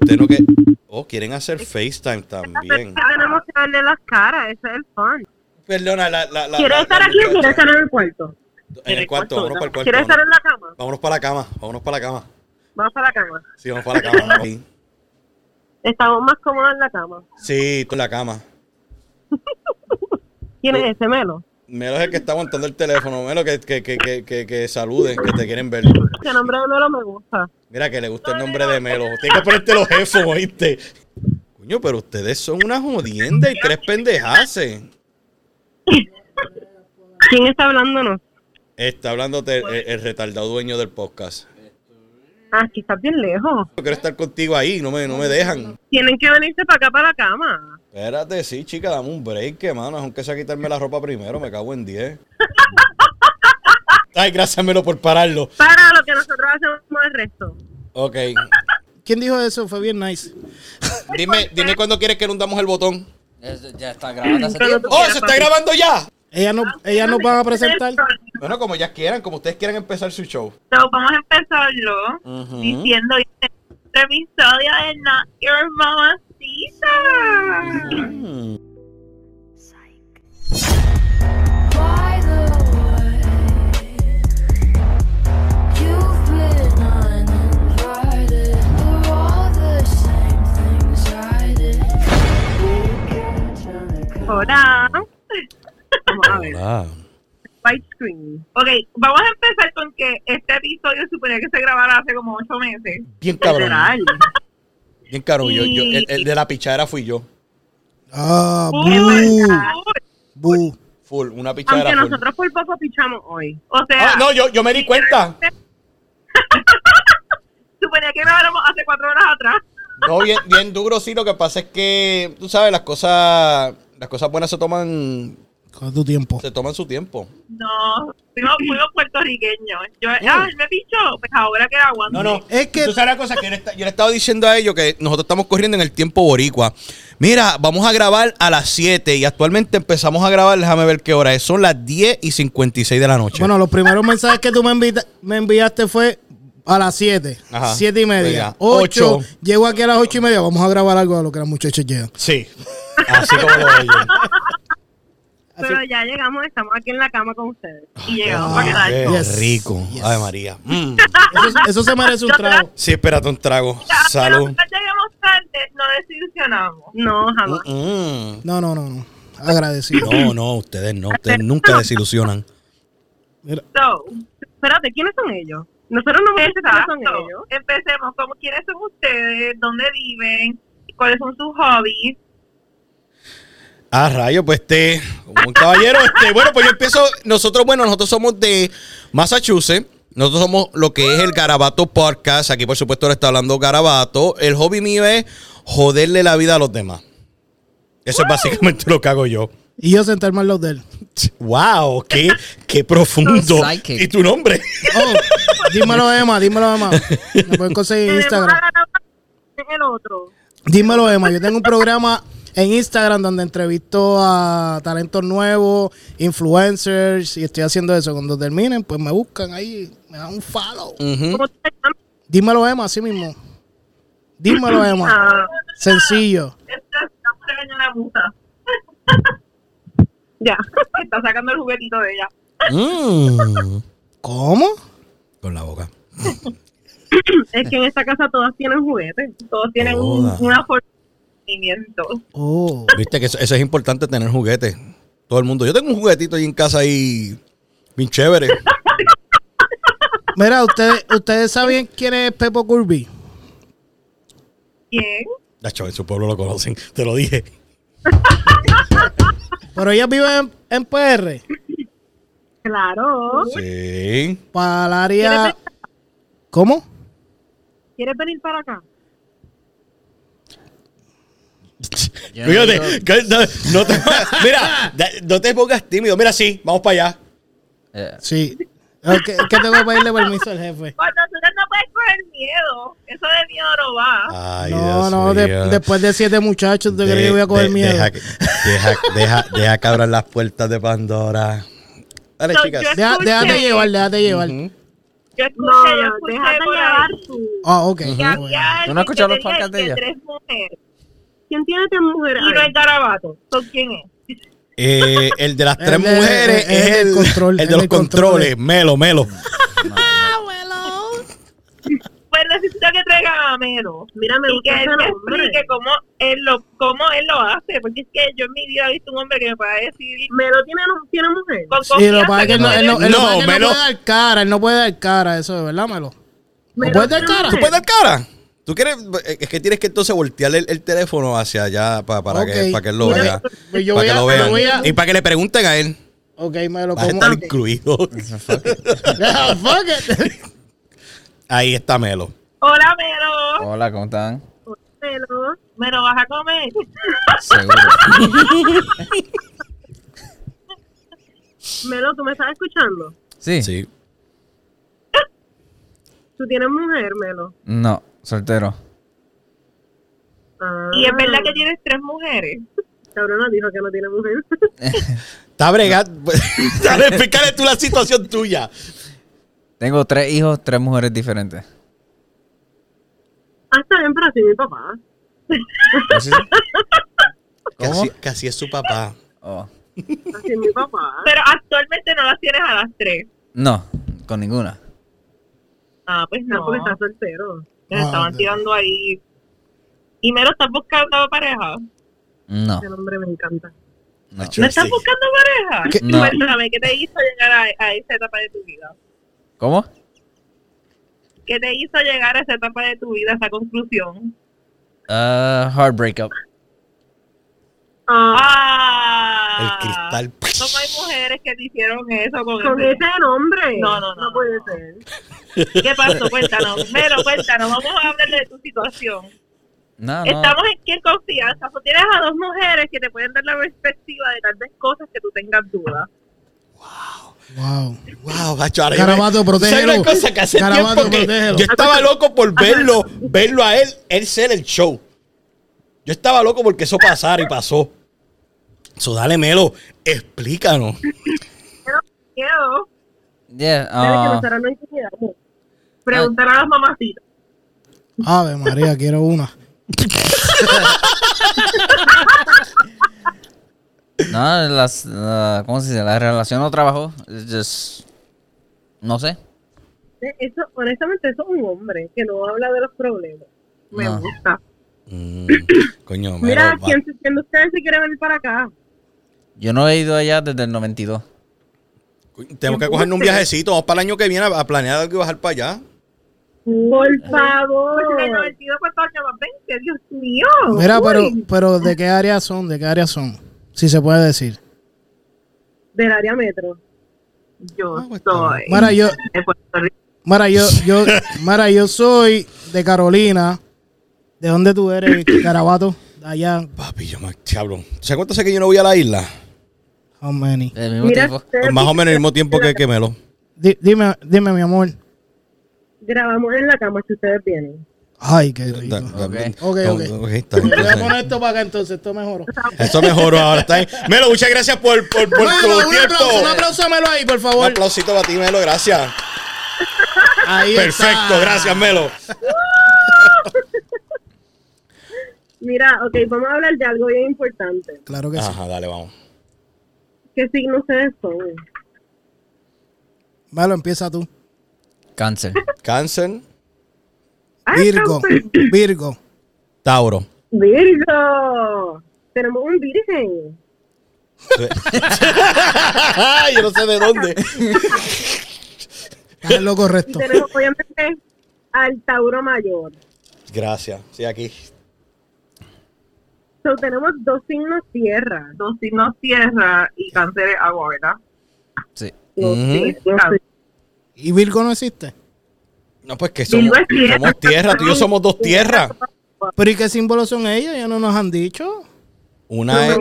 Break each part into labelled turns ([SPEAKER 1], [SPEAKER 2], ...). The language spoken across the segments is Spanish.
[SPEAKER 1] usted no que. Oh, quieren hacer FaceTime también.
[SPEAKER 2] Tenemos que verle las caras, ese es el fun.
[SPEAKER 1] Perdona, la. la, la
[SPEAKER 2] ¿Quieres
[SPEAKER 1] la-
[SPEAKER 2] estar
[SPEAKER 1] la
[SPEAKER 2] aquí o quieres
[SPEAKER 1] muchacha.
[SPEAKER 2] estar en el cuarto?
[SPEAKER 1] En el cuarto, vámonos para el cuarto.
[SPEAKER 2] ¿Quieres estar en la cama?
[SPEAKER 1] Vámonos para la cama, vámonos para la cama.
[SPEAKER 2] Vamos para la cama.
[SPEAKER 1] Sí, vamos para la cama. Sí,
[SPEAKER 2] Estamos más cómodos en la cama.
[SPEAKER 1] sí tú en la cama.
[SPEAKER 2] ¿Quién
[SPEAKER 1] Oh.
[SPEAKER 2] es ese melo?
[SPEAKER 1] Melo es el que está aguantando el teléfono. Melo que, que, que, que, que, que saluden, que te quieren ver.
[SPEAKER 2] Ese Este nombre de melo me gusta.
[SPEAKER 1] Mira que le gusta el nombre de Melo. Tienes que ponerte los jefos, oíste. Coño, pero ustedes son una jodienda y tres pendejaces.
[SPEAKER 2] ¿Quién está hablándonos?
[SPEAKER 1] Está hablándote el, el- el retardado dueño del podcast.
[SPEAKER 2] Ah, que estás bien lejos.
[SPEAKER 1] Yo quiero estar contigo ahí, no me, no me dejan.
[SPEAKER 2] Tienen que venirse para acá, para la cama.
[SPEAKER 1] Espérate, sí, chica, dame un break, que, mano. Aunque sea quitarme la ropa primero, me cago en 10. Ay, gracias, Melo, por pararlo.
[SPEAKER 2] Para lo que nosotros hacemos el resto.
[SPEAKER 1] Ok.
[SPEAKER 3] ¿Quién dijo eso? Fue bien nice.
[SPEAKER 1] Dime, dime cuándo quieres que hundamos el botón.
[SPEAKER 4] Es- ya está grabando hace
[SPEAKER 2] Pero tú-
[SPEAKER 4] tiempo.
[SPEAKER 1] ¡Oh, se está grabando ya!
[SPEAKER 3] Ella no, ella nos van a presentar.
[SPEAKER 1] Bueno, como ya quieran, como ustedes quieran empezar su show.
[SPEAKER 2] So, vamos a empezarlo
[SPEAKER 1] Ujú.
[SPEAKER 2] diciendo este episodio de Not Your Mamacita.
[SPEAKER 5] By the way, you've been uninvited. We're all the same things I did.
[SPEAKER 2] Hola. Vamos a ver.
[SPEAKER 1] Hola.
[SPEAKER 2] White screen. Ok, vamos a empezar con que este episodio suponía que se grabara hace como ocho meses.
[SPEAKER 1] Bien cabrón. Bien cabrón. Yo, yo- el, el de la pichadera fui yo.
[SPEAKER 3] Ah,
[SPEAKER 2] Uy,
[SPEAKER 3] bu, bu.
[SPEAKER 1] Full, una pichadera
[SPEAKER 2] Aunque
[SPEAKER 1] full.
[SPEAKER 2] nosotros por poco pichamos hoy. O sea,
[SPEAKER 1] Ah, no, yo, yo me di cuenta.
[SPEAKER 2] suponía que grabáramos hace cuatro horas atrás.
[SPEAKER 1] No, bien, bien duro, sí. Lo que pasa es que, tú sabes, las cosas, las cosas buenas se toman,
[SPEAKER 3] Con tu tiempo.
[SPEAKER 1] se toman su tiempo.
[SPEAKER 2] No, fuimos, fuimos puertorriqueños. Yo, ah, él me pichó. Pues ahora que aguanto.
[SPEAKER 1] No, no.
[SPEAKER 3] Es que-
[SPEAKER 1] Tú sabes la cosa que yo le, esta- yo le estaba diciendo a ellos que nosotros estamos corriendo en el tiempo boricua. Mira, vamos a grabar a las 7 y actualmente empezamos a grabar, déjame ver qué hora es. Son las 10 y 56 de la noche.
[SPEAKER 3] Bueno, los primeros mensajes que tú me, envita- me enviaste fue a las 7,
[SPEAKER 1] Ajá.
[SPEAKER 3] 7 y
[SPEAKER 1] Venga,
[SPEAKER 3] media, 8.
[SPEAKER 1] ocho.
[SPEAKER 3] Llego aquí a las 8 y media. Vamos a grabar algo a lo que las muchachas llegan.
[SPEAKER 1] sí. Así como lo oyen.
[SPEAKER 2] Pero ya llegamos, estamos aquí en la cama con ustedes. Y llegamos
[SPEAKER 3] Ah,
[SPEAKER 2] para quedarnos.
[SPEAKER 1] Qué
[SPEAKER 3] Yes,
[SPEAKER 1] rico.
[SPEAKER 3] yes.
[SPEAKER 1] Ave María. Mm.
[SPEAKER 3] Eso, eso se merece un trago.
[SPEAKER 1] Sí, espérate un trago.
[SPEAKER 2] Ya,
[SPEAKER 1] Salud.
[SPEAKER 2] Pero cuando llegamos tarde, no desilusionamos. No, jamás.
[SPEAKER 1] Mm.
[SPEAKER 3] No, no, no, no. Agradecido.
[SPEAKER 1] No, no, ustedes no. Ustedes nunca desilusionan.
[SPEAKER 3] Mira,
[SPEAKER 2] So, espérate, ¿quiénes son ellos? Nosotros no me son ellos. Empecemos, como quiénes son ustedes, dónde viven, cuáles son sus hobbies.
[SPEAKER 1] Ah, rayo, pues este, como un caballero, este, bueno, pues yo empiezo, nosotros, bueno, nosotros somos de Massachusetts, nosotros somos lo que es el Garabato Podcast, aquí por supuesto le está hablando Garabato, el hobby mío es joderle la vida a los demás. Eso es básicamente lo que hago yo.
[SPEAKER 3] Y yo sentarme al lado de él.
[SPEAKER 1] ¡Wow! ¡Qué, qué profundo!
[SPEAKER 4] Psychic.
[SPEAKER 1] ¿Y tu nombre?
[SPEAKER 3] Oh, dímelo, Emma, dímelo, Emma. Me pueden conseguir en
[SPEAKER 2] Tenemos
[SPEAKER 3] Instagram.
[SPEAKER 2] a la- El otro.
[SPEAKER 3] Dímelo, Emma. Yo tengo un programa en Instagram donde entrevisto a talentos nuevos, influencers, y estoy haciendo eso. Cuando terminen, pues me buscan ahí, me dan un follow.
[SPEAKER 1] Ujú.
[SPEAKER 2] ¿Cómo te llamas?
[SPEAKER 3] Dímelo, Emma, así mismo. Dímelo, Emma.
[SPEAKER 2] Ah,
[SPEAKER 3] Sencillo.
[SPEAKER 2] esto está por ahí en la puta. ya, está sacando el juguetito de ella.
[SPEAKER 1] Mm.
[SPEAKER 3] ¿Cómo?
[SPEAKER 1] Con la boca.
[SPEAKER 2] Es que en esta casa todos tienen juguetes, todos tienen un-
[SPEAKER 1] Todas.
[SPEAKER 2] una forma de movimiento.
[SPEAKER 3] Oh.
[SPEAKER 1] Viste que eso, eso es importante tener juguetes. Todo el mundo. Yo tengo un juguetito ahí en casa ahí, bien chévere.
[SPEAKER 3] Mira, ustedes, ustedes saben quién es Pepo Curby.
[SPEAKER 2] ¿Quién?
[SPEAKER 1] Nacho, en su pueblo lo conocen, te lo dije.
[SPEAKER 3] Pero ella vive en, en PR,
[SPEAKER 2] Claro.
[SPEAKER 1] Sí.
[SPEAKER 3] para el área. ¿Cómo?
[SPEAKER 2] ¿Quieres venir para acá?
[SPEAKER 4] Yo no
[SPEAKER 1] Fíjate,
[SPEAKER 4] digo-
[SPEAKER 1] que no, no te, mira, da- no te pongas tímido. Mira, sí, vamos para allá.
[SPEAKER 4] Eh,
[SPEAKER 3] Sí. Ok, Es que tengo que pedirle permiso al jefe.
[SPEAKER 2] Cuando tú no puedes coger miedo, eso de miedo no va.
[SPEAKER 1] Ay,
[SPEAKER 3] No, no, de- después de siete muchachos, te que voy a coger miedo.
[SPEAKER 1] Deja, que abran las puertas de Pandora. Dale,
[SPEAKER 2] No,
[SPEAKER 1] chicas.
[SPEAKER 2] yo-
[SPEAKER 3] Deja-
[SPEAKER 2] Escuche.
[SPEAKER 3] déjate llevar, déjate llevar.
[SPEAKER 1] Ujú.
[SPEAKER 2] Yo escuché,
[SPEAKER 6] No,
[SPEAKER 2] yo
[SPEAKER 6] no,
[SPEAKER 2] escuché
[SPEAKER 6] déjate
[SPEAKER 2] por
[SPEAKER 6] llevar
[SPEAKER 2] ahí
[SPEAKER 6] tú.
[SPEAKER 3] Ah, ok.
[SPEAKER 4] Ujú.
[SPEAKER 2] que
[SPEAKER 3] Ah, bueno.
[SPEAKER 2] había
[SPEAKER 4] ¿Tú
[SPEAKER 2] alguien
[SPEAKER 4] no has escuchado
[SPEAKER 2] que tenía
[SPEAKER 4] los podcasts de
[SPEAKER 2] que
[SPEAKER 4] ella?
[SPEAKER 2] tres mujeres
[SPEAKER 6] ¿Quién tiene tres mujeres?
[SPEAKER 2] y no
[SPEAKER 6] ahí?
[SPEAKER 2] hay garabato. ¿Con quién es?
[SPEAKER 1] Eh, el de las tres
[SPEAKER 3] El de-
[SPEAKER 1] mujeres
[SPEAKER 3] el-
[SPEAKER 1] es
[SPEAKER 3] el
[SPEAKER 1] el,
[SPEAKER 3] del control,
[SPEAKER 1] el
[SPEAKER 3] el
[SPEAKER 1] de los
[SPEAKER 3] del control.
[SPEAKER 1] controles. Melo, melo.
[SPEAKER 2] Pues necesito que traigan a Melo.
[SPEAKER 6] Mira, me
[SPEAKER 2] Y que
[SPEAKER 6] gusta
[SPEAKER 2] él
[SPEAKER 6] ese
[SPEAKER 2] me
[SPEAKER 6] nombre.
[SPEAKER 2] explique cómo él, lo, cómo él lo hace. Porque es que yo en mi vida he visto un hombre que me pueda decir
[SPEAKER 6] Melo tiene, tiene mujer.
[SPEAKER 2] con
[SPEAKER 3] Sí, lo que
[SPEAKER 2] confianza
[SPEAKER 3] pasa es que él no, él no-
[SPEAKER 1] No,
[SPEAKER 3] él lo que pasa es que él no
[SPEAKER 1] Melo-
[SPEAKER 3] puede dar cara, él no puede dar cara, eso es verdad, Melo. ¿No
[SPEAKER 6] Melo
[SPEAKER 3] puedes dar
[SPEAKER 6] tiene
[SPEAKER 3] cara?
[SPEAKER 1] ¿Tú puedes dar cara? ¿Tú quieres? eh, Es que tienes que entonces voltear el, el teléfono hacia allá pa- para, que,
[SPEAKER 3] Ok.
[SPEAKER 1] para que él lo
[SPEAKER 3] Mira,
[SPEAKER 1] vea.
[SPEAKER 3] pues yo
[SPEAKER 1] para
[SPEAKER 3] voy
[SPEAKER 1] que
[SPEAKER 3] a-
[SPEAKER 1] lo
[SPEAKER 3] yo
[SPEAKER 1] vean.
[SPEAKER 3] voy a-
[SPEAKER 1] Y para que le pregunten a él.
[SPEAKER 3] Ok, Melo,
[SPEAKER 1] Vas a
[SPEAKER 3] ¿cómo?
[SPEAKER 1] estar incluido.
[SPEAKER 3] Ah, fuck it.
[SPEAKER 1] Ahí está Melo.
[SPEAKER 2] Hola, Melo.
[SPEAKER 4] Hola, ¿cómo están?
[SPEAKER 6] Melo.
[SPEAKER 2] ¿Me lo vas a comer?
[SPEAKER 4] Seguro.
[SPEAKER 6] Melo, ¿tú me estás escuchando?
[SPEAKER 4] Sí.
[SPEAKER 1] Sí.
[SPEAKER 6] ¿Tú tienes mujer, Melo?
[SPEAKER 4] No, soltero.
[SPEAKER 6] Ah,
[SPEAKER 2] Y es verdad que tienes tres mujeres.
[SPEAKER 6] Cabrona dijo que no tiene mujer.
[SPEAKER 1] Está bregado. Dale, explícale tú la situación tuya.
[SPEAKER 4] Tengo tres hijos, tres mujeres diferentes.
[SPEAKER 6] ah, está bien, pero así mi papá.
[SPEAKER 4] ¿Así sí?
[SPEAKER 1] Que
[SPEAKER 4] ¿Cómo?
[SPEAKER 1] así, que así es su papá.
[SPEAKER 4] Oh.
[SPEAKER 6] Así mi papá.
[SPEAKER 2] Pero actualmente no las tienes a las tres.
[SPEAKER 4] No, con ninguna.
[SPEAKER 2] Ah, pues
[SPEAKER 6] No,
[SPEAKER 2] no.
[SPEAKER 6] porque está soltero.
[SPEAKER 2] Me estaban
[SPEAKER 3] Ah,
[SPEAKER 2] tirando ahí. Y Melo, ¿estás buscando pareja?
[SPEAKER 4] No.
[SPEAKER 6] Ese nombre me encanta.
[SPEAKER 4] no.
[SPEAKER 2] ¿No estás buscando pareja?
[SPEAKER 4] ¿Qué? No.
[SPEAKER 2] Cuéntame, ¿qué te hizo llegar a, a esa etapa de tu vida?
[SPEAKER 4] ¿Cómo?
[SPEAKER 2] ¿Qué te hizo llegar a esa etapa de tu vida, a esa conclusión?
[SPEAKER 4] Ah, hard breakup.
[SPEAKER 6] Ah,
[SPEAKER 1] El
[SPEAKER 2] ¡Ah!
[SPEAKER 1] cristal.
[SPEAKER 2] ¿Cómo hay mujeres que te hicieron eso con,
[SPEAKER 6] con
[SPEAKER 2] ese-
[SPEAKER 6] ese nombre.
[SPEAKER 2] No, no, no,
[SPEAKER 6] No puede
[SPEAKER 2] no.
[SPEAKER 6] ser.
[SPEAKER 2] ¿Qué pasó? Cuéntanos. Melo, cuéntanos. Vamos a hablar de tu situación.
[SPEAKER 4] Ah, No, no.
[SPEAKER 2] Estamos en quien confianza. Tú tienes a dos mujeres que te pueden dar la perspectiva de tal vez cosas que tú tengas dudas.
[SPEAKER 3] Wow.
[SPEAKER 1] Wow, gacho, ahora yo
[SPEAKER 3] Garabato,
[SPEAKER 1] me- ¿Sabes
[SPEAKER 3] protégelo.
[SPEAKER 1] una cosa que hace
[SPEAKER 3] Garabato,
[SPEAKER 1] tiempo que
[SPEAKER 3] protégelo.
[SPEAKER 1] yo estaba loco por verlo, verlo a él, él ser el show. Yo estaba loco porque eso pasara y pasó. Eso dale Melo, explícanos.
[SPEAKER 2] Miedo.
[SPEAKER 4] Yeah,
[SPEAKER 6] Ustedes que
[SPEAKER 4] ah,
[SPEAKER 6] nosotros no intimidamos.
[SPEAKER 2] pues, Preguntar a las mamacitas.
[SPEAKER 3] Ave María, quiero una.
[SPEAKER 4] no, las, la- ¿cómo se dice? La relación no trabajó. It's just- no sé.
[SPEAKER 2] Eh,
[SPEAKER 6] Eso, honestamente, eso es un hombre que no habla de los problemas.
[SPEAKER 2] Me
[SPEAKER 4] No.
[SPEAKER 2] gusta.
[SPEAKER 1] Mm, coño, Melo.
[SPEAKER 6] Mira,
[SPEAKER 1] va-
[SPEAKER 6] ¿quién, se- quién de ustedes se quiere venir para acá?
[SPEAKER 4] Yo no he ido allá desde el 92.
[SPEAKER 1] Tenemos que cogernos un viajecito, vamos para el año que viene a, a planear algo y bajar para allá.
[SPEAKER 6] Por
[SPEAKER 2] Porque en el
[SPEAKER 6] favor.
[SPEAKER 2] 92 cuántos años más 20, Dios mío.
[SPEAKER 3] Mira,
[SPEAKER 2] Uy.
[SPEAKER 3] pero, pero ¿de qué área son? ¿De qué área son? Si se puede decir.
[SPEAKER 6] Del área metro.
[SPEAKER 2] Yo
[SPEAKER 1] Ah, pues,
[SPEAKER 2] soy
[SPEAKER 3] Mara, yo,
[SPEAKER 2] de Puerto Rico.
[SPEAKER 3] Mara, yo, yo, Mara, yo soy de Carolina. ¿De dónde tú eres, Carabato? Allá,
[SPEAKER 1] Papi, yo me diablo. ¿Sabes cuánto sé que yo no voy a la isla?
[SPEAKER 3] how many?
[SPEAKER 4] Del mismo
[SPEAKER 6] Mira,
[SPEAKER 4] tiempo.
[SPEAKER 6] ustedes
[SPEAKER 1] Más o menos el mismo tiempo que, que Melo.
[SPEAKER 3] Di- dime, dime, mi amor.
[SPEAKER 6] grabamos en la cama si ustedes vienen.
[SPEAKER 3] Ay, qué
[SPEAKER 1] Da-
[SPEAKER 3] rico.
[SPEAKER 1] da-
[SPEAKER 3] Ok, ok.
[SPEAKER 1] está bien,
[SPEAKER 3] Voy a
[SPEAKER 1] entonces.
[SPEAKER 3] poner esto para acá entonces, esto mejoró.
[SPEAKER 1] Eso mejoró ahora. Está bien. Melo, muchas gracias por, por, por
[SPEAKER 3] Melo,
[SPEAKER 1] tu
[SPEAKER 3] un
[SPEAKER 1] tiempo.
[SPEAKER 3] aplauso, un aplauso, Melo ahí, por
[SPEAKER 1] Un
[SPEAKER 3] favor.
[SPEAKER 1] aplausito para ti, Melo, gracias.
[SPEAKER 3] Ahí
[SPEAKER 1] Perfecto,
[SPEAKER 3] está.
[SPEAKER 1] gracias, Melo.
[SPEAKER 6] Mira, ok, vamos a hablar de algo bien importante.
[SPEAKER 3] Claro que Pues sí.
[SPEAKER 1] Ajá, dale, vamos.
[SPEAKER 6] ¿Qué signo ustedes son?
[SPEAKER 3] Melo, empieza tú.
[SPEAKER 4] Cáncer.
[SPEAKER 1] Cáncer,
[SPEAKER 6] Ah,
[SPEAKER 3] Virgo,
[SPEAKER 6] pues,
[SPEAKER 3] Virgo.
[SPEAKER 1] Tauro.
[SPEAKER 6] Virgo. Tenemos un virgen.
[SPEAKER 1] Yo no sé de dónde.
[SPEAKER 3] Estás en lo
[SPEAKER 6] Y
[SPEAKER 3] correcto.
[SPEAKER 6] tenemos, obviamente, al Tauro Mayor.
[SPEAKER 1] Gracias. Sí, aquí.
[SPEAKER 6] So, tenemos dos signos tierra.
[SPEAKER 2] Dos signos tierra y cáncer es agua, ¿verdad?
[SPEAKER 4] Sí.
[SPEAKER 1] Ujú.
[SPEAKER 3] ¿Y Virgo no existe?
[SPEAKER 1] No, pues que somos,
[SPEAKER 2] Virgo es tierra.
[SPEAKER 1] somos tierra. Tú y yo somos dos tierras.
[SPEAKER 3] ¿Pero y qué símbolos son ellos? Ya no nos han dicho.
[SPEAKER 1] Una es.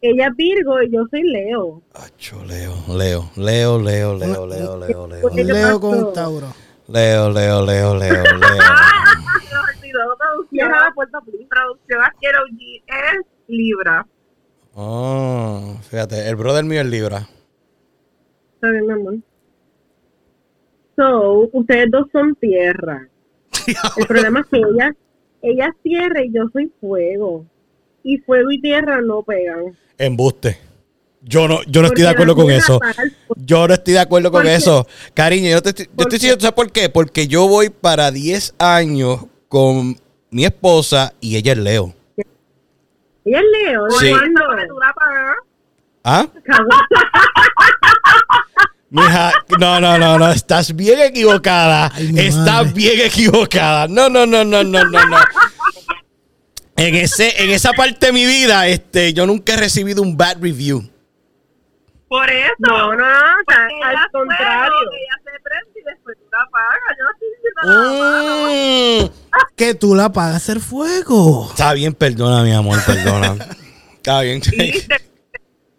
[SPEAKER 6] Ella es Virgo y yo soy Leo.
[SPEAKER 1] Acho, Leo, Leo, Leo, Leo, Leo, Leo, Leo, Leo.
[SPEAKER 6] ¿Qué
[SPEAKER 3] Leo
[SPEAKER 6] pasó?
[SPEAKER 3] con un Tauro.
[SPEAKER 1] Leo, Leo, Leo, Leo, Leo.
[SPEAKER 2] Deja la puerta, please. Producción Asquero G es Libra.
[SPEAKER 1] Oh, fíjate, el brother mío es Libra.
[SPEAKER 6] Está bien, mi amor. So, ustedes dos son tierra. El problema es que ella, ella es tierra y yo soy fuego. Y fuego y tierra no pegan.
[SPEAKER 1] Embuste. Yo no, yo no
[SPEAKER 6] Porque
[SPEAKER 1] estoy de acuerdo
[SPEAKER 6] las
[SPEAKER 1] con
[SPEAKER 6] una
[SPEAKER 1] eso.
[SPEAKER 6] falsa.
[SPEAKER 1] Yo no estoy de acuerdo con
[SPEAKER 6] ¿Por qué?
[SPEAKER 1] eso. Cariño, yo te estoy, yo
[SPEAKER 6] ¿Por
[SPEAKER 1] estoy
[SPEAKER 6] qué?
[SPEAKER 1] diciendo, ¿sabes por qué? Porque yo voy para 10 años con mi esposa y ella es Leo.
[SPEAKER 6] Ella es Leo. ¿no?
[SPEAKER 1] Sí.
[SPEAKER 6] ¿Cuándo?
[SPEAKER 1] ¿Ah?
[SPEAKER 6] Cagó.
[SPEAKER 1] Mija, no, no, no, no, estás bien equivocada.
[SPEAKER 3] Ay, mi
[SPEAKER 1] estás
[SPEAKER 3] madre.
[SPEAKER 1] bien equivocada. No, no, no, no, no, no, no. En, ese, en esa parte de mi vida, este, yo nunca he recibido un bad review.
[SPEAKER 2] Por eso.
[SPEAKER 6] No, no, no, o sea,
[SPEAKER 2] Porque
[SPEAKER 6] al
[SPEAKER 2] ella fue,
[SPEAKER 6] contrario.
[SPEAKER 2] ¿no? Que Ella se prende y después tú la apagas. Yo no estoy diciendo nada malo.
[SPEAKER 6] Ah.
[SPEAKER 1] Mm.
[SPEAKER 3] Que tú la pagas el fuego.
[SPEAKER 1] Está bien, perdona, mi amor, perdona. Está bien.
[SPEAKER 2] Viste,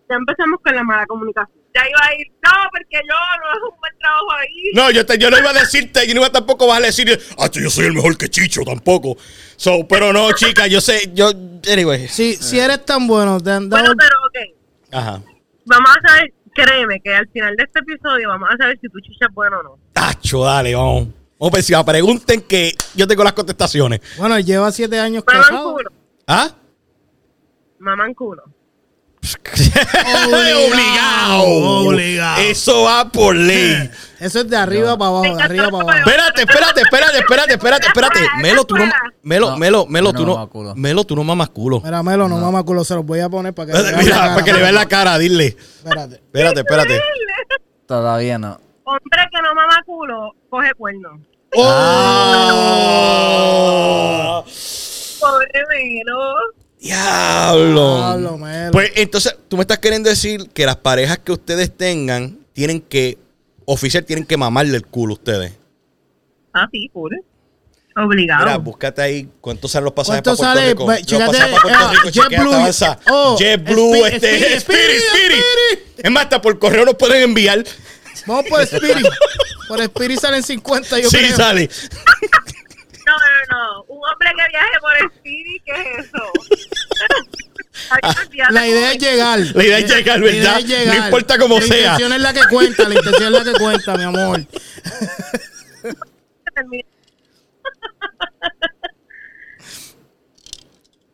[SPEAKER 6] Ya empezamos con la mala comunicación.
[SPEAKER 2] Ya iba a ir, no, porque yo no es un buen trabajo ahí.
[SPEAKER 1] No, yo, te- yo no iba a decirte, yo no iba tampoco vas a decir, ah, yo soy el mejor que Chicho, tampoco. So, pero no, chica, yo sé, yo, anyway.
[SPEAKER 3] Si, si eres tan bueno, te han dado.
[SPEAKER 6] Bueno, pero ok.
[SPEAKER 1] Ajá.
[SPEAKER 6] Vamos a saber, créeme, que al final de este episodio vamos a saber si tu chicha es buena o no.
[SPEAKER 1] Tacho, dale, vamos. Vamos para encima, pregunten que yo tengo las contestaciones.
[SPEAKER 3] Bueno, lleva siete años
[SPEAKER 6] Maman
[SPEAKER 3] casado.
[SPEAKER 6] culo.
[SPEAKER 1] ¿Ah?
[SPEAKER 6] Maman culo.
[SPEAKER 1] Obligado.
[SPEAKER 3] Obligado.
[SPEAKER 1] Eso va por ley.
[SPEAKER 3] Eso es de arriba para abajo, de arriba para abajo.
[SPEAKER 1] Espérate, espérate, espérate, espérate, espérate, espérate. Melo, tú no. Melo,
[SPEAKER 4] No,
[SPEAKER 1] Melo, Melo, tú
[SPEAKER 4] no
[SPEAKER 1] no.
[SPEAKER 4] mamas culo.
[SPEAKER 1] Melo, tú no mamas culo.
[SPEAKER 3] Mira, Melo, no, mama culo, se los voy a poner para que le vean
[SPEAKER 1] Mira,
[SPEAKER 3] la cara.
[SPEAKER 1] para que le vean la cara, dile.
[SPEAKER 3] Espérate.
[SPEAKER 1] Espérate, espérate.
[SPEAKER 4] Todavía no.
[SPEAKER 6] Hombre que no mama culo, coge cuerno.
[SPEAKER 1] ¡Oh!
[SPEAKER 2] Pobre Melo.
[SPEAKER 1] ¡Diablo!
[SPEAKER 3] Pablo, Melo.
[SPEAKER 1] Pues entonces, tú me estás queriendo decir que las parejas que ustedes tengan tienen que, oficial, tienen que mamarle el culo a ustedes.
[SPEAKER 2] Ah, sí, pobre. Obligado.
[SPEAKER 1] Mira, búscate ahí cuánto salen los pasajes
[SPEAKER 3] ¿Cuánto
[SPEAKER 1] para Puerto
[SPEAKER 3] sale?
[SPEAKER 1] Rico.
[SPEAKER 3] Ve,
[SPEAKER 1] los
[SPEAKER 3] chécate,
[SPEAKER 1] pasajes para Puerto
[SPEAKER 3] ah,
[SPEAKER 1] Rico,
[SPEAKER 3] JetBlue,
[SPEAKER 1] chequéate, avanza.
[SPEAKER 3] oh,
[SPEAKER 1] JetBlue,
[SPEAKER 3] Spirit,
[SPEAKER 1] este,
[SPEAKER 3] Spirit,
[SPEAKER 1] Spirit,
[SPEAKER 3] Spirit,
[SPEAKER 1] Spirit.
[SPEAKER 3] Spirit.
[SPEAKER 1] Es más, hasta por correo nos pueden enviar.
[SPEAKER 3] Vamos por Spirit. Por Spirit salen 50, yo
[SPEAKER 1] sí,
[SPEAKER 3] creo.
[SPEAKER 1] sale.
[SPEAKER 2] No, no, no. Un hombre que viaje por el Spirit, ¿qué es eso? Ay, olvídate
[SPEAKER 3] Ah, La idea
[SPEAKER 2] con
[SPEAKER 3] es llegar.
[SPEAKER 1] La idea es llegar,
[SPEAKER 3] La idea
[SPEAKER 1] ¿verdad?
[SPEAKER 3] es llegar.
[SPEAKER 1] No importa cómo
[SPEAKER 3] la
[SPEAKER 1] sea.
[SPEAKER 3] intención es la que cuenta, la intención es la que cuenta, mi amor.
[SPEAKER 2] el-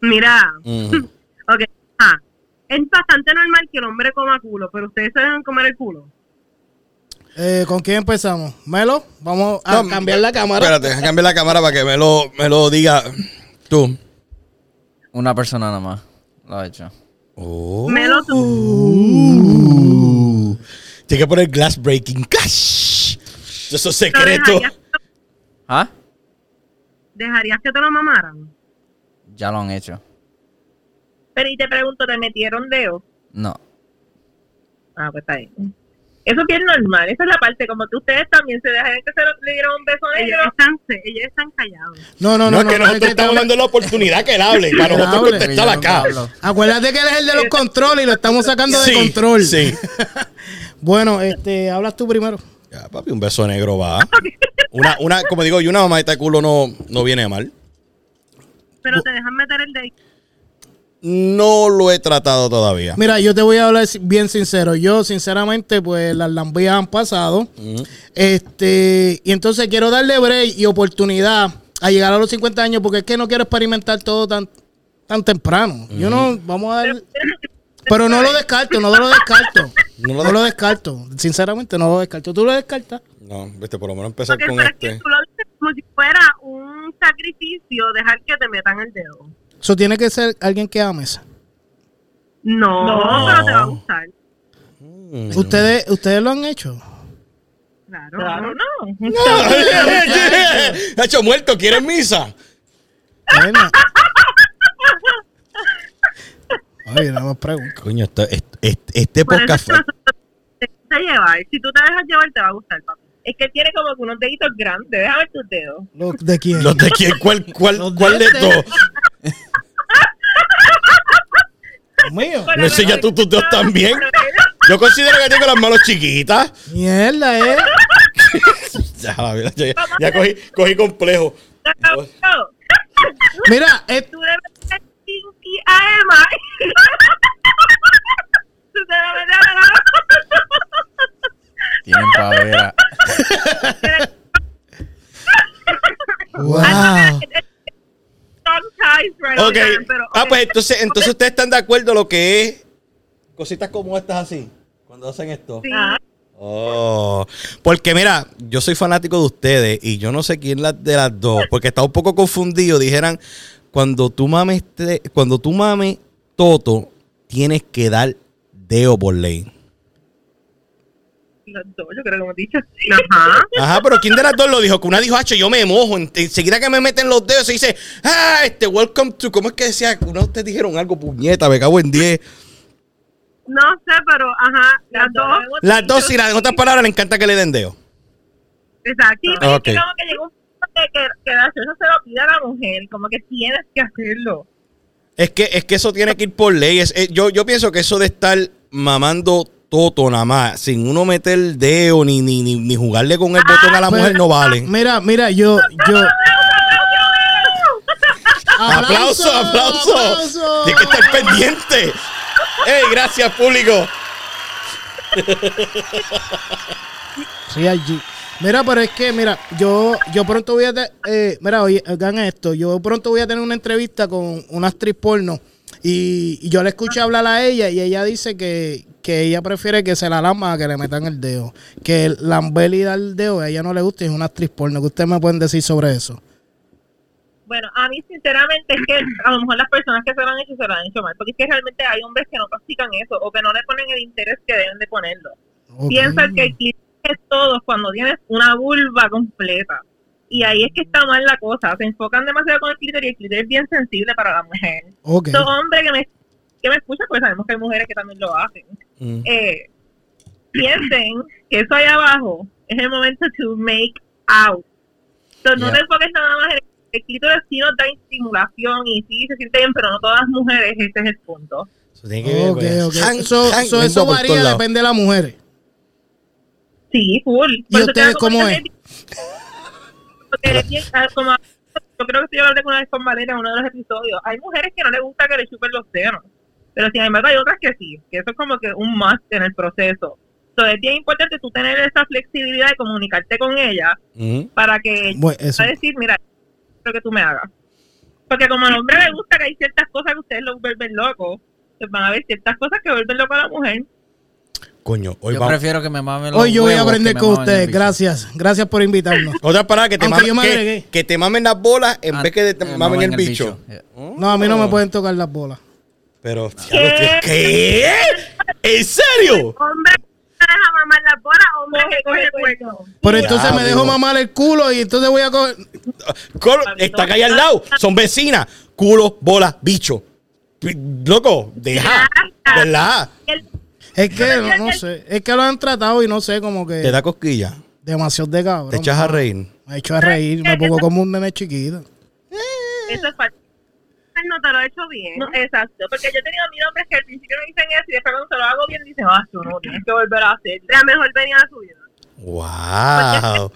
[SPEAKER 2] Mira,
[SPEAKER 1] Ujú.
[SPEAKER 3] Mm.
[SPEAKER 6] Ok. Ah, es bastante normal que el hombre coma culo, pero ustedes se dejan comer el culo.
[SPEAKER 3] Eh, ¿Con quién empezamos? Melo, vamos a
[SPEAKER 1] No,
[SPEAKER 3] Ah, cambiar la cámara.
[SPEAKER 1] Espérate, cambia la cámara para que me lo, me lo diga tú.
[SPEAKER 4] Una persona nada más lo ha hecho.
[SPEAKER 1] Oh.
[SPEAKER 6] Melo tú.
[SPEAKER 3] uh,
[SPEAKER 1] Tiene que poner glass breaking. ¡Cash! Eso es
[SPEAKER 6] ¿pero
[SPEAKER 1] secreto.
[SPEAKER 6] dejarías,
[SPEAKER 4] ¿Ah?
[SPEAKER 6] dejarías que te lo mamaran?
[SPEAKER 4] Ya lo han hecho.
[SPEAKER 2] pero y te pregunto, ¿te metieron dedo?
[SPEAKER 4] No.
[SPEAKER 2] Ah, pues está bien. Eso es bien normal, esa es la parte, como que ustedes también se dejan que se lo- le dieron un beso negro.
[SPEAKER 6] Ellos están, ellos están callados.
[SPEAKER 3] No, no,
[SPEAKER 1] No,
[SPEAKER 3] no.
[SPEAKER 1] es que nosotros estamos
[SPEAKER 3] tengo-
[SPEAKER 1] dando la oportunidad que él hable para
[SPEAKER 3] Que
[SPEAKER 1] nosotros
[SPEAKER 3] hable,
[SPEAKER 1] contestar
[SPEAKER 4] que yo
[SPEAKER 1] acá.
[SPEAKER 4] no hablo.
[SPEAKER 3] Acuérdate que él es el de los controles y lo estamos sacando de
[SPEAKER 1] Sí,
[SPEAKER 3] control.
[SPEAKER 1] Sí.
[SPEAKER 3] Bueno, este, hablas tú primero.
[SPEAKER 1] Ya, papi, un beso negro va. Una, una, como digo, y una mamadita de este culo no, no viene mal.
[SPEAKER 6] Pero te dejan meter el de
[SPEAKER 1] No lo he tratado todavía.
[SPEAKER 3] Mira, yo te voy a hablar si- bien sincero. Yo, sinceramente, pues las lambías han pasado.
[SPEAKER 1] Mm.
[SPEAKER 3] Este, y entonces quiero darle break y oportunidad a llegar a los 50 años porque es que no quiero experimentar todo tan, tan temprano. Yo no, vamos a dar. Pero no lo descarto, no lo descarto.
[SPEAKER 1] No
[SPEAKER 3] No
[SPEAKER 1] lo
[SPEAKER 3] lo, descarto. Sinceramente, no lo descarto. ¿Tú lo descartas?
[SPEAKER 1] No, viste, por lo menos empezar
[SPEAKER 6] Porque
[SPEAKER 1] con
[SPEAKER 6] para que
[SPEAKER 1] este.
[SPEAKER 6] tú lo dices como si fuera un sacrificio dejar que te metan el dedo.
[SPEAKER 3] Eso tiene que ser alguien que ames.
[SPEAKER 6] No,
[SPEAKER 2] No.
[SPEAKER 6] pero te va a gustar.
[SPEAKER 3] ¿Ustedes, ¿Ustedes lo han hecho?
[SPEAKER 6] Claro.
[SPEAKER 2] Claro, no.
[SPEAKER 1] Nacho muerto, ¿quieres misa?
[SPEAKER 3] Bueno. Oye, nada más pregunto.
[SPEAKER 1] Coño, esta- est- est- este
[SPEAKER 6] Por eso
[SPEAKER 1] podcast.
[SPEAKER 6] es que nosotros te dejas llevar. Si tú te dejas llevar, te va a gustar, papá.
[SPEAKER 2] Es que tiene como que unos deditos grandes, déjame ver tus dedos.
[SPEAKER 3] ¿Lo- ¿De quién?
[SPEAKER 1] ¿Los de quién? ¿Cuál, cuál,
[SPEAKER 3] Los de
[SPEAKER 1] cuál de
[SPEAKER 3] este.
[SPEAKER 1] todos?
[SPEAKER 3] ¿Los míos?
[SPEAKER 1] No sé, ya tú tus dedos también. Yo considero que tengo las manos chiquitas.
[SPEAKER 3] Mierda, eh.
[SPEAKER 1] Ya, la verdad, ya, ya cogí, cogí complejo.
[SPEAKER 2] No, no,
[SPEAKER 3] Mira, eh. es-
[SPEAKER 2] tú debes ser kinky a Emma. Tú te debes de agarrar.
[SPEAKER 4] Tienen pavera.
[SPEAKER 2] Tienes Ice Run.
[SPEAKER 1] Ok.
[SPEAKER 2] oigan, pero-
[SPEAKER 1] Ah,
[SPEAKER 2] ok.
[SPEAKER 1] pues entonces, entonces ustedes están de acuerdo lo que es cositas como estas así, cuando hacen esto.
[SPEAKER 2] Sí. Ajá.
[SPEAKER 1] Oh, porque mira, yo soy fanático de ustedes y yo no sé quién la- de las dos, porque estaba un poco confundido. Dijeran, cuando tú mames, te- cuando tú mames Toto, tienes que dar deo por ley.
[SPEAKER 2] Los dos, yo creo que hemos dicho. Ajá.
[SPEAKER 1] Ajá, pero ¿quién de las dos lo dijo? Que una dijo, hacho, yo me mojo. Ent- Enseguida que me meten los dedos, se dice, ah, este, welcome to. ¿Cómo es que decía? Una de ustedes dijeron algo, puñeta, me cago en 10.
[SPEAKER 2] No sé, pero ajá, las dos.
[SPEAKER 1] Las dos, y las, en otras palabras, le encanta que le den deo.
[SPEAKER 2] Exacto.
[SPEAKER 1] pero es que Ok. como
[SPEAKER 2] que llegó un punto de que, eso se lo pide a la mujer, como que tienes que hacerlo.
[SPEAKER 1] Es que, es que eso tiene que ir por ley. Es- eh, yo, yo pienso que eso de estar mamando toto nada más, sin uno meter el dedo ni, ni, ni, ni jugarle con el botón a la
[SPEAKER 3] pues,
[SPEAKER 1] mujer, no vale.
[SPEAKER 3] Mira, mira, yo, yo.
[SPEAKER 1] ¡Aplauso, ah, pues, aplauso! Tienes que estar pendiente. ¡Ey, gracias, público!
[SPEAKER 3] Sí, allí. Mira, pero es que, mira, yo, yo pronto voy a te- eh, mira, oye, hagan esto, yo pronto voy a tener una entrevista con una actriz porno y, y yo le escuché hablar a ella y ella dice que, que ella prefiere que se la lamba a que le metan el dedo, que el lamber y dar el dedo a ella no le gusta y es una actriz porno, que ustedes me pueden decir sobre eso.
[SPEAKER 2] Bueno, a mí sinceramente es que a lo mejor las personas que se lo han hecho se lo han hecho mal, porque es que realmente hay hombres que no practican eso o que no le ponen el interés que deben de ponerlo.
[SPEAKER 3] Ok.
[SPEAKER 2] Piensa que el cliente es todo cuando tienes una vulva completa. Y ahí es que está mal la cosa. Se enfocan demasiado con el clítoris y el clítoris es bien sensible para la mujer.
[SPEAKER 3] Ok.
[SPEAKER 2] Todo hombre que me, que me escucha, pues sabemos que hay mujeres que también lo hacen.
[SPEAKER 1] Mm.
[SPEAKER 2] Eh, piensen que eso ahí abajo es el momento to make out. Entonces no
[SPEAKER 1] Yeah.
[SPEAKER 2] te enfoques nada más en el, el clítoris, sí nos da estimulación y sí se siente bien, pero no todas las mujeres, ese es el punto.
[SPEAKER 1] Eso tiene
[SPEAKER 3] Ok, ok.
[SPEAKER 1] Hang,
[SPEAKER 3] Eso,
[SPEAKER 1] hang, lengua
[SPEAKER 3] eso- eso
[SPEAKER 1] por todos
[SPEAKER 3] varía,
[SPEAKER 1] lados.
[SPEAKER 3] depende de las mujeres.
[SPEAKER 2] Sí, full.
[SPEAKER 3] ¿Y ustedes cómo es?
[SPEAKER 2] Porque es bien- ah, como, yo creo que sí yo hablé una vez con Valeria en uno de los episodios. Hay mujeres que no les gusta que le chupen los senos, pero sin embargo hay otras que sí, que eso es como que un must en el proceso. Entonces es bien importante tú tener esa flexibilidad de comunicarte con ella
[SPEAKER 1] Ujú.
[SPEAKER 2] para que ella
[SPEAKER 3] Bueno, eso.
[SPEAKER 2] pueda decir, mira, lo que tú me hagas. Porque como al hombre le gusta que hay ciertas cosas que ustedes lo vuelven loco, pues van a ver ciertas cosas que vuelven loco a la mujer.
[SPEAKER 1] Coño, hoy
[SPEAKER 4] Yo
[SPEAKER 1] vamos.
[SPEAKER 4] prefiero que me mamen los
[SPEAKER 3] Hoy yo voy a
[SPEAKER 4] huevos que
[SPEAKER 3] aprender
[SPEAKER 4] me
[SPEAKER 3] con
[SPEAKER 4] mamen el
[SPEAKER 3] ustedes.
[SPEAKER 4] bicho.
[SPEAKER 3] Gracias. Gracias por invitarnos.
[SPEAKER 1] Otra palabra que te,
[SPEAKER 3] Aunque yo
[SPEAKER 1] mamen,
[SPEAKER 3] me
[SPEAKER 1] que,
[SPEAKER 3] agregué.
[SPEAKER 1] que te mamen las bolas en
[SPEAKER 4] Ah,
[SPEAKER 1] vez que te, te
[SPEAKER 4] eh,
[SPEAKER 1] mamen el bicho.
[SPEAKER 4] Yeah.
[SPEAKER 3] No, a mí
[SPEAKER 4] Oh.
[SPEAKER 3] no me pueden tocar las bolas.
[SPEAKER 1] Pero, diablo, tío, ¿qué? ¿En serio?
[SPEAKER 2] Hombre, no deja mamar las bolas, hombre, pues, que coge cuerno.
[SPEAKER 3] Pero entonces me
[SPEAKER 1] Diablo.
[SPEAKER 3] dejo mamar el culo y entonces voy a coger.
[SPEAKER 1] Colo- está acá allá al lado. Son vecinas. Culo, bola, bicho. Loco, deja. ¿Verdad?
[SPEAKER 3] Es que no, no sé. Es que lo han tratado y no sé, como
[SPEAKER 1] Te
[SPEAKER 3] que.
[SPEAKER 1] da cosquilla.
[SPEAKER 3] Demasiado de cabrón.
[SPEAKER 1] Te echas a reír.
[SPEAKER 3] Me echo a reír. Me pongo como un nene chiquito.
[SPEAKER 2] Eso es falta. No te lo he hecho bien. exacto, porque yo he tenido mil hombres que al principio me dicen eso y después cuando se lo hago bien dicen, ah, tú no tienes que volver a hacer. La mejor venía a su vida.
[SPEAKER 1] Wow.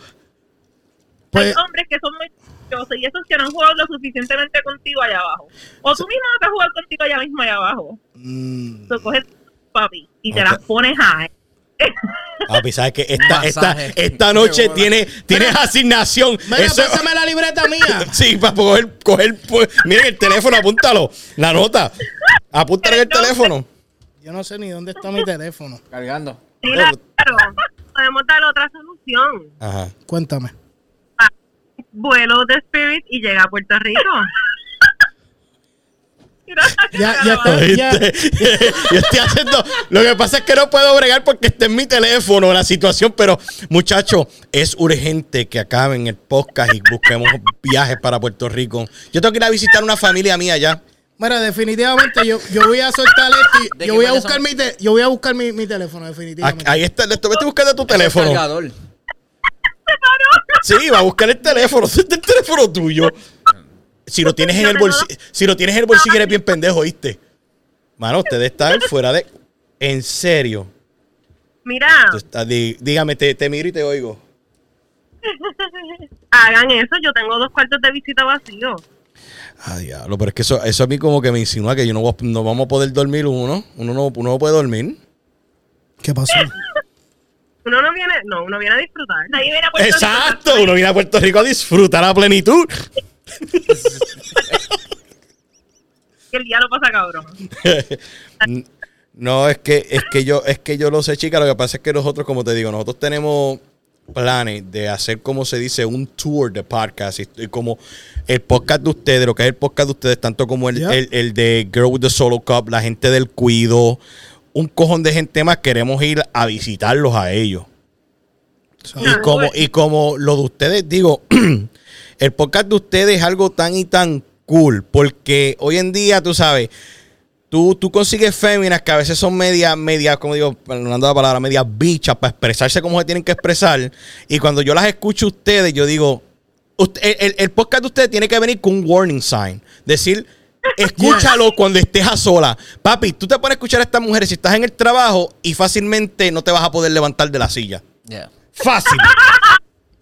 [SPEAKER 3] Pues,
[SPEAKER 2] Hay hombres que son muy chistosos y esos que no han jugado lo suficientemente contigo allá abajo. O tú mismo no te has jugado contigo allá mismo allá abajo.
[SPEAKER 3] mm,
[SPEAKER 2] Tú coges papi y te
[SPEAKER 1] Ok.
[SPEAKER 2] las pones a él.
[SPEAKER 1] Papi, sabes que esta, esta,
[SPEAKER 4] Masaje.
[SPEAKER 1] esta noche tiene, tienes asignación.
[SPEAKER 3] mira,
[SPEAKER 1] Eso-
[SPEAKER 3] pásame la libreta mía.
[SPEAKER 1] Sí, para coger, coger. pues, Miren el teléfono, apúntalo. La nota. Apúntale en el teléfono.
[SPEAKER 3] Yo no sé ni dónde está mi teléfono.
[SPEAKER 4] Cargando.
[SPEAKER 2] Claro, podemos dar otra solución.
[SPEAKER 1] Ajá.
[SPEAKER 3] Cuéntame.
[SPEAKER 2] Vuelo de Spirit y llega a Puerto Rico.
[SPEAKER 3] Ya- ya está.
[SPEAKER 1] ¿Oíste? Yo estoy haciendo. Lo que pasa es que no puedo bregar porque está en mi teléfono la situación, pero muchachos, es urgente que acaben el podcast y busquemos viajes para Puerto Rico. Yo tengo que ir a visitar una familia mía allá.
[SPEAKER 3] Mira, definitivamente yo, yo voy a soltar esto. y-
[SPEAKER 4] ¿De
[SPEAKER 3] Yo
[SPEAKER 4] qué
[SPEAKER 3] voy a
[SPEAKER 4] país
[SPEAKER 3] buscar
[SPEAKER 4] son?
[SPEAKER 3] mi, te- yo voy a buscar mi, mi teléfono,
[SPEAKER 1] Ah,
[SPEAKER 3] definitivamente.
[SPEAKER 1] Ahí está, le estoy estoy buscando tu teléfono.
[SPEAKER 4] Cargador.
[SPEAKER 1] Sí, va a buscar el teléfono. Este es el teléfono tuyo. Si lo tienes en el bolsillo, si lo tienes en el bolsillo, eres bien pendejo, ¿oíste? Mano, ustedes están fuera de. En serio.
[SPEAKER 2] Mira,
[SPEAKER 1] Tú estás- dí- Dígame, te, te miro y te oigo.
[SPEAKER 2] hagan eso. Yo tengo dos cuartos de visita vacíos.
[SPEAKER 1] Ah, diablo, pero es que eso, eso a mí como que me insinúa que yo no, voy a- no vamos a poder dormir uno. Uno no, uno no puede dormir.
[SPEAKER 3] ¿Qué pasó?
[SPEAKER 2] Uno no viene, no, uno viene a disfrutar. Nadie viene a Puerto Rico.
[SPEAKER 1] Exacto, uno viene a Puerto Rico a disfrutar a plenitud.
[SPEAKER 2] que el día lo pasa cabrón.
[SPEAKER 1] No, es que, es que yo, es que yo lo sé, chica. Lo que pasa es que nosotros, como te digo, nosotros tenemos planes de hacer, como se dice, un tour de podcast. Y, y como el podcast de ustedes, lo que es el podcast de ustedes, tanto como el,
[SPEAKER 3] Yeah.
[SPEAKER 1] el- el de Girl with the Solo Cup, la gente del cuido, un cojón de gente más, queremos ir a visitarlos a ellos. Y
[SPEAKER 2] Ah,
[SPEAKER 1] como,
[SPEAKER 2] bueno.
[SPEAKER 1] y como lo de ustedes, digo, el podcast de ustedes es algo tan y tan cool, porque hoy en día, tú sabes, tú, tú consigues féminas que a veces son media, media, como digo, perdonando la palabra, media bichas para expresarse como se tienen que expresar. Y cuando yo las escucho a ustedes, yo digo, usted- el, el- el podcast de ustedes tiene que venir con un warning sign. Decir, escúchalo cuando estés a sola. Papi, tú te pones a escuchar a estas mujeres si estás en el trabajo y fácilmente no te vas a poder levantar de la silla.
[SPEAKER 4] Yeah.
[SPEAKER 1] Fácil.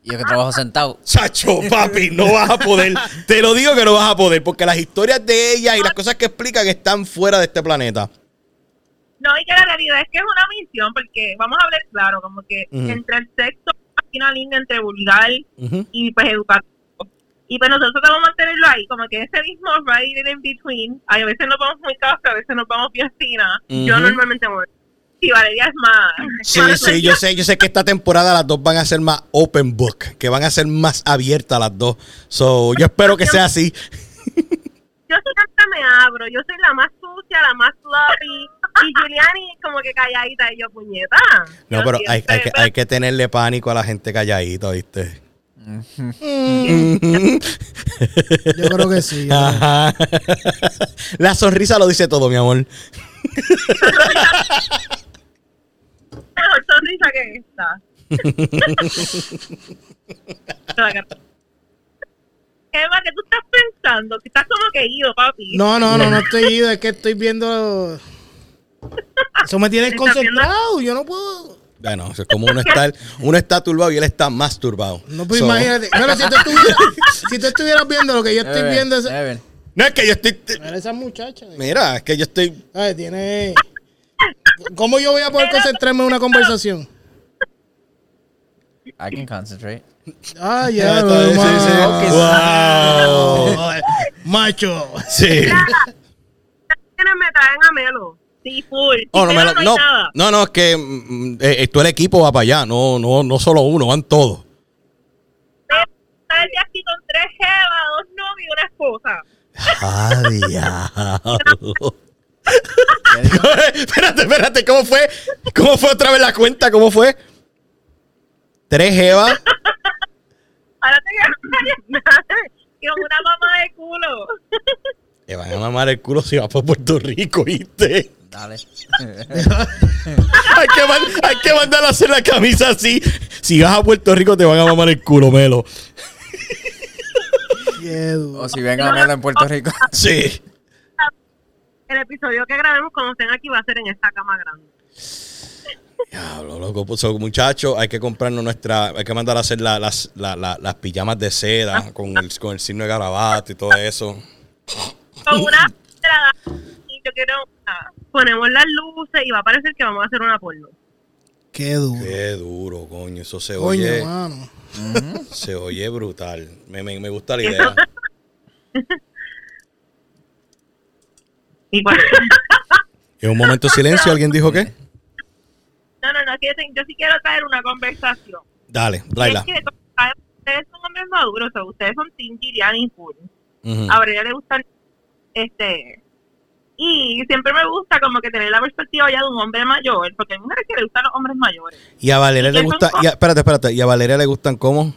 [SPEAKER 4] Yo que trabajo sentado.
[SPEAKER 1] Chacho, papi, no vas a poder. Te lo digo que no vas a poder, porque las historias de ellas y las cosas que explican están fuera de este planeta.
[SPEAKER 2] No, y que la realidad es que es una misión, porque vamos a hablar claro, como que
[SPEAKER 1] Ujú.
[SPEAKER 2] entre el sexo hay una línea entre vulgar
[SPEAKER 1] Ujú.
[SPEAKER 2] y pues educativo. Y pues nosotros vamos a mantenerlo ahí, como que ese mismo right in between. Ay, a veces nos vamos muy café, a veces nos vamos bien fina. Yo
[SPEAKER 1] Ujú.
[SPEAKER 2] normalmente voy. Sí, Valeria es más. pues,
[SPEAKER 1] Sí,
[SPEAKER 2] más
[SPEAKER 1] sí, yo sé, yo sé que esta temporada las dos van a ser más open book, que van a ser más abiertas las dos. So, yo espero que sea así.
[SPEAKER 2] yo siempre me abro, yo soy la más sucia, la más floppy, y Giuliani como que calladita, y yo, puñeta.
[SPEAKER 1] No,
[SPEAKER 2] Yo
[SPEAKER 1] pero hay,
[SPEAKER 2] siempre-
[SPEAKER 1] hay que, hay que tenerle pánico a la gente calladita, ¿viste?
[SPEAKER 3] Yo creo que sí.
[SPEAKER 1] Ajá. La sonrisa lo dice todo, mi amor.
[SPEAKER 2] mejor sonrisa que esta. Emma, ¿qué tú estás pensando? Que estás como que ido, papi.
[SPEAKER 3] No, no, no, no estoy ido, es que estoy viendo. Eso me tiene
[SPEAKER 2] ¿Estás viendo?
[SPEAKER 3] concentrado, yo no puedo.
[SPEAKER 1] Bueno, es como uno está, uno está turbado y él está más turbado.
[SPEAKER 3] No, pues
[SPEAKER 1] So,
[SPEAKER 3] imagínate. Bueno, si tú, estuvieras, si tú estuvieras viendo lo que yo estoy
[SPEAKER 1] Eh,
[SPEAKER 4] Evan,
[SPEAKER 3] viendo, esa,
[SPEAKER 4] Evan.
[SPEAKER 1] No es que yo estoy.
[SPEAKER 3] Mira esa muchacha. eh.
[SPEAKER 1] Mira, es que yo estoy
[SPEAKER 3] Ay, tiene. ¿Cómo yo voy a poder concentrarme en una conversación?
[SPEAKER 4] I can concentrate.
[SPEAKER 3] Ah,
[SPEAKER 1] Ya
[SPEAKER 3] ya,
[SPEAKER 1] está,
[SPEAKER 3] lo
[SPEAKER 1] sí, sí.
[SPEAKER 3] demás.
[SPEAKER 1] Wow.
[SPEAKER 3] Macho.
[SPEAKER 1] Sí.
[SPEAKER 2] Ustedes me traen a Melo. Sí, full.
[SPEAKER 1] Oh, no,
[SPEAKER 2] Sin
[SPEAKER 1] me
[SPEAKER 2] Melo
[SPEAKER 1] lo-
[SPEAKER 2] no
[SPEAKER 1] no,
[SPEAKER 2] hay nada.
[SPEAKER 1] no, no, es que mm, eh, eh, todo el equipo va para allá, no, no, no solo uno, van todos.
[SPEAKER 2] Pero Estás de aquí con tres jevas, dos novios y una esposa.
[SPEAKER 1] Ah, diablo. espérate, espérate, ¿cómo fue? ¿Cómo fue otra vez la cuenta? ¿Cómo fue? Tres Eva.
[SPEAKER 2] Ahora te voy a que con una mamá de culo.
[SPEAKER 1] Le van a mamar el culo si vas para Puerto Rico, ¿viste?
[SPEAKER 4] Dale.
[SPEAKER 1] Hay que, man- hay que mandar a hacer la camisa así. Si vas a Puerto Rico, te van a mamar el culo, Melo.
[SPEAKER 3] Qué duro.
[SPEAKER 4] o si vengan a verlo en Puerto Rico.
[SPEAKER 1] Sí.
[SPEAKER 2] El episodio que grabemos cuando estén aquí va a ser en esta cama grande.
[SPEAKER 1] Diablo, loco. Pues, so, muchachos, hay que comprarnos nuestra. Hay que mandar a hacer la- las, la- la- las pijamas de
[SPEAKER 2] Ah.
[SPEAKER 1] seda con el, con el signo de garabato y todo eso.
[SPEAKER 2] Con una entrada, y yo quiero una. Ponemos las luces y va a parecer que vamos a hacer una porno.
[SPEAKER 3] Qué duro.
[SPEAKER 1] Qué duro, coño. Eso se
[SPEAKER 3] Coño,
[SPEAKER 1] oye.
[SPEAKER 3] mano.
[SPEAKER 1] Se oye brutal. Me, me- me gusta la idea.
[SPEAKER 2] Y cuando-
[SPEAKER 1] En un momento de silencio, ¿alguien dijo qué?
[SPEAKER 2] no, no, no, es que yo, sí- yo sí quiero traer una conversación.
[SPEAKER 1] Dale, tráela.
[SPEAKER 2] Es que ah, ustedes son hombres maduros, o sea, ustedes son Tim y full.
[SPEAKER 1] Ujú.
[SPEAKER 2] A Aurelia le gustan este y siempre me gusta como que tener la perspectiva ya de un hombre mayor, porque hay mujeres que le gustan los hombres mayores.
[SPEAKER 1] Y a Valeria le
[SPEAKER 2] ¿Qué son
[SPEAKER 1] gusta.
[SPEAKER 2] cosas?
[SPEAKER 1] y a- espérate, espérate. ¿Y a Valeria le gustan cómo?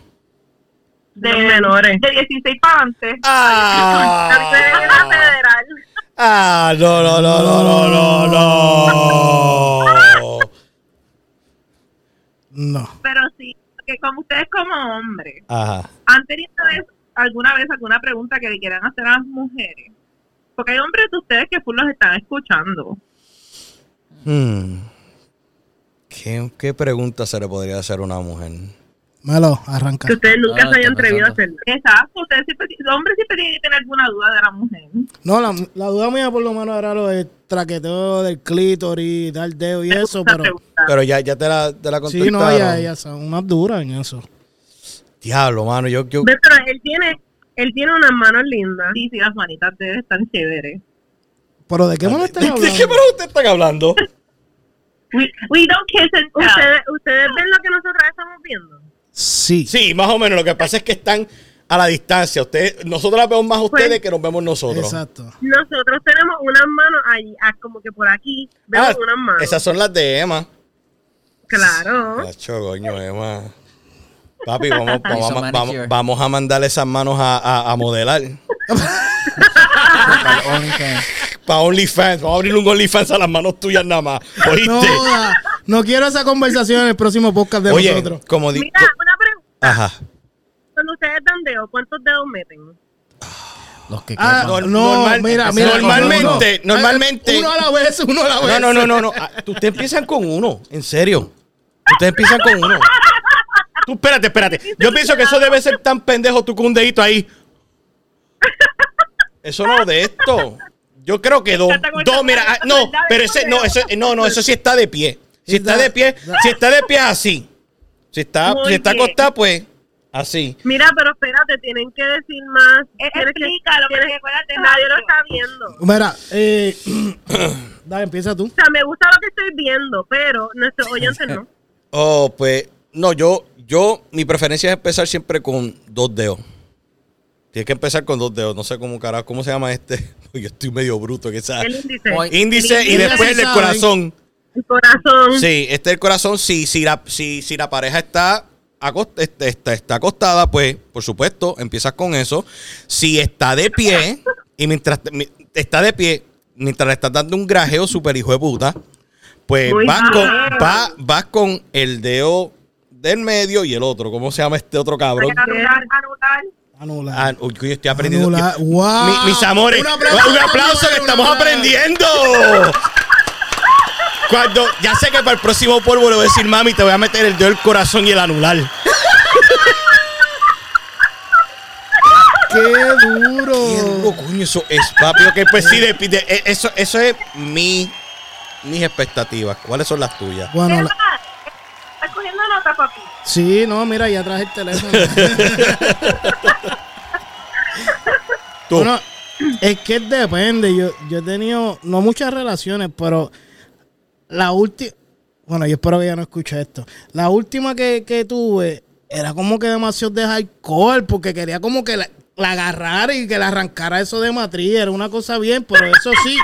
[SPEAKER 2] De menores. De 16 para adelante.
[SPEAKER 1] Ah,
[SPEAKER 2] federal.
[SPEAKER 1] ah no, no, no, no, no, no, no.
[SPEAKER 3] No.
[SPEAKER 2] Pero sí, que como ustedes como hombres,
[SPEAKER 1] Ajá.
[SPEAKER 2] ¿han tenido vez- alguna vez alguna pregunta que le quieran hacer a las mujeres? Porque hay hombres de ustedes que full los están escuchando.
[SPEAKER 1] Hmm. ¿Qué, qué pregunta se le podría hacer a una mujer?
[SPEAKER 3] Melo, arranca.
[SPEAKER 2] ustedes
[SPEAKER 4] nunca Ah, se hayan está atrevido a
[SPEAKER 2] hacerlo. Exacto, ustedes siempre, los hombres siempre tienen que tener alguna duda de la mujer.
[SPEAKER 3] No, la, la duda mía por lo menos era lo del traqueteo del clítoris, dar dedo y eso,
[SPEAKER 2] Esa
[SPEAKER 3] pero.
[SPEAKER 2] pregunta.
[SPEAKER 1] Pero ya, ya te la, te la contestaron.
[SPEAKER 3] Sí, no, ellas, ellas son más duras en eso.
[SPEAKER 1] Diablo, mano, yo... yo
[SPEAKER 6] Ve, Pero él tiene, él tiene unas manos lindas.
[SPEAKER 2] Sí, sí, las manitas de él están chéveres.
[SPEAKER 3] ¿Pero de qué mono estás
[SPEAKER 1] ¿De,
[SPEAKER 3] hablando?
[SPEAKER 1] de qué mano ustedes están hablando?
[SPEAKER 2] We, we don't kiss and tell.
[SPEAKER 6] ¿Ustedes, ustedes ven lo que nosotros estamos viendo.
[SPEAKER 3] Sí.
[SPEAKER 1] Sí, más o menos. Lo que pasa es que están a la distancia. Ustedes, nosotros las vemos más a ustedes
[SPEAKER 6] Pues-
[SPEAKER 1] que nos vemos nosotros. Ah,
[SPEAKER 3] Exacto.
[SPEAKER 6] Nosotros tenemos unas manos ahí, ah, como que por aquí, vemos
[SPEAKER 1] Ah,
[SPEAKER 6] unas manos.
[SPEAKER 1] Esas son las de Emma.
[SPEAKER 6] Claro.
[SPEAKER 1] Nacho, coño, Emma. Papi, vamos,
[SPEAKER 4] Hizo
[SPEAKER 1] vamos, a- vamos,
[SPEAKER 4] manicure.
[SPEAKER 1] vamos a mandarle esas manos a, a- a modelar.
[SPEAKER 3] Ah,
[SPEAKER 4] Para el OnlyFans.
[SPEAKER 1] Para OnlyFans. Vamos a abrir un OnlyFans a las manos tuyas nada más. ¿Oíste?
[SPEAKER 3] No, joda. no quiero esa conversación en el próximo podcast de
[SPEAKER 1] Oye,
[SPEAKER 3] nosotros.
[SPEAKER 1] como digo.
[SPEAKER 6] Mira, una pregunta.
[SPEAKER 1] Ajá.
[SPEAKER 6] Cuando ustedes dan dedos, ¿cuántos dedos meten?
[SPEAKER 4] Los que
[SPEAKER 3] Ah,
[SPEAKER 4] quepan.
[SPEAKER 3] no,
[SPEAKER 1] normal-
[SPEAKER 3] mira, mira.
[SPEAKER 1] normalmente,
[SPEAKER 3] uno.
[SPEAKER 1] normalmente-
[SPEAKER 3] Uno a la vez, uno a la
[SPEAKER 1] No,
[SPEAKER 3] vez.
[SPEAKER 1] no, no, no. no. Ah, Ustedes empiezan con uno, en serio. Ustedes empiezan con uno. Tú, espérate, espérate. Yo pienso que eso debe ser tan pendejo tú con un dedito ahí. Eso no de esto. Yo creo que dos. Dos, mira, ah, no, pero ese, no, ese, no, no, eso sí está de pie. Si está de pie, si está de pie así. Si está, si está acostado, pues, así.
[SPEAKER 6] Mira, pero espérate, tienen que decir más.
[SPEAKER 2] Eh,
[SPEAKER 6] Tienes que-
[SPEAKER 2] explícalo, porque
[SPEAKER 6] tienes-
[SPEAKER 2] acuérdate,
[SPEAKER 6] Nadie lo
[SPEAKER 2] Horacio.
[SPEAKER 6] está viendo. O
[SPEAKER 3] Mira, eh, dale, empieza tú.
[SPEAKER 6] sea, me gusta lo que estoy viendo, pero nuestros oyentes no.
[SPEAKER 1] Oh, pues, no, yo, yo, mi preferencia es empezar siempre con dos dedos. Tienes que empezar con dos dedos. No sé cómo carajo, ¿cómo se llama este? Yo estoy medio bruto, que esa.
[SPEAKER 6] El índice.
[SPEAKER 4] Oye.
[SPEAKER 1] Índice y
[SPEAKER 3] Índice
[SPEAKER 1] después el
[SPEAKER 3] sí
[SPEAKER 1] del
[SPEAKER 3] saben.
[SPEAKER 1] corazón.
[SPEAKER 6] El corazón.
[SPEAKER 1] Sí, este el corazón. Si, si, la, si, si la pareja está, acost- este, está, está acostada, pues, por supuesto, empiezas con eso. Si está de pie, y mientras te- mi- está de pie, mientras le estás dando un grajeo super hijo de puta, pues
[SPEAKER 6] Muy
[SPEAKER 1] vas
[SPEAKER 6] bien.
[SPEAKER 1] con, va- vas con el dedo del medio y el otro. ¿Cómo se llama este otro cabrón?
[SPEAKER 6] Anular, anular.
[SPEAKER 3] Anula.
[SPEAKER 1] Ah, uy, yo estoy aprendiendo.
[SPEAKER 3] Anula-
[SPEAKER 1] Mi-
[SPEAKER 3] ¡Wow!
[SPEAKER 1] mis amores, un
[SPEAKER 3] Un
[SPEAKER 1] aplauso,
[SPEAKER 3] aplauso,
[SPEAKER 1] que
[SPEAKER 3] un
[SPEAKER 1] estamos
[SPEAKER 3] aplauso.
[SPEAKER 1] aprendiendo. Cuando, ya sé que para el próximo polvo le voy a decir, mami, te voy a meter el dedo del corazón y el anular.
[SPEAKER 3] ¡Qué duro!
[SPEAKER 1] Mierda, coño, eso es, papi. Ok, pues sí, de- de- eh, eso, eso es mi, mis expectativas. ¿Cuáles son las tuyas?
[SPEAKER 3] Bueno, la-
[SPEAKER 6] Estás cogiendo nota, papi.
[SPEAKER 3] sí, no, mira, ya traje el teléfono.
[SPEAKER 1] Tú.
[SPEAKER 3] Bueno, es que depende. Yo, yo he tenido, no muchas relaciones, pero la última. Bueno, yo espero que ella no escuche esto. La última que, que tuve era como que demasiado de alcohol, porque quería como que la, la agarrara y que la arrancara eso de matriz. Era una cosa bien, pero eso sí.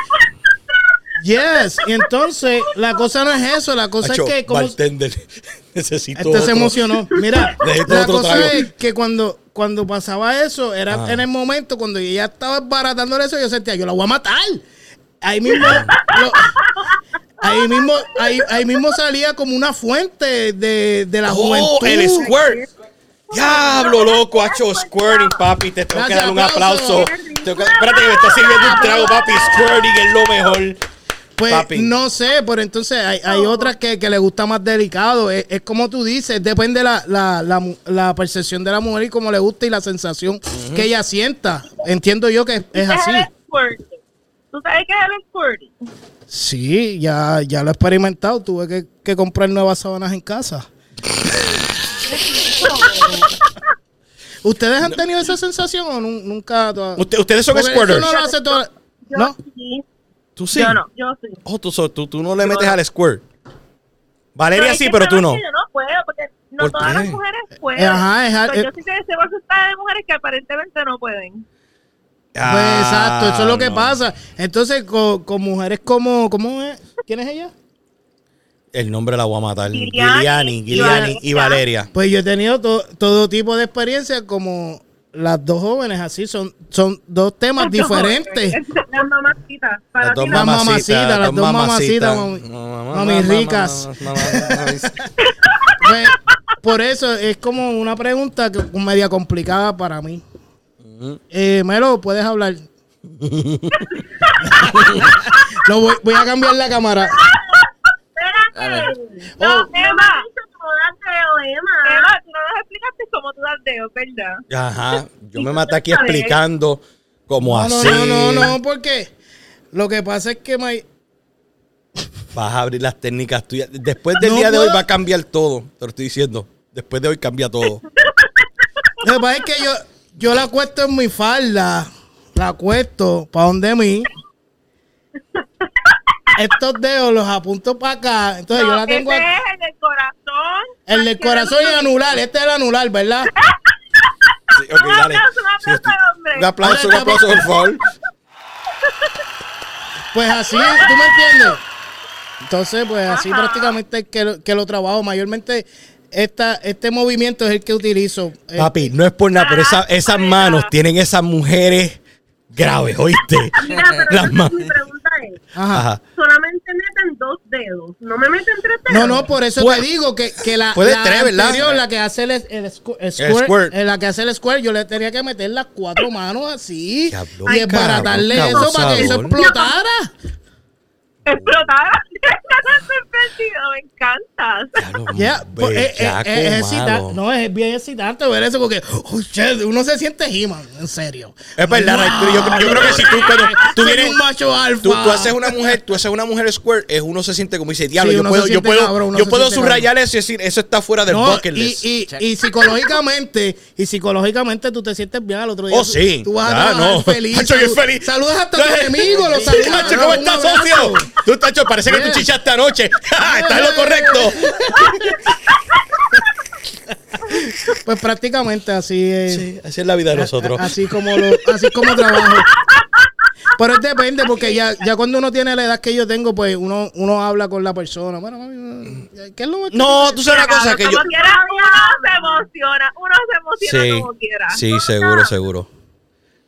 [SPEAKER 3] Yes, y entonces la cosa no es eso, la cosa
[SPEAKER 1] Nacho,
[SPEAKER 3] es que como
[SPEAKER 1] bartender, necesito
[SPEAKER 3] este se
[SPEAKER 1] otro.
[SPEAKER 3] emocionó. Mira,
[SPEAKER 1] Necesito
[SPEAKER 3] la
[SPEAKER 1] otro
[SPEAKER 3] cosa
[SPEAKER 1] trago.
[SPEAKER 3] es que cuando, cuando pasaba eso, era
[SPEAKER 1] Ah.
[SPEAKER 3] en el momento cuando ella estaba baratándole eso, yo sentía, yo la voy a matar. Ahí mismo, lo- ahí mismo, ahí, ahí mismo salía como una fuente de, de la
[SPEAKER 1] Oh,
[SPEAKER 3] juventud.
[SPEAKER 1] el squirt. Diablo, loco, hacho, squirting, papi. Te tengo que
[SPEAKER 3] Gracias,
[SPEAKER 1] dar un
[SPEAKER 3] aplauso.
[SPEAKER 1] aplauso. Tengo que- espérate que me está sirviendo un trago, papi. Squirting es lo mejor.
[SPEAKER 3] Pues
[SPEAKER 1] Papi.
[SPEAKER 3] no sé, pero entonces hay, hay otras que, que le gusta más delicado. Es, es como tú dices, depende la, la, la, mu- la percepción de la mujer y cómo le gusta y la sensación que ella sienta. Entiendo yo que es, es así.
[SPEAKER 2] Es el squirting. ¿Tú sabes qué es el squirting?
[SPEAKER 3] Sí, ya, ya lo he experimentado. Tuve que, que comprar nuevas sábanas en casa. ¿Ustedes han tenido esa sensación o nun- nunca? toda-
[SPEAKER 1] Usted- ustedes son
[SPEAKER 3] Porque Pues eso
[SPEAKER 1] squirters.
[SPEAKER 3] No lo hace toda-
[SPEAKER 6] Yo
[SPEAKER 3] ¿No? Pues,
[SPEAKER 6] sí.
[SPEAKER 1] Tú sí.
[SPEAKER 6] Yo no, yo sí.
[SPEAKER 1] Oh, tú, so- tú, tú no le metes al squirt. Valeria
[SPEAKER 2] es
[SPEAKER 1] sí,
[SPEAKER 2] que
[SPEAKER 1] pero tú
[SPEAKER 2] sabes
[SPEAKER 1] no.
[SPEAKER 2] que Yo no puedo, porque no
[SPEAKER 1] ¿Por
[SPEAKER 2] todas
[SPEAKER 1] qué?
[SPEAKER 2] las mujeres pueden.
[SPEAKER 3] Eh, ajá, es al-
[SPEAKER 2] Pues yo
[SPEAKER 3] eh.
[SPEAKER 2] sí sé que se va a asustar de mujeres que aparentemente no pueden.
[SPEAKER 3] Pues,
[SPEAKER 1] Ah,
[SPEAKER 3] exacto, eso es lo que
[SPEAKER 1] no.
[SPEAKER 3] pasa. Entonces, co- con, mujeres como. ¿Cómo es? ¿Quién es ella?
[SPEAKER 1] El nombre la voy a matar.
[SPEAKER 2] Giuliani,
[SPEAKER 1] Giliani, Giliani y
[SPEAKER 2] Valeria.
[SPEAKER 1] Valeria.
[SPEAKER 3] Pues yo he tenido to- todo tipo de experiencias como las dos jóvenes, así. Son, son dos temas diferentes.
[SPEAKER 6] Las mamacitas. Para
[SPEAKER 1] Las
[SPEAKER 6] ti
[SPEAKER 1] dos
[SPEAKER 3] Las
[SPEAKER 6] no.
[SPEAKER 1] mamacitas,
[SPEAKER 3] mamacitas, las dos mamacitas, mami- mami ricas. Pues, por eso es como una pregunta que, media complicada para mí. Eh, Melo, puedes hablar. Lo voy, voy a cambiar la cámara.
[SPEAKER 4] A ver.
[SPEAKER 6] Espérate. No,
[SPEAKER 3] Oh.
[SPEAKER 6] Emma. Tú das dedo, Emma.
[SPEAKER 2] Además, tú no nos explicaste cómo tú das dedos, ¿verdad?
[SPEAKER 1] Ajá. Yo me maté aquí explicando como
[SPEAKER 3] No, no,
[SPEAKER 1] así.
[SPEAKER 3] no, no, no, porque lo que pasa es que May-
[SPEAKER 1] Vas a abrir las técnicas tuyas. Después del
[SPEAKER 3] No
[SPEAKER 1] día de hoy
[SPEAKER 3] puedo.
[SPEAKER 1] va a cambiar todo. Te lo estoy diciendo. Después de hoy cambia todo.
[SPEAKER 3] lo que pasa es que yo, yo la acuesto en mi falda, la acuesto para donde mí Estos dedos los apunto para acá. Entonces yo la tengo
[SPEAKER 2] ese
[SPEAKER 3] aquí.
[SPEAKER 2] es el del corazón.
[SPEAKER 3] El del corazón y el anular. Este es el anular, ¿verdad?
[SPEAKER 1] Sí, ok,
[SPEAKER 2] Un
[SPEAKER 1] dale.
[SPEAKER 2] aplauso,
[SPEAKER 1] Sí,
[SPEAKER 2] un aplauso
[SPEAKER 1] estoy-
[SPEAKER 2] al hombre.
[SPEAKER 1] un aplauso, un aplauso, por favor.
[SPEAKER 3] Pues así, ¿tú me entiendes? Entonces, pues así prácticamente es que lo, que lo trabajo. Mayormente esta, este movimiento es el que utilizo. Eh,
[SPEAKER 1] Papi, no es por nada, pero esa- esas manos tienen esas mujeres graves, ¿oíste?
[SPEAKER 6] Mira, pero
[SPEAKER 1] Las ma-
[SPEAKER 6] mi pregunta es,
[SPEAKER 3] ajá.
[SPEAKER 1] Ajá.
[SPEAKER 6] solamente meten dos dedos, no me meten tres dedos.
[SPEAKER 3] No, no, por eso
[SPEAKER 1] Puede-
[SPEAKER 3] te digo que, que la,
[SPEAKER 1] puede
[SPEAKER 3] la
[SPEAKER 1] tres, ¿verdad?
[SPEAKER 3] anterior, la que hace el, es- el squ- el
[SPEAKER 1] El
[SPEAKER 3] squirt,
[SPEAKER 1] squirt.
[SPEAKER 3] eh, la que hace el square, yo le tenía que meter las cuatro manos así
[SPEAKER 1] Diablo,
[SPEAKER 3] y
[SPEAKER 1] cabrón,
[SPEAKER 3] desbaratarle
[SPEAKER 1] cabrón,
[SPEAKER 3] eso para que eso
[SPEAKER 1] sabor.
[SPEAKER 3] explotara.
[SPEAKER 2] Explotada. Sorprendido, me encanta.
[SPEAKER 1] Diablo,
[SPEAKER 3] Ya, pues, eh, eh,
[SPEAKER 1] bellaco
[SPEAKER 3] es excitante,
[SPEAKER 1] malo.
[SPEAKER 3] no, es bien excitante ver eso porque oh, shit, uno se siente He-Man, en serio.
[SPEAKER 1] Es verdad, Raitri, yo, yo creo que si tú, pero tú
[SPEAKER 3] Soy
[SPEAKER 1] vienes-
[SPEAKER 3] un macho alfa.
[SPEAKER 1] Tú, tú haces una mujer, tú haces una mujer square, es uno se siente como dice, diablo,
[SPEAKER 3] Sí,
[SPEAKER 1] yo
[SPEAKER 3] uno se
[SPEAKER 1] puedo, yo
[SPEAKER 3] siente
[SPEAKER 1] puedo,
[SPEAKER 3] cabrón, uno
[SPEAKER 1] yo
[SPEAKER 3] se
[SPEAKER 1] puedo
[SPEAKER 3] siente
[SPEAKER 1] subrayar eso y decir, eso está fuera del
[SPEAKER 3] No,
[SPEAKER 1] bucket
[SPEAKER 3] y,
[SPEAKER 1] list.
[SPEAKER 3] y, y psicológicamente y psicológicamente tú te sientes bien al otro día
[SPEAKER 1] Oh,
[SPEAKER 3] Pues Tú-
[SPEAKER 1] sí.
[SPEAKER 3] Tú vas a
[SPEAKER 1] Ah,
[SPEAKER 3] trabajar
[SPEAKER 1] no.
[SPEAKER 3] feliz.
[SPEAKER 1] Tacho, bien
[SPEAKER 3] Salu-
[SPEAKER 1] feliz.
[SPEAKER 3] Saludas hasta a tu enemigo, los
[SPEAKER 1] Sí,
[SPEAKER 3] saludas.
[SPEAKER 1] Tacho, ¿cómo estás,
[SPEAKER 3] Un abrazo.
[SPEAKER 1] socio? Tú, Tacho, parece que tú
[SPEAKER 3] Yeah.
[SPEAKER 1] chichaste anoche. Está en lo correcto.
[SPEAKER 3] Pues prácticamente así es.
[SPEAKER 1] Sí, Eh, así es la vida de nosotros.
[SPEAKER 3] Así como lo, así como trabajo. Pero es depende, porque ya, ya cuando uno tiene la edad que yo tengo, pues uno, uno habla con la persona. Bueno, mami, ¿qué es lo más que-
[SPEAKER 1] No, tú sabes una cosa que yo.
[SPEAKER 2] Como quiera, uno se emociona. Uno se emociona como quiera.
[SPEAKER 1] sí, seguro, seguro.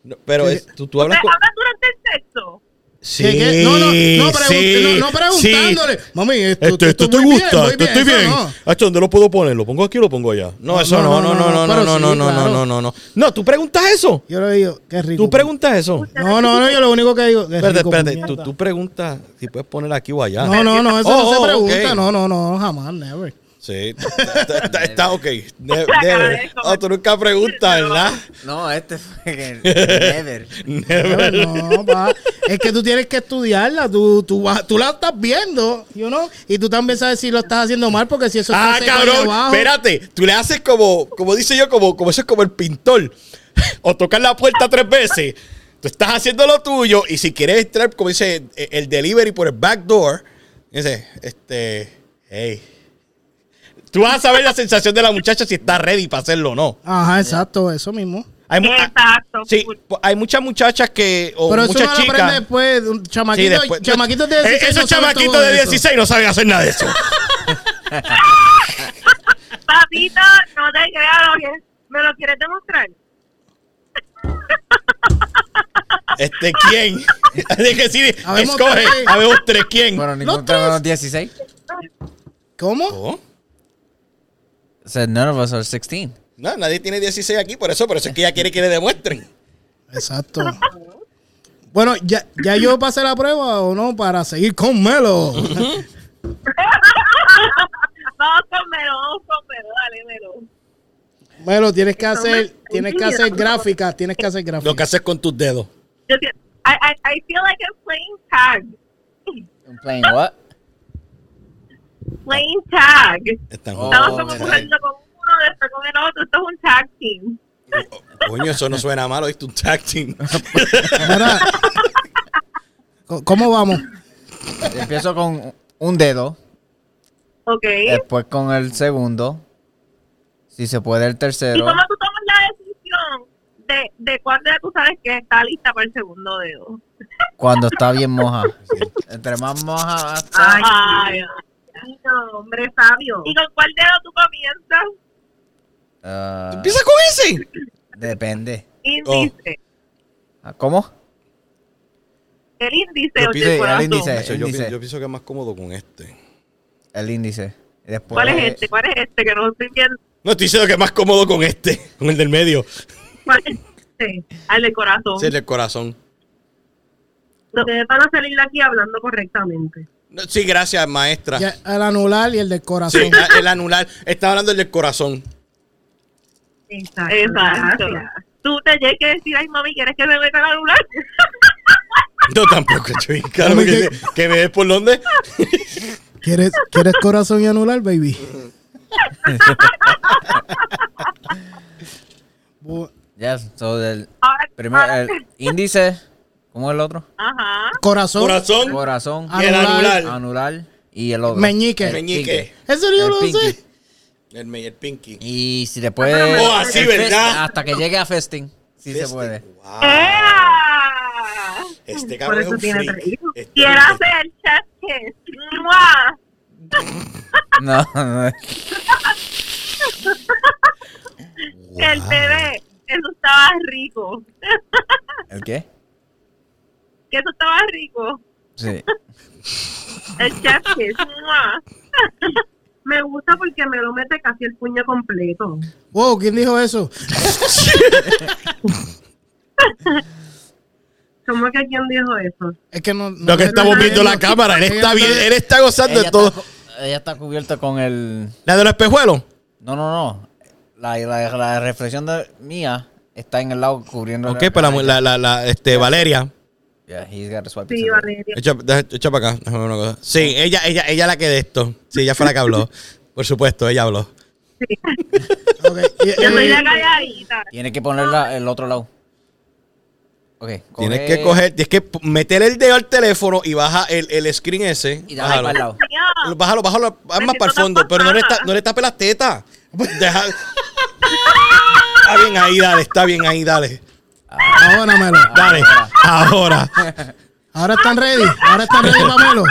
[SPEAKER 1] No, pero es- tú, tú hablas
[SPEAKER 2] ¿Ustedes
[SPEAKER 1] con.
[SPEAKER 2] hablan durante el sexo?
[SPEAKER 1] Sí,
[SPEAKER 3] ¿Qué- qué? No, no, no,
[SPEAKER 1] sí,
[SPEAKER 3] pregun- no, no
[SPEAKER 1] sí. Este,
[SPEAKER 3] preguntándole. Mami, esto,
[SPEAKER 1] Esto,
[SPEAKER 3] esto
[SPEAKER 1] esto te
[SPEAKER 3] muy bien,
[SPEAKER 1] gusta,
[SPEAKER 3] muy
[SPEAKER 1] esto estoy
[SPEAKER 3] eso
[SPEAKER 1] bien.
[SPEAKER 3] no.
[SPEAKER 1] Hacho, ¿dónde lo puedo poner? ¿Lo pongo aquí o lo pongo allá? No, eso no, no, no, no, no,
[SPEAKER 3] pero
[SPEAKER 1] no,
[SPEAKER 3] sí,
[SPEAKER 1] no, no,
[SPEAKER 3] claro.
[SPEAKER 1] no, no, no. No, tú preguntas eso.
[SPEAKER 3] Yo le digo, qué rico.
[SPEAKER 1] Tú preguntas eso.
[SPEAKER 3] No, no, no, yo lo único que digo. qué
[SPEAKER 1] Espérate,
[SPEAKER 3] rico,
[SPEAKER 1] espérate. Tú,
[SPEAKER 3] puñeta.
[SPEAKER 1] tú preguntas si puedes poner aquí o allá.
[SPEAKER 3] No, no, no, eso
[SPEAKER 1] Oh,
[SPEAKER 3] no se
[SPEAKER 1] oh,
[SPEAKER 3] pregunta.
[SPEAKER 1] ok.
[SPEAKER 3] No, no, no, jamás, never.
[SPEAKER 1] Sí, está, está- está- está ok. Ne-
[SPEAKER 2] cara de
[SPEAKER 1] Never.
[SPEAKER 2] como-
[SPEAKER 1] Oh, tú nunca preguntas, ¿verdad?
[SPEAKER 4] No, este fue el Never.
[SPEAKER 1] Never.
[SPEAKER 3] Never, No, pa. Es que tú tienes que estudiarla. Tú, tú, vas- tú la estás viendo, you know? Y tú también sabes si lo estás haciendo mal, porque si eso está
[SPEAKER 1] Ah,
[SPEAKER 3] seco ahí
[SPEAKER 1] cabrón.
[SPEAKER 3] abajo-
[SPEAKER 1] Espérate. Tú le haces como, como dice yo, como, como eso es como el pintor. O tocar la puerta tres veces. Tú estás haciendo lo tuyo y si quieres entrar, como dice eh, el delivery por el back door, dice, este, hey. Tú vas a saber la sensación de la muchacha si está ready para hacerlo o no.
[SPEAKER 3] Ajá, exacto, eso mismo.
[SPEAKER 1] Hay mu-
[SPEAKER 2] Exacto.
[SPEAKER 1] Ah, Sí, po- hay muchas muchachas que. O
[SPEAKER 3] Pues, Pero eso
[SPEAKER 1] muchas
[SPEAKER 3] no lo
[SPEAKER 1] chicas.
[SPEAKER 3] aprendes después. de Un
[SPEAKER 1] Oh, Sí,
[SPEAKER 3] chamaquito,
[SPEAKER 1] después-
[SPEAKER 3] chamaquito de
[SPEAKER 1] Eh,
[SPEAKER 3] 16
[SPEAKER 1] esos
[SPEAKER 3] no saben
[SPEAKER 1] chamaquitos
[SPEAKER 3] todo
[SPEAKER 1] de
[SPEAKER 3] eso.
[SPEAKER 1] 16 no saben hacer nada de eso.
[SPEAKER 2] Papito, no te creas, lo que- ¿me lo quieres demostrar?
[SPEAKER 1] Este, ¿quién? Hay que decir,
[SPEAKER 3] Habemos
[SPEAKER 1] escoge.
[SPEAKER 3] tres.
[SPEAKER 1] Habemos tres, ¿quién?
[SPEAKER 4] Bueno,
[SPEAKER 3] Los
[SPEAKER 4] ningún
[SPEAKER 3] tres.
[SPEAKER 4] tema los 16.
[SPEAKER 3] ¿Cómo?
[SPEAKER 1] Oh,
[SPEAKER 4] So none of us are 16.
[SPEAKER 1] No, nadie tiene 16 aquí, por eso, por eso es que ella quiere que le demuestren.
[SPEAKER 3] Exacto. Bueno, ya, ya yo pasé la prueba o no para seguir con Melo.
[SPEAKER 2] Vamos con Melo, vamos con Melo, dale, Melo.
[SPEAKER 3] Melo, tienes que hacer, tienes que hacer gráficas, tienes que hacer
[SPEAKER 1] Lo que
[SPEAKER 3] gráficas.
[SPEAKER 1] haces con tus dedos.
[SPEAKER 2] Yo te- I, I, I feel like I'm playing tag.
[SPEAKER 4] I'm playing what?
[SPEAKER 2] Playing tag.
[SPEAKER 1] Están
[SPEAKER 4] Oh.
[SPEAKER 1] jugando.
[SPEAKER 2] Estamos como jugando con uno, después con el otro. Esto es un tag team.
[SPEAKER 1] Coño, eso no suena malo, es un tag team.
[SPEAKER 3] Mira, ¿cómo- ¿Cómo vamos?
[SPEAKER 4] Empiezo con un dedo,
[SPEAKER 2] ¿Ok?
[SPEAKER 4] después con el segundo. Si se puede el
[SPEAKER 2] ¿Y
[SPEAKER 4] tercero.
[SPEAKER 2] cómo tú tomas la decisión de, de cuál de tú sabes que está lista para el segundo dedo?
[SPEAKER 4] Cuando está bien moja. Entre más moja, más está.
[SPEAKER 2] Ay, ay, no, hombre sabio. ¿Y con cuál dedo tú comienzas?
[SPEAKER 4] Ah,
[SPEAKER 1] Empieza con ese.
[SPEAKER 4] depende.
[SPEAKER 2] Índice.
[SPEAKER 4] Ah, ¿Cómo?
[SPEAKER 2] El índice
[SPEAKER 1] Yo
[SPEAKER 2] o
[SPEAKER 4] pide-
[SPEAKER 2] el corazón.
[SPEAKER 4] el índice.
[SPEAKER 1] Yo,
[SPEAKER 4] Él dice-
[SPEAKER 1] pi- yo pienso que es más cómodo con este.
[SPEAKER 4] El índice. Después,
[SPEAKER 2] ¿Cuál
[SPEAKER 1] Pues,
[SPEAKER 2] es este? ¿Cuál es este? Que no estoy viendo.
[SPEAKER 1] No estoy diciendo que es más cómodo con este, con el del medio.
[SPEAKER 2] ¿Cuál es este? Al de corazón.
[SPEAKER 1] Ese es el del corazón.
[SPEAKER 6] Ustedes van a salir de aquí hablando correctamente.
[SPEAKER 1] No, Sí, gracias, maestra.
[SPEAKER 3] Ya, el anular y el del
[SPEAKER 1] Ah. Sí,
[SPEAKER 3] corazón.
[SPEAKER 1] el anular. Estaba hablando del corazón.
[SPEAKER 6] Exacto.
[SPEAKER 2] Exacto. Tú te llegas que decir, ay mami, ¿quieres que me meta el anular?
[SPEAKER 1] No, tampoco, yo bien claro que, sé- que me des por dónde.
[SPEAKER 3] ¿Quieres, ¿Quieres corazón y anular, baby? Bu-
[SPEAKER 4] Ya, so, el
[SPEAKER 2] Ahora, Ah,
[SPEAKER 4] primer el índice, con ¿Cómo es el otro?
[SPEAKER 2] Ajá.
[SPEAKER 3] Corazón.
[SPEAKER 1] Corazón.
[SPEAKER 4] Corazón,
[SPEAKER 1] Y el
[SPEAKER 3] Anular.
[SPEAKER 1] anular.
[SPEAKER 4] anular y el otro.
[SPEAKER 3] Meñique.
[SPEAKER 4] El
[SPEAKER 1] Meñique.
[SPEAKER 3] ¿En serio
[SPEAKER 4] El
[SPEAKER 3] no lo
[SPEAKER 4] pinky.
[SPEAKER 3] sé?
[SPEAKER 1] El, me- el pinky.
[SPEAKER 4] Y si te puede.
[SPEAKER 2] Ah,
[SPEAKER 1] Oh, así,
[SPEAKER 4] el
[SPEAKER 1] ¿verdad?
[SPEAKER 4] Hasta que llegue a festing. Si se
[SPEAKER 1] Este-
[SPEAKER 4] puede.
[SPEAKER 1] Wow.
[SPEAKER 2] ¡Ea!
[SPEAKER 1] Este
[SPEAKER 2] Por
[SPEAKER 1] cabrón es
[SPEAKER 2] eso
[SPEAKER 1] un
[SPEAKER 2] tiene
[SPEAKER 1] freak.
[SPEAKER 2] tres hijos.
[SPEAKER 1] Este-
[SPEAKER 2] Quiero hacer chat ¡Mua!
[SPEAKER 4] No, no.
[SPEAKER 1] Wow.
[SPEAKER 2] El bebé. Eso estaba rico.
[SPEAKER 4] ¿El qué?
[SPEAKER 2] Que eso estaba rico.
[SPEAKER 4] Sí.
[SPEAKER 2] El chef kiss. ¡Mua!
[SPEAKER 6] Me gusta porque me lo mete casi el puño completo.
[SPEAKER 3] Wow, ¿quién dijo eso?
[SPEAKER 6] ¿Cómo que quién dijo eso?
[SPEAKER 3] Es que no. no-
[SPEAKER 1] Lo que estamos viendo la cámara. Él está bien, él está gozando
[SPEAKER 4] Ella
[SPEAKER 1] de
[SPEAKER 4] está,
[SPEAKER 1] todo.
[SPEAKER 4] cu- ella está cubierta con el.
[SPEAKER 1] ¿La de los espejuelos?
[SPEAKER 4] No, no, no. La, la, la reflexión de mía está en el lado cubriendo.
[SPEAKER 1] Ok, para la, la, la, este, Valeria.
[SPEAKER 4] Yeah, he's got a swipe.
[SPEAKER 6] Sí, Valeria.
[SPEAKER 1] Echa, deja- echa para acá. déjame ver una cosa. Sí, ella, ella, ella la que de esto. Sí, ella fue la que habló. Por supuesto, ella habló.
[SPEAKER 3] Ok, y-
[SPEAKER 2] Yo soy
[SPEAKER 3] eh,
[SPEAKER 2] la calladita.
[SPEAKER 4] Tienes que ponerla el otro lado. Ok. coge-
[SPEAKER 1] Tienes que coger, tienes que p- meter el dedo al teléfono y baja el, el screen ese.
[SPEAKER 4] Y dale para el lado.
[SPEAKER 2] Señor.
[SPEAKER 1] Lo- Bájalo, bájalo, haz más
[SPEAKER 2] siento
[SPEAKER 1] para el fondo, pero no le,
[SPEAKER 2] tapada.
[SPEAKER 1] ta- no le tapes las tetas. Deja- Está bien ahí, dale, está bien ahí, dale.
[SPEAKER 3] Ahora, Melo.
[SPEAKER 1] Dale, ahora.
[SPEAKER 3] Ahora están ready. Ahora están ready para Melo.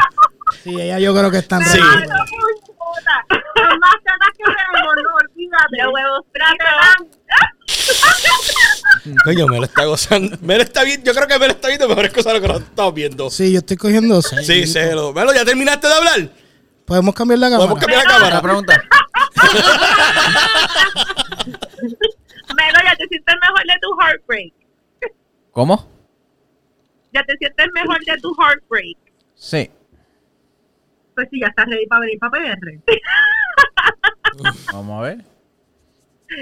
[SPEAKER 3] Sí, ella yo creo que están
[SPEAKER 1] Sí.
[SPEAKER 3] ready.
[SPEAKER 2] Claro, puñeta. Son más tetas que tenemos, no olvídate. Los huevos fritos.
[SPEAKER 1] Coño, me lo está gozando. Me lo está viendo, yo creo que me lo está viendo mejores cosas de lo que nosotros estamos viendo.
[SPEAKER 3] Sí, yo estoy cogiendo eso.
[SPEAKER 1] Sí, se lo. Melo, ¿ya terminaste de hablar?
[SPEAKER 3] Podemos cambiar la
[SPEAKER 1] Podemos
[SPEAKER 3] cámara.
[SPEAKER 1] cambiar la
[SPEAKER 4] Otra
[SPEAKER 1] cámara.
[SPEAKER 4] pregunta.
[SPEAKER 2] Melo, ya te sientes mejor de tu heartbreak.
[SPEAKER 4] ¿Cómo?
[SPEAKER 2] Ya te sientes mejor de tu heartbreak.
[SPEAKER 4] Sí.
[SPEAKER 6] Pues si ya estás ready para venir para PR.
[SPEAKER 4] Vamos a ver.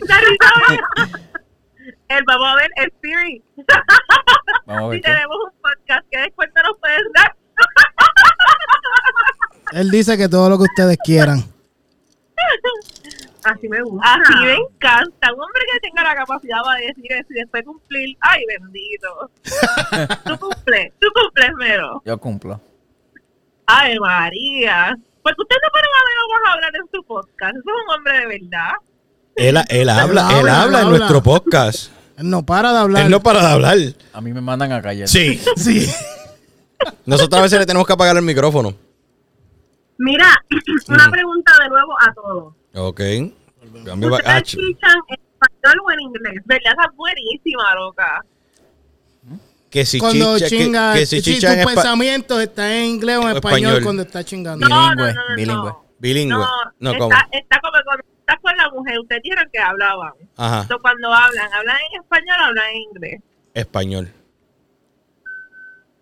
[SPEAKER 2] La risa va- El vamos a ver es Siri.
[SPEAKER 4] Vamos a
[SPEAKER 2] Si
[SPEAKER 4] ver. qué.
[SPEAKER 2] tenemos un podcast, ¿qué descuento nos puedes dar?
[SPEAKER 3] Él dice que todo lo que ustedes quieran.
[SPEAKER 6] Así me gusta.
[SPEAKER 2] Así me encanta. Un hombre que tenga la capacidad para decir eso y después cumplir. Ay, bendito. tú cumples, tú cumples, Mero.
[SPEAKER 4] Yo cumplo.
[SPEAKER 2] Ay, María. Porque usted no para más a hablar en su podcast. Eso es un hombre de verdad.
[SPEAKER 1] Él, él habla, él habla en nuestro podcast.
[SPEAKER 3] Él no para de hablar.
[SPEAKER 1] Él no para de hablar.
[SPEAKER 4] A mí me mandan a callar.
[SPEAKER 1] Sí.
[SPEAKER 3] Sí.
[SPEAKER 1] Nosotros a veces le tenemos que apagar el micrófono.
[SPEAKER 6] Mira, una pregunta de nuevo a todos.
[SPEAKER 1] Ok. Cambio va- ah,
[SPEAKER 6] ¿Ustedes
[SPEAKER 1] ch-
[SPEAKER 6] chichan en español o en inglés?
[SPEAKER 2] ¿Verdad? Esa es buenísima, loca.
[SPEAKER 1] que si
[SPEAKER 3] Cuando
[SPEAKER 1] chicha, que-
[SPEAKER 3] chinga,
[SPEAKER 1] que, si
[SPEAKER 3] sí,
[SPEAKER 1] chicha en
[SPEAKER 3] tus
[SPEAKER 1] espa-
[SPEAKER 3] pensamientos están en inglés o en
[SPEAKER 1] En
[SPEAKER 3] español,
[SPEAKER 1] español.
[SPEAKER 3] cuando está chingando.
[SPEAKER 2] No, no,
[SPEAKER 4] Bilingüe,
[SPEAKER 2] no, no,
[SPEAKER 4] bilingüe.
[SPEAKER 2] no.
[SPEAKER 1] bilingüe. No,
[SPEAKER 2] está,
[SPEAKER 1] ¿cómo?
[SPEAKER 2] está como cuando estás con la mujer. Ustedes dijeron que hablaban.
[SPEAKER 1] Ajá,
[SPEAKER 2] Entonces, cuando hablan, hablan en español o hablan en inglés.
[SPEAKER 1] español.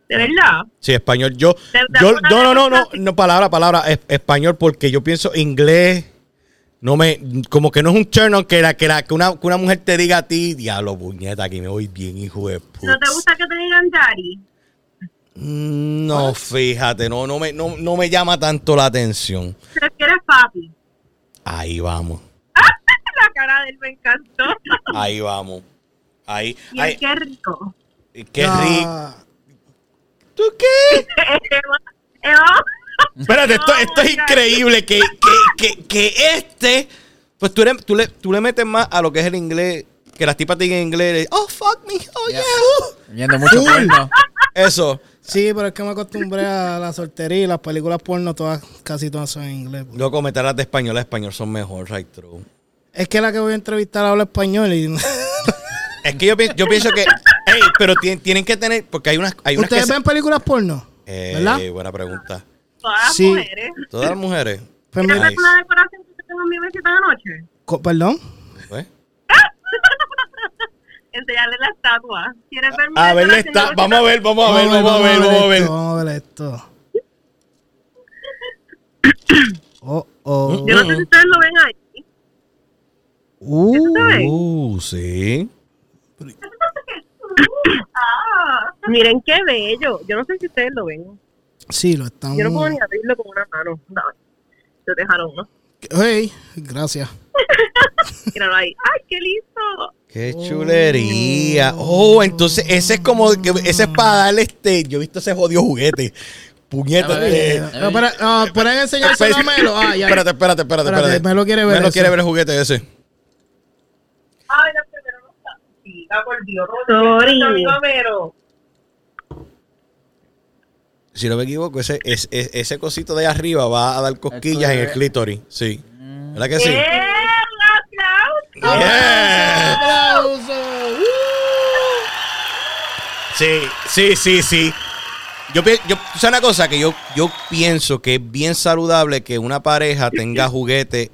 [SPEAKER 2] ¿De verdad?
[SPEAKER 1] Sí, español. Yo,
[SPEAKER 2] De- de
[SPEAKER 1] yo no,
[SPEAKER 2] alguna
[SPEAKER 1] no, no,
[SPEAKER 2] vez
[SPEAKER 1] no,
[SPEAKER 2] pensaste-
[SPEAKER 1] no, palabra, palabra, es- español, porque yo pienso inglés. No me, como que no es un turn on que, la, que, la, que, una, que una mujer te diga a ti, diablo, puñeta, aquí me voy bien, hijo de puta.
[SPEAKER 6] ¿No te gusta que te digan daddy?
[SPEAKER 1] Mm, No, fíjate, no, no, me, no, no me llama tanto la atención.
[SPEAKER 6] ¿Prefieres papi?
[SPEAKER 1] Ahí vamos,
[SPEAKER 2] La cara de él me encantó.
[SPEAKER 1] ahí vamos. Ahí,
[SPEAKER 6] Y
[SPEAKER 1] ahí,
[SPEAKER 6] el qué rico.
[SPEAKER 1] qué rico.
[SPEAKER 3] Ah,
[SPEAKER 1] ¿Tú qué?
[SPEAKER 2] Eva, Eva,
[SPEAKER 1] Espérate, esto,
[SPEAKER 2] No,
[SPEAKER 1] esto es
[SPEAKER 2] my God.
[SPEAKER 1] increíble que, que, que, que este, pues tú le, tú, le, tú le metes más a lo que es el inglés, que las tipas te digan en inglés, oh, fuck me, oh,
[SPEAKER 4] Yeah.
[SPEAKER 1] yeah.
[SPEAKER 4] Viendo mucho porno.
[SPEAKER 1] Eso.
[SPEAKER 3] Sí, pero es que me acostumbré a la soltería y las películas porno todas, casi todas son en inglés.
[SPEAKER 1] Yo comentar las de español, las de español son mejor, right true.
[SPEAKER 3] Es que la que voy a entrevistar habla español y
[SPEAKER 1] Es que yo, pi- yo pienso que, hey, pero tien- tienen que tener, porque hay unas, hay unas que
[SPEAKER 3] ¿Ustedes
[SPEAKER 1] se-
[SPEAKER 3] ven películas porno?
[SPEAKER 1] Eh,
[SPEAKER 3] ¿Verdad?
[SPEAKER 1] buena pregunta.
[SPEAKER 2] todas las
[SPEAKER 3] Sí.
[SPEAKER 2] mujeres.
[SPEAKER 1] Todas las mujeres.
[SPEAKER 3] Pues
[SPEAKER 6] ¿Quieres
[SPEAKER 3] mira,
[SPEAKER 6] hacer
[SPEAKER 1] Nice.
[SPEAKER 6] una decoración que te tengo en mi mesita de noche?
[SPEAKER 3] co- perdón.
[SPEAKER 1] pues.
[SPEAKER 2] Enseñarle la estatua. ¿Quieres ver mi
[SPEAKER 1] A ver,
[SPEAKER 2] decoración?
[SPEAKER 1] está, vamos a ver, vamos a ver, vamos a ver, vamos a ver.
[SPEAKER 3] esto, Vamos a ver esto. Oh, oh.
[SPEAKER 6] Yo no sé si ustedes lo ven ahí.
[SPEAKER 3] Uh,
[SPEAKER 1] Uh, sí.
[SPEAKER 6] Miren qué bello. Yo no sé si ustedes lo ven.
[SPEAKER 3] sí, lo están.
[SPEAKER 1] Mm.
[SPEAKER 6] Yo no puedo ni abrirlo con una mano. Dame. Yo te jalo uno.
[SPEAKER 3] Hey, gracias.
[SPEAKER 2] Míralo ahí. ¡Ay, qué lindo!
[SPEAKER 1] Qué
[SPEAKER 3] Oh.
[SPEAKER 1] chulería. Oh, entonces ese es como, que- ese es para darle este, yo he visto ese jodido juguete. Puñeta.
[SPEAKER 4] Dame,
[SPEAKER 1] este-
[SPEAKER 4] dame.
[SPEAKER 3] No, para, ah, por ahí enseñárselo a Melo. Ah, ya.
[SPEAKER 1] Espérate, espérate, espérate,
[SPEAKER 3] Espérate,
[SPEAKER 1] espérate.
[SPEAKER 3] Melo quiere ver
[SPEAKER 1] Melo
[SPEAKER 3] eso.
[SPEAKER 1] quiere ver el juguete ese.
[SPEAKER 2] Ay, la primera no está. Sí, ah, por Dios.
[SPEAKER 6] Sorry.
[SPEAKER 2] Amigo Mero.
[SPEAKER 1] Si no me equivoco, ese, es- es- ese cosito de arriba va a dar cosquillas en el clítoris. Sí.
[SPEAKER 4] Mm,
[SPEAKER 1] ¿Verdad que sí?
[SPEAKER 2] ¡Eh, un aplauso!
[SPEAKER 1] Yeah.
[SPEAKER 3] ¡Aplauso!
[SPEAKER 1] ¡Uh! Sí, sí, sí, sí. Yo, pi- yo, tú sabes una cosa que yo, yo pienso que es bien saludable que una pareja tenga juguete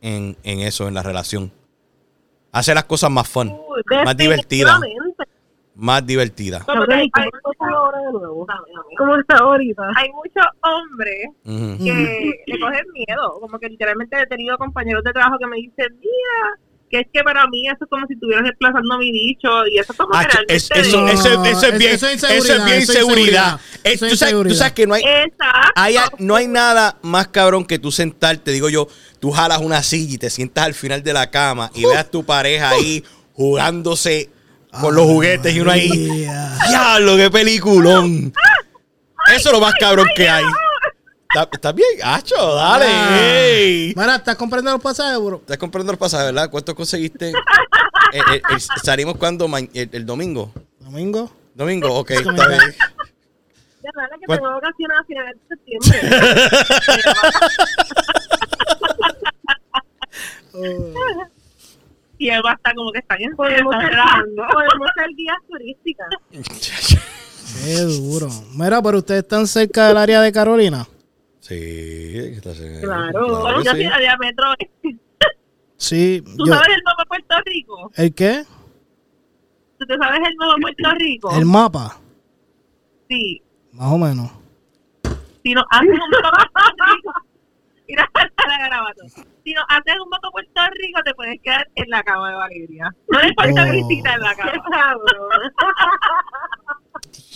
[SPEAKER 1] en, en eso, en la relación. Hace las cosas más fun,
[SPEAKER 2] Uy,
[SPEAKER 1] más divertidas,
[SPEAKER 6] Definitivamente.
[SPEAKER 1] más divertidas.
[SPEAKER 2] Como que hay, hay,
[SPEAKER 6] ¿Cómo está ahorita?
[SPEAKER 2] hay muchos hombres
[SPEAKER 1] Ujú.
[SPEAKER 2] que le cogen miedo. Como que literalmente he tenido compañeros de trabajo que me dicen, mira, que es que para mí eso es como si estuvieras desplazando mi bicho y eso es como
[SPEAKER 1] Ah,
[SPEAKER 2] que realmente...
[SPEAKER 1] es- eso,
[SPEAKER 3] No,
[SPEAKER 1] eso- eso es
[SPEAKER 3] es-
[SPEAKER 1] bien,
[SPEAKER 3] eso
[SPEAKER 1] eso
[SPEAKER 3] es
[SPEAKER 1] es
[SPEAKER 3] inseguridad,
[SPEAKER 1] bien
[SPEAKER 3] eso es
[SPEAKER 1] seguridad.
[SPEAKER 3] inseguridad,
[SPEAKER 1] Eh,
[SPEAKER 3] eso es
[SPEAKER 1] tú, sabes, tú
[SPEAKER 3] inseguridad.
[SPEAKER 1] sabes que no hay,
[SPEAKER 2] Exacto.
[SPEAKER 1] hay- no hay nada más cabrón que tú sentarte, digo yo, tú jalas una silla y te sientas al final de la cama y veas tu pareja ahí jugándose con los juguetes y uno ahí.
[SPEAKER 3] Yeah.
[SPEAKER 1] ¡Diablo, qué peliculón! Eso es lo más cabrón que hay. ¿Está- ¿Estás bien, gacho? Dale. ey.
[SPEAKER 3] Mara, Ah. ¿estás comprando los pasajes, bro?
[SPEAKER 1] Estás comprando el pasaje, ¿verdad? ¿Cuánto conseguiste? Eh, eh, eh, ¿Salimos cuando? Ma- El, el domingo.
[SPEAKER 3] Domingo.
[SPEAKER 1] Domingo, ok, está bien.
[SPEAKER 6] De verdad que
[SPEAKER 1] ¿Cuál?
[SPEAKER 6] tengo vacaciones a finales de septiembre.
[SPEAKER 2] Y él va a estar como que está bien.
[SPEAKER 6] Podemos
[SPEAKER 2] están
[SPEAKER 6] ser,
[SPEAKER 2] relajando.
[SPEAKER 6] podemos ser guías turísticas.
[SPEAKER 3] Qué duro. Mira, pero ustedes están cerca del área de Carolina.
[SPEAKER 1] Sí, que estás en-
[SPEAKER 6] Claro.
[SPEAKER 1] claro que
[SPEAKER 2] Yo
[SPEAKER 1] sí.
[SPEAKER 2] soy de diámetro.
[SPEAKER 3] Sí.
[SPEAKER 2] ¿Tú
[SPEAKER 3] yo-
[SPEAKER 2] sabes el mapa de Puerto Rico?
[SPEAKER 3] ¿El qué?
[SPEAKER 2] ¿Tú te sabes el mapa de Puerto Rico?
[SPEAKER 3] El mapa.
[SPEAKER 2] Sí.
[SPEAKER 3] Más o menos.
[SPEAKER 2] Si nos haces un mapa de Puerto Rico... Mira, la garabato. Si nos haces un mapa de Puerto Rico, te puedes quedar en la cama de Valeria. No le falta
[SPEAKER 3] Oh.
[SPEAKER 2] visita en la cama.
[SPEAKER 6] Cabrón.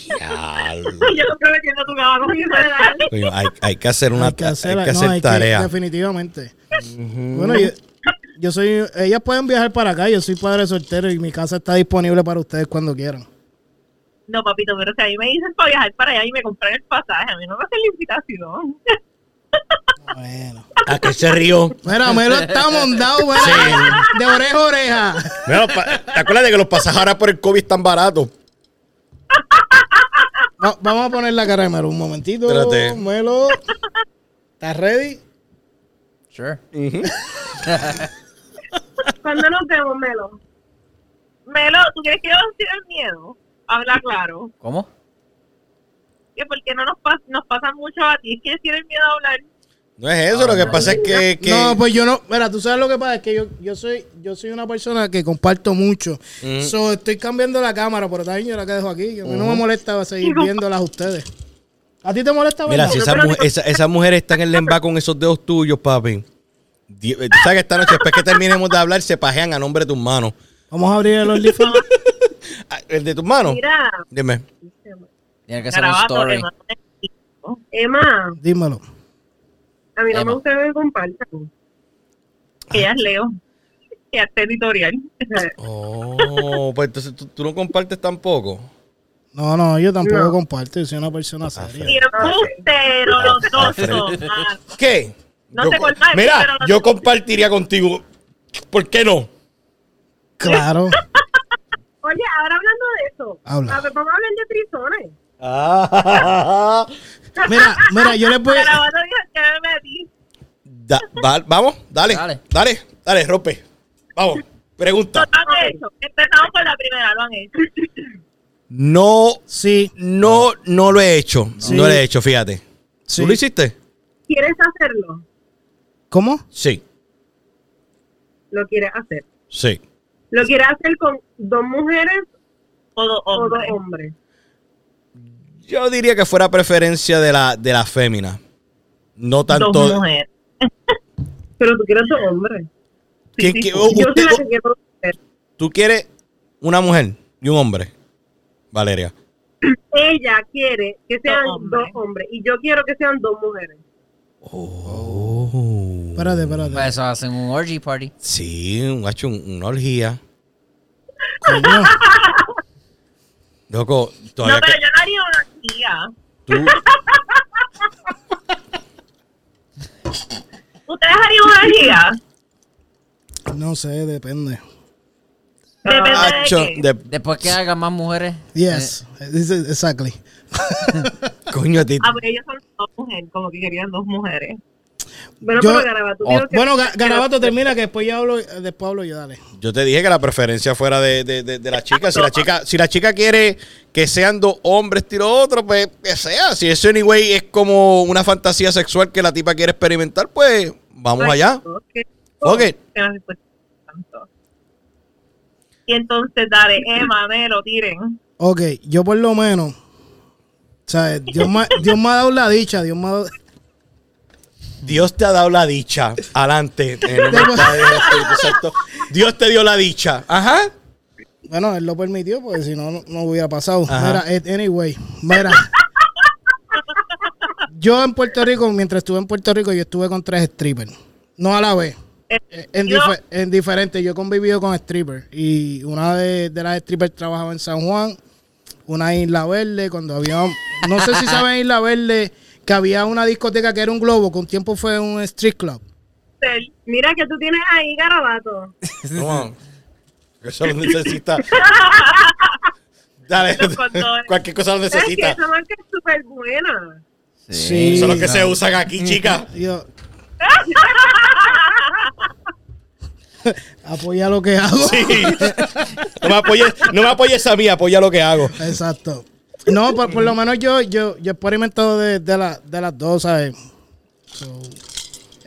[SPEAKER 1] Diablo.
[SPEAKER 2] Yo no creo que no tu cama con
[SPEAKER 1] Coño, hay, hay que hacer una
[SPEAKER 3] hay que hacer, no, hay que-
[SPEAKER 1] tarea.
[SPEAKER 3] definitivamente. Bueno, yo, yo soy. Ellas pueden viajar para acá. Yo soy padre soltero y mi casa está disponible para ustedes cuando quieran.
[SPEAKER 2] No, papito, pero si a mí me dicen para viajar para allá y me compran el pasaje, a mí no me hacen la invitación.
[SPEAKER 3] Bueno.
[SPEAKER 1] ¿A qué se rió?
[SPEAKER 3] Mira, Melo está mondado, mira, De oreja a oreja.
[SPEAKER 1] Mira, los pa- ¿Te acuerdas de que los pasajes ahora por el COVID están baratos?
[SPEAKER 3] Va- vamos a poner la cara de Melo un momentito.
[SPEAKER 1] Espérate.
[SPEAKER 3] Melo. ¿Estás ready?
[SPEAKER 4] Sure.
[SPEAKER 6] ¿Cuándo nos vemos, Melo?
[SPEAKER 2] Melo, ¿tú crees que yo sentir el miedo? Habla claro.
[SPEAKER 4] ¿Cómo?
[SPEAKER 2] Que porque no nos, pas- nos pasa mucho a ti. Es que tiene miedo a hablar.
[SPEAKER 1] No es eso, lo que pasa es que... que-
[SPEAKER 3] Ah, No, pues yo no. Mira, tú sabes lo que pasa, es que yo, yo soy yo soy una persona que comparto mucho.
[SPEAKER 1] Mm.
[SPEAKER 3] So, estoy cambiando la cámara, pero también yo la que dejo aquí. que A mí no me molesta seguir viéndolas a ustedes. ¿A ti te molesta
[SPEAKER 1] Mira,
[SPEAKER 3] verlas?
[SPEAKER 1] si esa, mujer, esa, esa mujer está en el lemba con esos dedos tuyos, papi. Di- eh, ¿Sabes que esta noche, después que terminemos de hablar, se pajean a nombre de tus manos?
[SPEAKER 3] Vamos a abrir el OnlyFans.
[SPEAKER 1] Ah, ¿El de tus manos?
[SPEAKER 6] Mira,
[SPEAKER 1] Dime.
[SPEAKER 4] Tiene que ser un
[SPEAKER 2] Garabato,
[SPEAKER 4] story.
[SPEAKER 2] que no te-
[SPEAKER 6] Emma,
[SPEAKER 3] Dímelo.
[SPEAKER 6] a mí no
[SPEAKER 4] Emma.
[SPEAKER 6] me gusta que me compartan.
[SPEAKER 2] que ellas leo. Que es territorial.
[SPEAKER 1] Oh, pues entonces tú, tú no compartes tampoco.
[SPEAKER 3] No, no, yo tampoco comparto. Yo soy una persona seria.
[SPEAKER 2] Y
[SPEAKER 6] Ah,
[SPEAKER 2] embustero, los
[SPEAKER 4] Ah,
[SPEAKER 2] dos son malos.
[SPEAKER 1] ¿Qué?
[SPEAKER 2] No te cortaste, pero
[SPEAKER 1] Mira,
[SPEAKER 2] no
[SPEAKER 1] yo
[SPEAKER 2] te-
[SPEAKER 1] compartiría contigo. ¿Por qué no?
[SPEAKER 3] Claro.
[SPEAKER 6] Oye, ahora hablando de eso,
[SPEAKER 3] Habla.
[SPEAKER 6] a ver, vamos a hablar de trisones.
[SPEAKER 1] Ah.
[SPEAKER 3] Mira, mira, yo les voy.
[SPEAKER 2] Garabato dijo que me metí.
[SPEAKER 1] Da- va- vamos, dale, dale,
[SPEAKER 4] Dale.
[SPEAKER 1] dale, rompe. Vamos, pregunta.
[SPEAKER 2] Lo han hecho. Empezamos por la primera, lo han hecho.
[SPEAKER 1] No,
[SPEAKER 3] Sí,
[SPEAKER 1] no, no lo he hecho.
[SPEAKER 3] Sí.
[SPEAKER 1] No lo he hecho, fíjate.
[SPEAKER 3] sí.
[SPEAKER 1] ¿Tú lo hiciste?
[SPEAKER 6] ¿Quieres hacerlo?
[SPEAKER 3] ¿Cómo?
[SPEAKER 1] Sí,
[SPEAKER 6] Lo quieres hacer.
[SPEAKER 1] sí.
[SPEAKER 6] Lo quieres hacer con dos mujeres
[SPEAKER 2] O dos
[SPEAKER 6] o dos
[SPEAKER 2] hombres.
[SPEAKER 6] hombres.
[SPEAKER 1] Yo diría que fuera preferencia de la, de la fémina. No tanto.
[SPEAKER 2] Dos mujeres.
[SPEAKER 6] Pero tú quieres dos hombres.
[SPEAKER 1] ¿Quién
[SPEAKER 2] Sí, sí,
[SPEAKER 1] qui-
[SPEAKER 2] sí.
[SPEAKER 1] oh,
[SPEAKER 6] Yo soy
[SPEAKER 1] usted-
[SPEAKER 6] la
[SPEAKER 1] oh,
[SPEAKER 6] que quiero hacer.
[SPEAKER 1] tú quieres una mujer y un hombre, Valeria.
[SPEAKER 6] Ella quiere que sean
[SPEAKER 2] Dos hombres.
[SPEAKER 6] dos hombres y yo quiero que sean dos mujeres.
[SPEAKER 1] Oh.
[SPEAKER 3] Espérate,
[SPEAKER 4] Pues
[SPEAKER 3] espérate.
[SPEAKER 4] eso hacen un orgy party.
[SPEAKER 1] Sí, un guacho, un- una orgía.
[SPEAKER 3] Coño.
[SPEAKER 1] Loco,
[SPEAKER 2] No,
[SPEAKER 1] todavía
[SPEAKER 2] pero
[SPEAKER 1] que-
[SPEAKER 2] yo no haría una tía.
[SPEAKER 1] tú-
[SPEAKER 2] ¿Ustedes harían una tía?
[SPEAKER 3] No sé, depende. Ah,
[SPEAKER 1] Acho,
[SPEAKER 2] Depende de qué.
[SPEAKER 1] de-
[SPEAKER 4] Después que hagan más mujeres. eh,
[SPEAKER 3] Yes, this is- exactly.
[SPEAKER 1] coño, a ti.
[SPEAKER 2] Ah, pero ellos son dos mujeres, como que querían dos mujeres. Bueno,
[SPEAKER 3] Yo-
[SPEAKER 2] pero Garabato,
[SPEAKER 4] Oh,
[SPEAKER 2] creo que-
[SPEAKER 3] Bueno, Ga- Garabato termina que después yo hablo, después hablo yo, dale.
[SPEAKER 1] Yo te dije que la preferencia fuera de, de- de- de la chica. Si la chica, si la chica quiere que sean dos hombres tiro otro, pues que sea. Si eso anyway es como una fantasía sexual que la tipa quiere experimentar, pues vamos
[SPEAKER 2] Ay,
[SPEAKER 1] allá.
[SPEAKER 2] ok.
[SPEAKER 1] Ok.
[SPEAKER 2] Que no se puede tanto. Y entonces, dale, Emma, me lo tiren.
[SPEAKER 3] Ok, yo por lo menos, ¿sabes? Dios me, Dios me ha dado la dicha, Dios me ha dado...
[SPEAKER 1] Dios te ha dado la dicha. Adelante. en el nombre del Padre, del Espíritu Santo. Dios te dio la dicha. Ajá.
[SPEAKER 3] Bueno, él lo permitió, porque si no, no, no hubiera pasado.
[SPEAKER 1] Ajá.
[SPEAKER 3] Mira, et- anyway, mira. Yo en Puerto Rico, mientras estuve en Puerto Rico, yo estuve con tres strippers. No a la vez. Eh, En,
[SPEAKER 2] Yo-
[SPEAKER 3] dife- en diferente, yo he convivido con strippers. Y una de, de las strippers trabajaba en San Juan, una en Isla Verde, cuando había. No sé si saben Isla Verde, que había una discoteca que era un globo, que un tiempo fue un street club.
[SPEAKER 2] Cel,
[SPEAKER 6] Mira que tú tienes ahí, Garabato.
[SPEAKER 1] Vamos. Eso lo necesita. Dale.
[SPEAKER 2] Los condones.
[SPEAKER 1] Cualquier cosa lo
[SPEAKER 6] Es que
[SPEAKER 1] necesita.
[SPEAKER 6] esa marca es súper buena.
[SPEAKER 3] Sí.
[SPEAKER 1] Eso es lo que se usan aquí, chicas.
[SPEAKER 3] Yo. Apoya lo que hago.
[SPEAKER 1] No me apoyes, no me apoyes a mí, apoya lo que hago.
[SPEAKER 3] Exacto. No, por, por lo menos yo, yo, yo he experimentado de, de, la- de las dos, ¿sabes? So,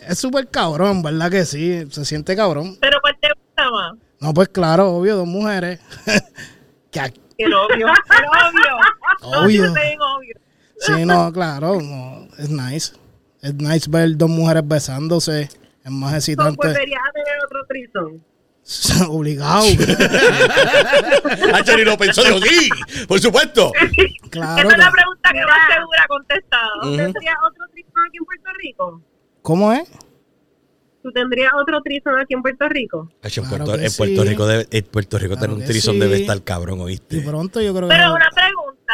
[SPEAKER 3] es súper cabrón, ¿verdad que sí? Se siente cabrón.
[SPEAKER 2] Pero ¿cuál te gusta más?
[SPEAKER 3] No, pues claro, obvio, dos mujeres. Que a-
[SPEAKER 2] El obvio. El obvio.
[SPEAKER 3] Obvio.
[SPEAKER 2] No, bien obvio.
[SPEAKER 3] sí, no, claro, no, es nice. Es nice ver dos mujeres besándose. Es más
[SPEAKER 6] Pues
[SPEAKER 3] excitante.
[SPEAKER 6] volverías a tener otro trison.
[SPEAKER 3] Obligado.
[SPEAKER 1] Acheri lo pensó, dijo, sí, por supuesto.
[SPEAKER 3] claro.
[SPEAKER 2] Esa es la
[SPEAKER 3] que-
[SPEAKER 2] pregunta que más te dura contestada.
[SPEAKER 1] Ujú.
[SPEAKER 6] ¿Tendrías otro trison aquí en Puerto Rico?
[SPEAKER 3] ¿Cómo es?
[SPEAKER 6] ¿Tú tendrías otro trison aquí en Puerto Rico?
[SPEAKER 1] Hacho, en
[SPEAKER 3] Claro
[SPEAKER 1] Puerto,
[SPEAKER 3] que
[SPEAKER 1] en Puerto
[SPEAKER 3] sí.
[SPEAKER 1] Rico, debe, en Puerto Rico
[SPEAKER 3] Claro
[SPEAKER 1] tener un
[SPEAKER 3] que
[SPEAKER 1] trison
[SPEAKER 3] sí.
[SPEAKER 1] debe estar cabrón,
[SPEAKER 3] Y
[SPEAKER 1] ¿oíste?
[SPEAKER 3] pronto yo creo que.
[SPEAKER 2] Pero
[SPEAKER 3] no-
[SPEAKER 2] una pregunta.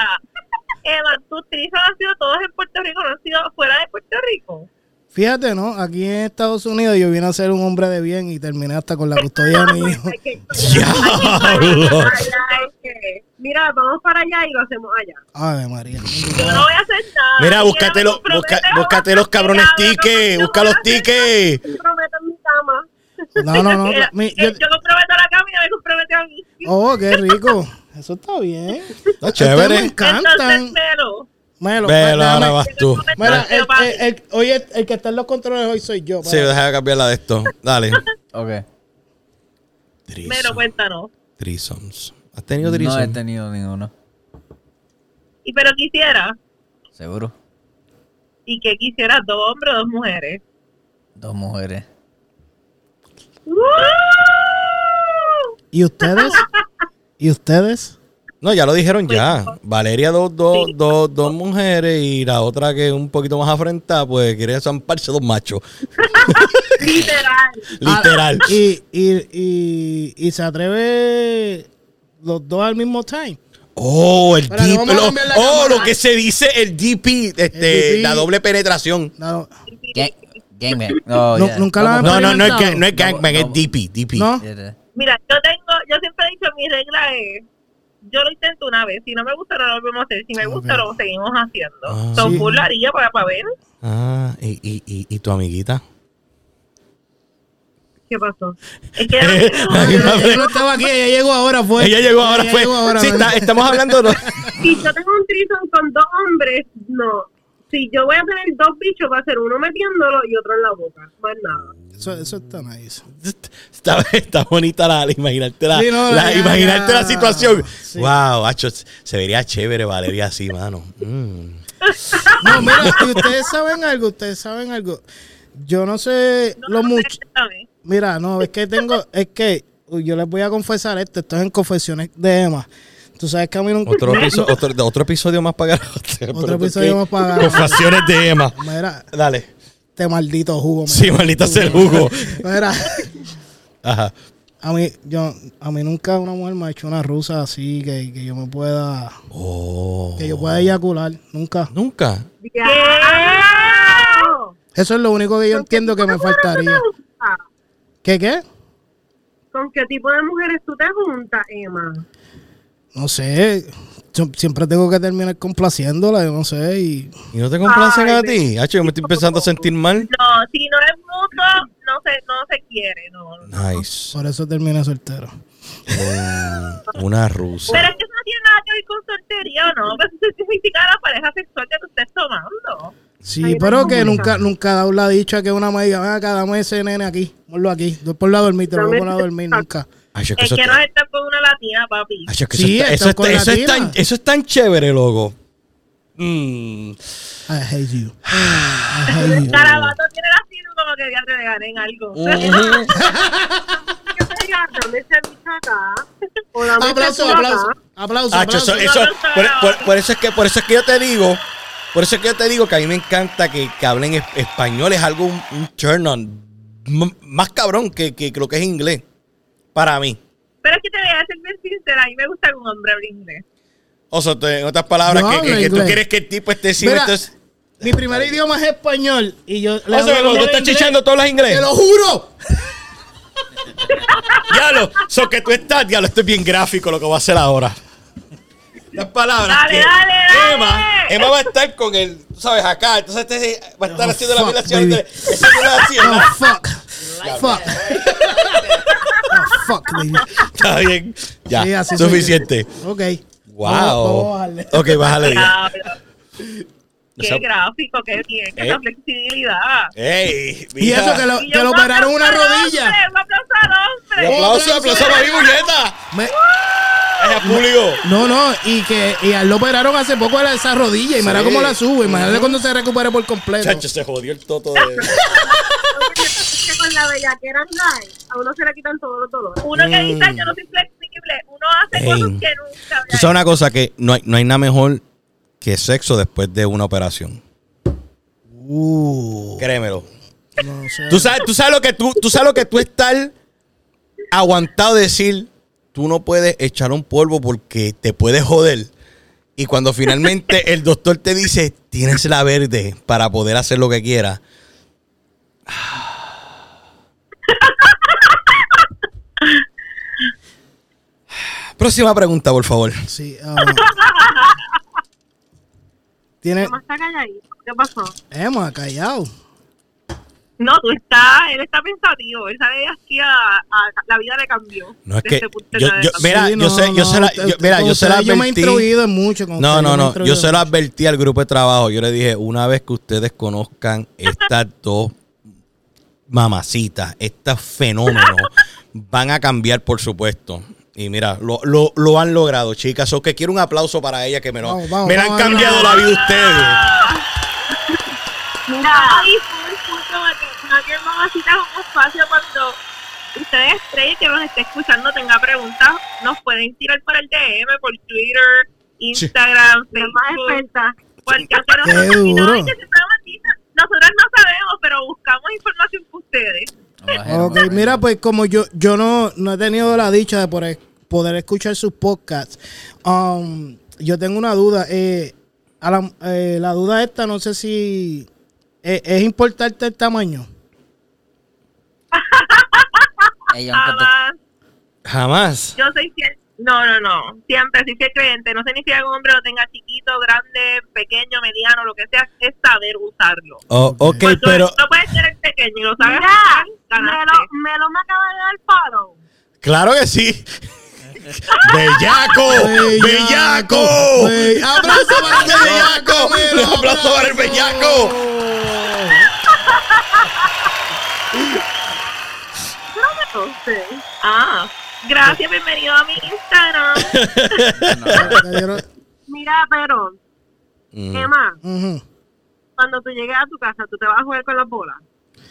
[SPEAKER 2] Emma, ¿tus trizas han sido todos en Puerto Rico? ¿No han sido fuera de Puerto Rico?
[SPEAKER 3] Fíjate, ¿no? Aquí en Estados Unidos yo vine a ser un hombre de bien y terminé hasta con la custodia de mi hijo.
[SPEAKER 6] Ay, que-
[SPEAKER 1] ¡Diablo!
[SPEAKER 6] Ay, que- Mira, vamos para allá y lo hacemos allá.
[SPEAKER 3] Ave María.
[SPEAKER 2] Yo no voy a hacer nada.
[SPEAKER 1] Mira,
[SPEAKER 2] Ni
[SPEAKER 1] búscate
[SPEAKER 2] quiero
[SPEAKER 1] los,
[SPEAKER 2] comprometer
[SPEAKER 1] busca-
[SPEAKER 2] a
[SPEAKER 1] búscate los
[SPEAKER 2] otra
[SPEAKER 1] cabrones
[SPEAKER 2] tía, no
[SPEAKER 1] tickets,
[SPEAKER 2] comprometo
[SPEAKER 1] busca los tickets.
[SPEAKER 6] Te prometo en mi cama.
[SPEAKER 3] No, no, no.
[SPEAKER 2] Mira,
[SPEAKER 3] mi-
[SPEAKER 2] eh,
[SPEAKER 3] yo-
[SPEAKER 2] yo comprometo a la cama y me compromete a mí.
[SPEAKER 3] oh, qué rico. Eso está bien.
[SPEAKER 1] Está
[SPEAKER 3] Ustedes Me
[SPEAKER 1] chévere.
[SPEAKER 3] encantan.
[SPEAKER 2] Entonces, Melo,
[SPEAKER 1] Velo,
[SPEAKER 3] Melo, déjame-
[SPEAKER 1] ahora vas tú.
[SPEAKER 3] Mira,
[SPEAKER 2] Pero,
[SPEAKER 3] el,
[SPEAKER 2] papi,
[SPEAKER 3] el- el- oye, el, que está en los controles hoy soy yo.
[SPEAKER 1] Sí,
[SPEAKER 3] para.
[SPEAKER 1] deja de cambiarla de esto. Dale.
[SPEAKER 4] Ok.
[SPEAKER 2] Melo,
[SPEAKER 3] pues.
[SPEAKER 1] Trison,
[SPEAKER 2] cuéntanos.
[SPEAKER 1] trisons. ¿Has tenido
[SPEAKER 4] No he
[SPEAKER 3] este
[SPEAKER 1] trison?
[SPEAKER 4] tenido ninguno.
[SPEAKER 2] Y pero quisiera,
[SPEAKER 4] Seguro.
[SPEAKER 2] y que quisiera dos hombres o dos mujeres.
[SPEAKER 4] Dos mujeres.
[SPEAKER 3] ¿Y ustedes? ¿Y ustedes?
[SPEAKER 1] No, ya lo dijeron ya.
[SPEAKER 3] Pues,
[SPEAKER 1] Valeria, dos, dos, dos, dos mujeres y la otra que es un poquito más afrentada, pues quiere zamparse dos machos.
[SPEAKER 2] Literal.
[SPEAKER 1] Literal.
[SPEAKER 3] Ah, Y, y, y, y se atreve los dos al mismo time.
[SPEAKER 1] Oh, el
[SPEAKER 3] Espérate,
[SPEAKER 1] DP.
[SPEAKER 3] vamos a
[SPEAKER 1] lo-
[SPEAKER 3] cambiar la
[SPEAKER 1] oh,
[SPEAKER 3] cámara.
[SPEAKER 1] lo que se dice el DP, este,
[SPEAKER 3] El DP.
[SPEAKER 1] la doble penetración.
[SPEAKER 3] No,
[SPEAKER 4] Gang- Gangbang. Oh,
[SPEAKER 3] Nu-
[SPEAKER 4] yeah.
[SPEAKER 3] nunca la
[SPEAKER 4] Vamos
[SPEAKER 1] No,
[SPEAKER 4] a-
[SPEAKER 1] no, no es,
[SPEAKER 3] experimentado?
[SPEAKER 1] ga- no es gangbang,
[SPEAKER 4] No,
[SPEAKER 1] es
[SPEAKER 4] no.
[SPEAKER 1] DP, DP.
[SPEAKER 3] Ah, no.
[SPEAKER 4] Yeah, yeah.
[SPEAKER 2] Mira, yo tengo, yo siempre he dicho, mi regla es, yo lo intento una vez, si no me gusta no lo volvemos a hacer, si me gusta
[SPEAKER 3] Ok.
[SPEAKER 2] lo seguimos haciendo.
[SPEAKER 1] Ah.
[SPEAKER 2] Son
[SPEAKER 3] Sí.
[SPEAKER 2] burlarillas para, para ver
[SPEAKER 1] Ah, y, y, y, y tu amiguita.
[SPEAKER 6] ¿Qué pasó?
[SPEAKER 2] es que no-
[SPEAKER 3] Ella no estaba aquí, ella llegó ahora, fue.
[SPEAKER 1] Ella llegó ahora,
[SPEAKER 3] Pues, Ella
[SPEAKER 1] fue.
[SPEAKER 3] llegó ahora,
[SPEAKER 1] Sí,
[SPEAKER 3] fue.
[SPEAKER 1] está- estamos hablando. de-
[SPEAKER 6] Si yo tengo un trison con dos hombres, no. Si yo voy a tener dos bichos, va a ser uno metiéndolo y otro en la boca. Más nada.
[SPEAKER 3] Eso, eso está nice.
[SPEAKER 1] Está, está bonita la, la- imaginarte la,
[SPEAKER 3] Sí, no,
[SPEAKER 1] la-
[SPEAKER 3] ya,
[SPEAKER 1] imaginarte
[SPEAKER 3] ya.
[SPEAKER 1] la situación.
[SPEAKER 3] Sí.
[SPEAKER 1] Wow, acho, se vería chévere Valeria así, mano. Mm.
[SPEAKER 3] No, mira, y ustedes saben algo, ustedes saben algo. Yo no sé lo mucho.
[SPEAKER 2] ¿sabes?
[SPEAKER 3] Mira, no, es que tengo, es que uy, yo les voy a confesar esto, esto es en confesiones de Emma. Tú sabes que a mí nunca...
[SPEAKER 1] Otro, episo- otro, otro episodio más para
[SPEAKER 3] Otro episodio más para-
[SPEAKER 1] Confesiones de Emma.
[SPEAKER 3] Mira,
[SPEAKER 1] Dale.
[SPEAKER 3] Este maldito jugo.
[SPEAKER 1] Sí,
[SPEAKER 3] mano.
[SPEAKER 1] maldita sea el jugo.
[SPEAKER 3] Mira,
[SPEAKER 1] Ajá.
[SPEAKER 3] a mí, yo, a mí nunca una mujer me ha hecho una rusa así que, que yo me pueda,
[SPEAKER 1] Oh.
[SPEAKER 3] que yo pueda eyacular. Nunca.
[SPEAKER 1] Nunca.
[SPEAKER 6] ¡Diablo!
[SPEAKER 3] Eso es lo único que yo entiendo que me faltaría. ¿Qué qué?
[SPEAKER 6] ¿Con qué tipo de mujeres tú te juntas, Emma?
[SPEAKER 3] No sé. Yo siempre tengo que terminar complaciéndola, yo no sé. Y
[SPEAKER 1] ¿Y no te complacen
[SPEAKER 6] Ay,
[SPEAKER 1] a ti? Hacho, yo me estoy empezando a sentir mal.
[SPEAKER 2] No, si no es mutuo, no se, no se quiere, no.
[SPEAKER 1] Nice.
[SPEAKER 3] por eso terminé soltero.
[SPEAKER 1] Mm, Una rusa.
[SPEAKER 2] Pero es que eso no tiene nada que ver con soltería o no, pero eso significa la pareja sexual que tú estés tomando.
[SPEAKER 3] Sí, pero que nunca, nunca he dado la dicha que una me diga, ven acá, dame ese nene aquí, ponlo aquí, Yo ponlo a dormir, te lo voy a poner a dormir nunca.
[SPEAKER 1] Hacho, que
[SPEAKER 2] Es
[SPEAKER 1] eso
[SPEAKER 2] que no
[SPEAKER 1] está-
[SPEAKER 2] es estar con una latina, papi.
[SPEAKER 1] Hacho, que
[SPEAKER 3] Sí,
[SPEAKER 1] eso está-
[SPEAKER 3] están
[SPEAKER 1] eso está-
[SPEAKER 3] con
[SPEAKER 1] eso es tan-
[SPEAKER 3] latina.
[SPEAKER 1] eso es tan chévere, loco. Mm.
[SPEAKER 3] I hate you. I hate you.
[SPEAKER 2] Garabato tiene la sirve como que ya te le gané en algo.
[SPEAKER 6] ¿Qué te digas? ¿Dónde está mi chata? O dame
[SPEAKER 3] Aplauso,
[SPEAKER 6] esa chata.
[SPEAKER 3] aplauso, aplauso,
[SPEAKER 1] Hacho,
[SPEAKER 3] aplauso.
[SPEAKER 1] eso- Ah, eso- por, por- por eso es que, por eso es que yo te digo, por eso es que yo te digo que a mí me encanta que, que hablen es- español, es algo, un, un turn on m- más cabrón que, que, que lo que es inglés, para mí.
[SPEAKER 2] Pero es que te voy a ser bien sincera, a mí me gusta que un hombre hable inglés.
[SPEAKER 1] O sea, te- en otras palabras,
[SPEAKER 3] No
[SPEAKER 1] que,
[SPEAKER 3] hablo
[SPEAKER 1] que- que tú
[SPEAKER 3] inglés.
[SPEAKER 1] quieres que el tipo esté sin...
[SPEAKER 3] Mira,
[SPEAKER 1] estés-
[SPEAKER 3] Mi primer idioma es español y yo...
[SPEAKER 1] o sea, que los dos están chichando todos los
[SPEAKER 3] ¡Te
[SPEAKER 1] inglés.
[SPEAKER 3] lo juro!
[SPEAKER 1] Diablo, so que tú estás, diablo, esto es bien gráfico lo que voy a hacer ahora. Las palabras
[SPEAKER 2] Dale,
[SPEAKER 1] que
[SPEAKER 2] dale, dale.
[SPEAKER 1] Emma, Emma va a estar con el, tú sabes, acá, entonces este va a estar
[SPEAKER 3] Oh,
[SPEAKER 1] haciendo la
[SPEAKER 3] fuck,
[SPEAKER 1] violación de...
[SPEAKER 3] baby.
[SPEAKER 1] haciendo la
[SPEAKER 3] Oh,
[SPEAKER 1] hacienda.
[SPEAKER 3] fuck. Fuck. Oh, fuck, baby.
[SPEAKER 1] Está bien. Ya,
[SPEAKER 3] Sí, así soy yo.
[SPEAKER 1] suficiente.
[SPEAKER 3] Ok.
[SPEAKER 1] Wow.
[SPEAKER 3] Vamos, vamos a bajarle.
[SPEAKER 1] ok, bájale ya.
[SPEAKER 2] Diablo, Ah, Qué
[SPEAKER 1] Esa-
[SPEAKER 2] gráfico, qué bien, qué
[SPEAKER 1] Eh.
[SPEAKER 2] flexibilidad.
[SPEAKER 1] Ey,
[SPEAKER 3] Y
[SPEAKER 1] mija.
[SPEAKER 3] eso que lo,
[SPEAKER 2] Y
[SPEAKER 3] que
[SPEAKER 2] yo,
[SPEAKER 3] lo
[SPEAKER 2] un
[SPEAKER 3] operaron una
[SPEAKER 2] aplauso al
[SPEAKER 3] rodilla.
[SPEAKER 2] hombre, Un aplauso al
[SPEAKER 1] Un
[SPEAKER 2] hombre.
[SPEAKER 1] aplauso, aplauso para mi bulleta.
[SPEAKER 3] Me-
[SPEAKER 1] Gracias, público.
[SPEAKER 3] No, no, y que y a él lo operaron hace poco a la- esa rodilla. Y mira
[SPEAKER 1] Sí.
[SPEAKER 3] cómo la sube. Imagínate cuando se recupere por completo.
[SPEAKER 1] Chacho, se jodió el toto de.
[SPEAKER 6] Es que con la bellaquera online a uno se le quitan todos los dolores.
[SPEAKER 2] Uno que dice yo no soy flexible, uno hace
[SPEAKER 1] Ey.
[SPEAKER 2] cosas que nunca había
[SPEAKER 1] Tú sabes una cosa que no hay, no hay nada mejor que sexo después de una operación.
[SPEAKER 3] Uh,
[SPEAKER 1] Créemelo.
[SPEAKER 3] no sé.
[SPEAKER 1] Tú sabes, tú sabes lo que tú, tú sabes lo que tú estar aguantado decir, tú no puedes echar un polvo porque te puedes joder. Y cuando finalmente el doctor te dice, tienes la verde para poder hacer lo que quieras. Próxima pregunta, por favor.
[SPEAKER 3] Sí, ah. Tiene.
[SPEAKER 6] Emma está calladito. ¿Qué pasó?
[SPEAKER 3] Emma, callado.
[SPEAKER 2] No, tú estás, él está pensativo, él sabe aquí a, a- la vida le cambió.
[SPEAKER 1] No, es
[SPEAKER 2] Desde
[SPEAKER 1] que
[SPEAKER 2] punto de
[SPEAKER 1] yo-
[SPEAKER 2] vista de
[SPEAKER 1] yo-
[SPEAKER 2] cambiar.
[SPEAKER 1] Mira, yo sé- yo sé la-
[SPEAKER 3] usted-
[SPEAKER 1] yo- mira,
[SPEAKER 3] con
[SPEAKER 1] yo se la
[SPEAKER 3] ustedes Yo me he
[SPEAKER 1] advertí.
[SPEAKER 3] introducido en mucho. con
[SPEAKER 1] No,
[SPEAKER 3] ustedes,
[SPEAKER 1] no,
[SPEAKER 3] me he
[SPEAKER 1] no. Yo
[SPEAKER 3] introducido
[SPEAKER 1] se lo advertí al grupo de trabajo. Yo le dije, una vez que ustedes conozcan estas dos mamacitas, estos fenómenos, van a cambiar, por supuesto. Y mira, lo, lo- lo han logrado, chicas. O que quiero un aplauso para ellas que me, lo,
[SPEAKER 3] Vamos, vamos,
[SPEAKER 1] me la han
[SPEAKER 3] vamos,
[SPEAKER 1] cambiado
[SPEAKER 3] vamos.
[SPEAKER 1] la vida ustedes.
[SPEAKER 2] Mira, ahí fue el punto de que Nadie Mamacita es un espacio cuando ustedes tres que nos esté escuchando tenga preguntas, nos pueden tirar por el DM, por Twitter, Instagram,
[SPEAKER 6] La más
[SPEAKER 2] Facebook,
[SPEAKER 6] experta.
[SPEAKER 2] porque aunque
[SPEAKER 3] Qué
[SPEAKER 2] nosotros, y no,
[SPEAKER 3] duro.
[SPEAKER 2] es que se estaba metiendo, nosotras no sabemos, pero buscamos información que ustedes.
[SPEAKER 3] Ok, mira, pues como yo, yo no, no he tenido la dicha de poder, poder escuchar sus podcasts, um, yo tengo una duda. eh, a la, eh, la duda esta, no sé si eh, es importante el tamaño.
[SPEAKER 4] Ella aunque te-
[SPEAKER 2] Jamás,
[SPEAKER 1] Jamás.
[SPEAKER 2] yo soy fiel. No, no, no. Siempre soy fiel creyente. No significa que un hombre lo tenga chiquito, grande, pequeño, mediano, lo que sea. Es saber usarlo.
[SPEAKER 1] Oh, ok,
[SPEAKER 2] Pues tú-
[SPEAKER 1] pero
[SPEAKER 2] No puedes ser el pequeño y lo sabes
[SPEAKER 6] Mira,
[SPEAKER 2] usar, ganaste.
[SPEAKER 6] Melo, Melo me acaba de dar palo.
[SPEAKER 1] claro que sí. ¡Bellaco! ¡Bellaco!
[SPEAKER 3] Bell- ¡Abrazo para el bellaco! Melo,
[SPEAKER 1] ¡Un aplauso para el bellaco! Oh.
[SPEAKER 6] Entonces,
[SPEAKER 2] Ah, gracias, bienvenido a mi Instagram.
[SPEAKER 3] Me dieron-
[SPEAKER 6] mira, pero,
[SPEAKER 1] Mm.
[SPEAKER 6] Emma,
[SPEAKER 3] ujú.
[SPEAKER 6] cuando tú llegues a tu casa, tú te vas a jugar con las bolas.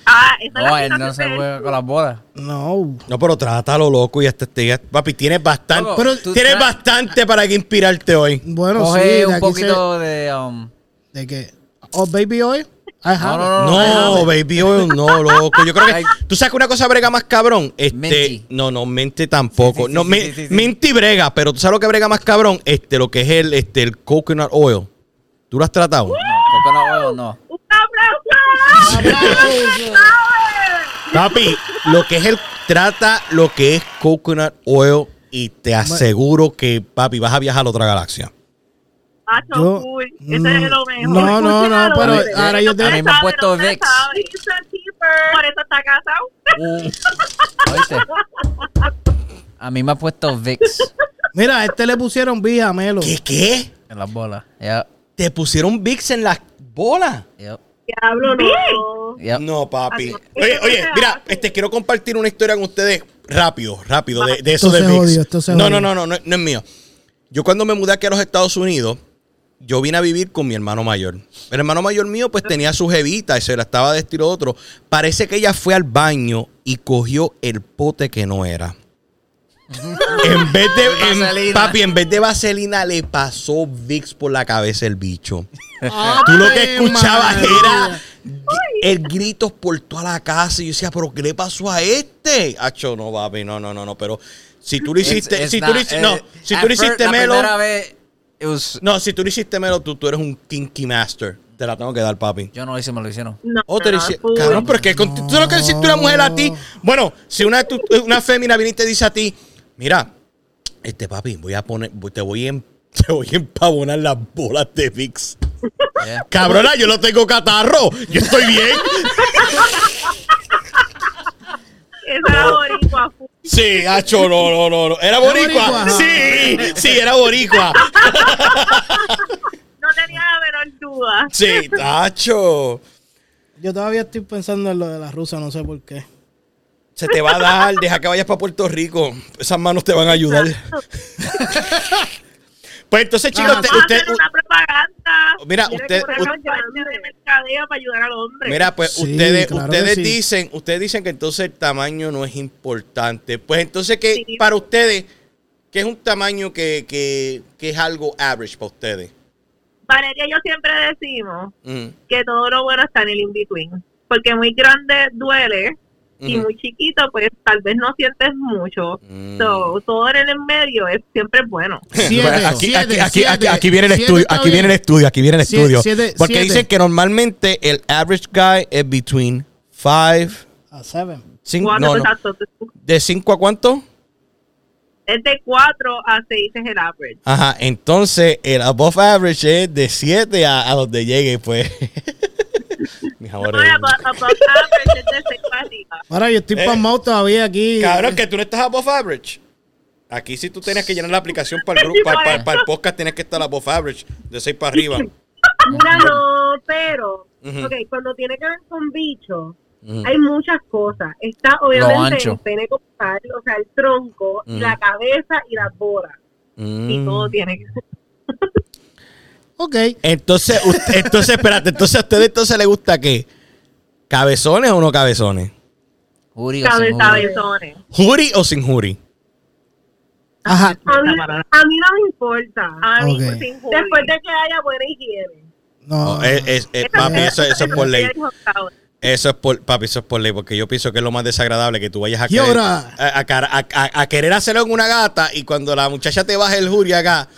[SPEAKER 2] Ah, esa es
[SPEAKER 4] No,
[SPEAKER 2] la
[SPEAKER 4] Oh, él
[SPEAKER 2] cosa
[SPEAKER 4] no
[SPEAKER 2] que
[SPEAKER 4] se
[SPEAKER 2] ustedes-
[SPEAKER 4] juega con las bolas.
[SPEAKER 3] No.
[SPEAKER 1] No, pero trátalo, loco, y hasta te Papi, tienes bastante.
[SPEAKER 4] Loco,
[SPEAKER 1] pero
[SPEAKER 4] tú
[SPEAKER 1] tienes
[SPEAKER 4] tra-
[SPEAKER 1] bastante para que inspirarte hoy.
[SPEAKER 3] Bueno,
[SPEAKER 4] Coge
[SPEAKER 3] sí, de
[SPEAKER 4] un
[SPEAKER 3] aquí se-
[SPEAKER 4] poquito de... um,
[SPEAKER 3] ¿De qué? ¿Oh, baby hoy? I have
[SPEAKER 4] no,
[SPEAKER 3] it.
[SPEAKER 4] no,
[SPEAKER 1] No, baby oil, no, loco. Yo creo que.
[SPEAKER 4] Ay.
[SPEAKER 1] ¿Tú sabes que una cosa brega más cabrón? Este,
[SPEAKER 4] Menti.
[SPEAKER 1] No, no, mente tampoco.
[SPEAKER 4] Sí, sí,
[SPEAKER 1] no,
[SPEAKER 4] sí,
[SPEAKER 1] me-
[SPEAKER 4] sí, sí, sí.
[SPEAKER 1] Menti brega, pero tú sabes lo que brega más cabrón, este, lo que es el, este, el coconut oil. ¿Tú lo has tratado?
[SPEAKER 4] Coconut oil, no.
[SPEAKER 2] ¡Un aplauso!
[SPEAKER 1] Papi, lo que es el. Trata lo que es coconut oil y te aseguro que, papi, vas a viajar a otra galaxia.
[SPEAKER 2] Hacho,
[SPEAKER 3] Yo-
[SPEAKER 2] uy, ese es lo mejor.
[SPEAKER 3] No, no, no,
[SPEAKER 2] Escúchalo,
[SPEAKER 3] pero
[SPEAKER 2] ustedes
[SPEAKER 3] ahora yo
[SPEAKER 2] no
[SPEAKER 3] tengo-
[SPEAKER 2] saben,
[SPEAKER 4] A mí me han puesto
[SPEAKER 2] ustedes
[SPEAKER 4] Vicks.
[SPEAKER 2] saben. He's a keeper. Por eso está casado.
[SPEAKER 4] Uh, ¿Oíste? A mí me ha puesto VIX
[SPEAKER 3] Mira, a este le pusieron vija, Melo.
[SPEAKER 1] ¿Qué, qué?
[SPEAKER 4] en las bolas. Ya,
[SPEAKER 1] ¿Te pusieron VIX en las bolas?
[SPEAKER 4] ya,
[SPEAKER 6] Diablo, no.
[SPEAKER 4] ya.
[SPEAKER 1] No, papi.
[SPEAKER 2] Así.
[SPEAKER 1] Oye,
[SPEAKER 2] Ah, Eso
[SPEAKER 1] oye,
[SPEAKER 2] se
[SPEAKER 1] mira,
[SPEAKER 2] hace.
[SPEAKER 1] este, quiero compartir una historia con ustedes rápido, rápido, de, de eso
[SPEAKER 3] Esto
[SPEAKER 1] de
[SPEAKER 3] se
[SPEAKER 1] VIX.
[SPEAKER 3] jodió, esto se
[SPEAKER 1] no, no,
[SPEAKER 3] jodió.
[SPEAKER 1] no, no, no, no es mío. Yo cuando me mudé aquí a los Estados Unidos, yo vine a vivir con mi hermano mayor. El hermano mayor mío pues tenía su jevita y se la estaba de este y lo otro. Parece que ella fue al baño y cogió el pote que no era. en vez de en-
[SPEAKER 4] Vaselina.
[SPEAKER 1] papi, en vez de vaselina le pasó Vicks por la cabeza el bicho. Tú lo que escuchabas era el grito por toda la casa. Y yo decía, ¿pero qué le pasó a este? Acho, no, papi, no, no, no, no. Pero si tú lo hiciste,
[SPEAKER 4] It's- it's
[SPEAKER 1] si tú
[SPEAKER 4] not-
[SPEAKER 1] lo hiciste, no,
[SPEAKER 4] eh,
[SPEAKER 1] si
[SPEAKER 4] at
[SPEAKER 1] tú lo
[SPEAKER 4] first,
[SPEAKER 1] hiciste
[SPEAKER 4] la
[SPEAKER 1] melo,
[SPEAKER 4] primera vez, it was-
[SPEAKER 1] no, si tú lo hiciste melo, tú, tú eres un kinky master. Te la tengo que dar, papi.
[SPEAKER 4] yo no lo hice, me lo hicieron.
[SPEAKER 6] No,
[SPEAKER 1] O Oh, te lo
[SPEAKER 6] no,
[SPEAKER 1] hici-
[SPEAKER 6] full.
[SPEAKER 1] Cabrón, pero es que con- tú lo que hiciste una mujer a ti. Bueno, si una, tu- una fémina viene y te dice a ti, mira, este papi, voy a poner, te voy en, te voy a empavonar las bolas de VIX.
[SPEAKER 4] Yeah.
[SPEAKER 1] Cabrona, yo no tengo catarro. Yo estoy bien. Oh.
[SPEAKER 2] Esa era boricua. full.
[SPEAKER 1] Sí, hacho, no, no, no, no. Era boricua.
[SPEAKER 3] boricua?
[SPEAKER 1] Sí, sí, era boricua.
[SPEAKER 2] No tenía la menor duda.
[SPEAKER 1] Sí, hacho.
[SPEAKER 3] Yo todavía estoy pensando en lo de la rusa, no sé por qué.
[SPEAKER 1] Se te va a dar, deja que vayas para Puerto Rico. Esas manos te van a ayudar. Pues entonces, chicos,
[SPEAKER 3] Ajá. Ah,
[SPEAKER 1] te-
[SPEAKER 2] Vamos a
[SPEAKER 1] usted,
[SPEAKER 2] hacer una propaganda.
[SPEAKER 1] Mira,
[SPEAKER 2] Tiene
[SPEAKER 1] usted-
[SPEAKER 2] que poner una
[SPEAKER 1] usted-
[SPEAKER 2] campaña de mercadeo para ayudar al hombre.
[SPEAKER 1] Mira, pues
[SPEAKER 3] Sí,
[SPEAKER 1] ustedes,
[SPEAKER 3] claro que
[SPEAKER 1] ustedes
[SPEAKER 3] sí.
[SPEAKER 1] dicen, ustedes dicen que entonces el tamaño no es importante. Pues entonces que
[SPEAKER 2] Sí.
[SPEAKER 1] para ustedes, ¿qué es un tamaño que, que, que es algo average para ustedes?
[SPEAKER 2] Valeria y yo siempre decimos
[SPEAKER 1] Mm,
[SPEAKER 2] que todo lo bueno está en el in-between. Porque muy grande duele y
[SPEAKER 1] ujú.
[SPEAKER 2] muy chiquito, pues tal vez no sientes mucho.
[SPEAKER 1] Mm.
[SPEAKER 2] So, todo en el medio es siempre es bueno.
[SPEAKER 3] Siete,
[SPEAKER 1] aquí,
[SPEAKER 3] siete,
[SPEAKER 1] aquí, aquí,
[SPEAKER 3] siete,
[SPEAKER 1] aquí, aquí viene el
[SPEAKER 3] siete
[SPEAKER 1] estudio,
[SPEAKER 3] está
[SPEAKER 1] aquí
[SPEAKER 3] bien.
[SPEAKER 1] viene el estudio, aquí viene el
[SPEAKER 3] Siete,
[SPEAKER 1] estudio.
[SPEAKER 3] siete,
[SPEAKER 1] Porque
[SPEAKER 3] siete.
[SPEAKER 1] dicen que normalmente el average guy es between 5,
[SPEAKER 3] A seven.
[SPEAKER 1] 5,
[SPEAKER 2] Cuatro,
[SPEAKER 1] no, no.
[SPEAKER 2] exacto.
[SPEAKER 1] ¿De 5 a cuánto?
[SPEAKER 2] Es de 4 a 6 es el average.
[SPEAKER 1] Ajá, entonces el above average es de 7 a, a donde llegue, pues. Mis
[SPEAKER 2] No,
[SPEAKER 1] amores.
[SPEAKER 2] el abo- pues, above average es de 6 para arriba.
[SPEAKER 3] Ahora yo estoy palmado todavía aquí.
[SPEAKER 1] Eh, Cabrón, que tú no estás above average. Aquí si tú tenías que llenar la aplicación para el, grupo, para, para- para el podcast, tienes que estar above average, de 6 para arriba.
[SPEAKER 6] Mira, no, pero,
[SPEAKER 1] Ujú.
[SPEAKER 6] ok, cuando tiene que ver con bicho,
[SPEAKER 1] Ujú.
[SPEAKER 6] hay muchas cosas. Está obviamente
[SPEAKER 4] ancho.
[SPEAKER 6] el pene como tal, o sea, el tronco, y
[SPEAKER 1] Ujú.
[SPEAKER 6] la cabeza y las bolas.
[SPEAKER 2] Y
[SPEAKER 1] Mm.
[SPEAKER 2] todo tiene que ser.
[SPEAKER 3] Ok.
[SPEAKER 1] Entonces, usted- entonces, espérate, entonces a ustedes entonces les gusta qué? ¿Cabezones o no cabezones?
[SPEAKER 4] Jury o sin
[SPEAKER 2] Cabe-
[SPEAKER 4] jury.
[SPEAKER 2] Cabezones.
[SPEAKER 1] ¿Juri o sin juri?
[SPEAKER 3] Ajá.
[SPEAKER 6] A mí, a mí no me importa.
[SPEAKER 2] A mí, pues,
[SPEAKER 3] Ok.
[SPEAKER 2] sin jury.
[SPEAKER 6] Después de que haya buena higiene.
[SPEAKER 3] No.
[SPEAKER 1] No, Oh, es, es- es- papi, eso, eso es por ley. Eso es por, papi, eso es por ley, porque yo pienso que es lo más desagradable que tú vayas a
[SPEAKER 3] ¿Y ahora?
[SPEAKER 1] a, a cara- a- a- a querer hacerlo en una gata y cuando la muchacha te baja el juri acá.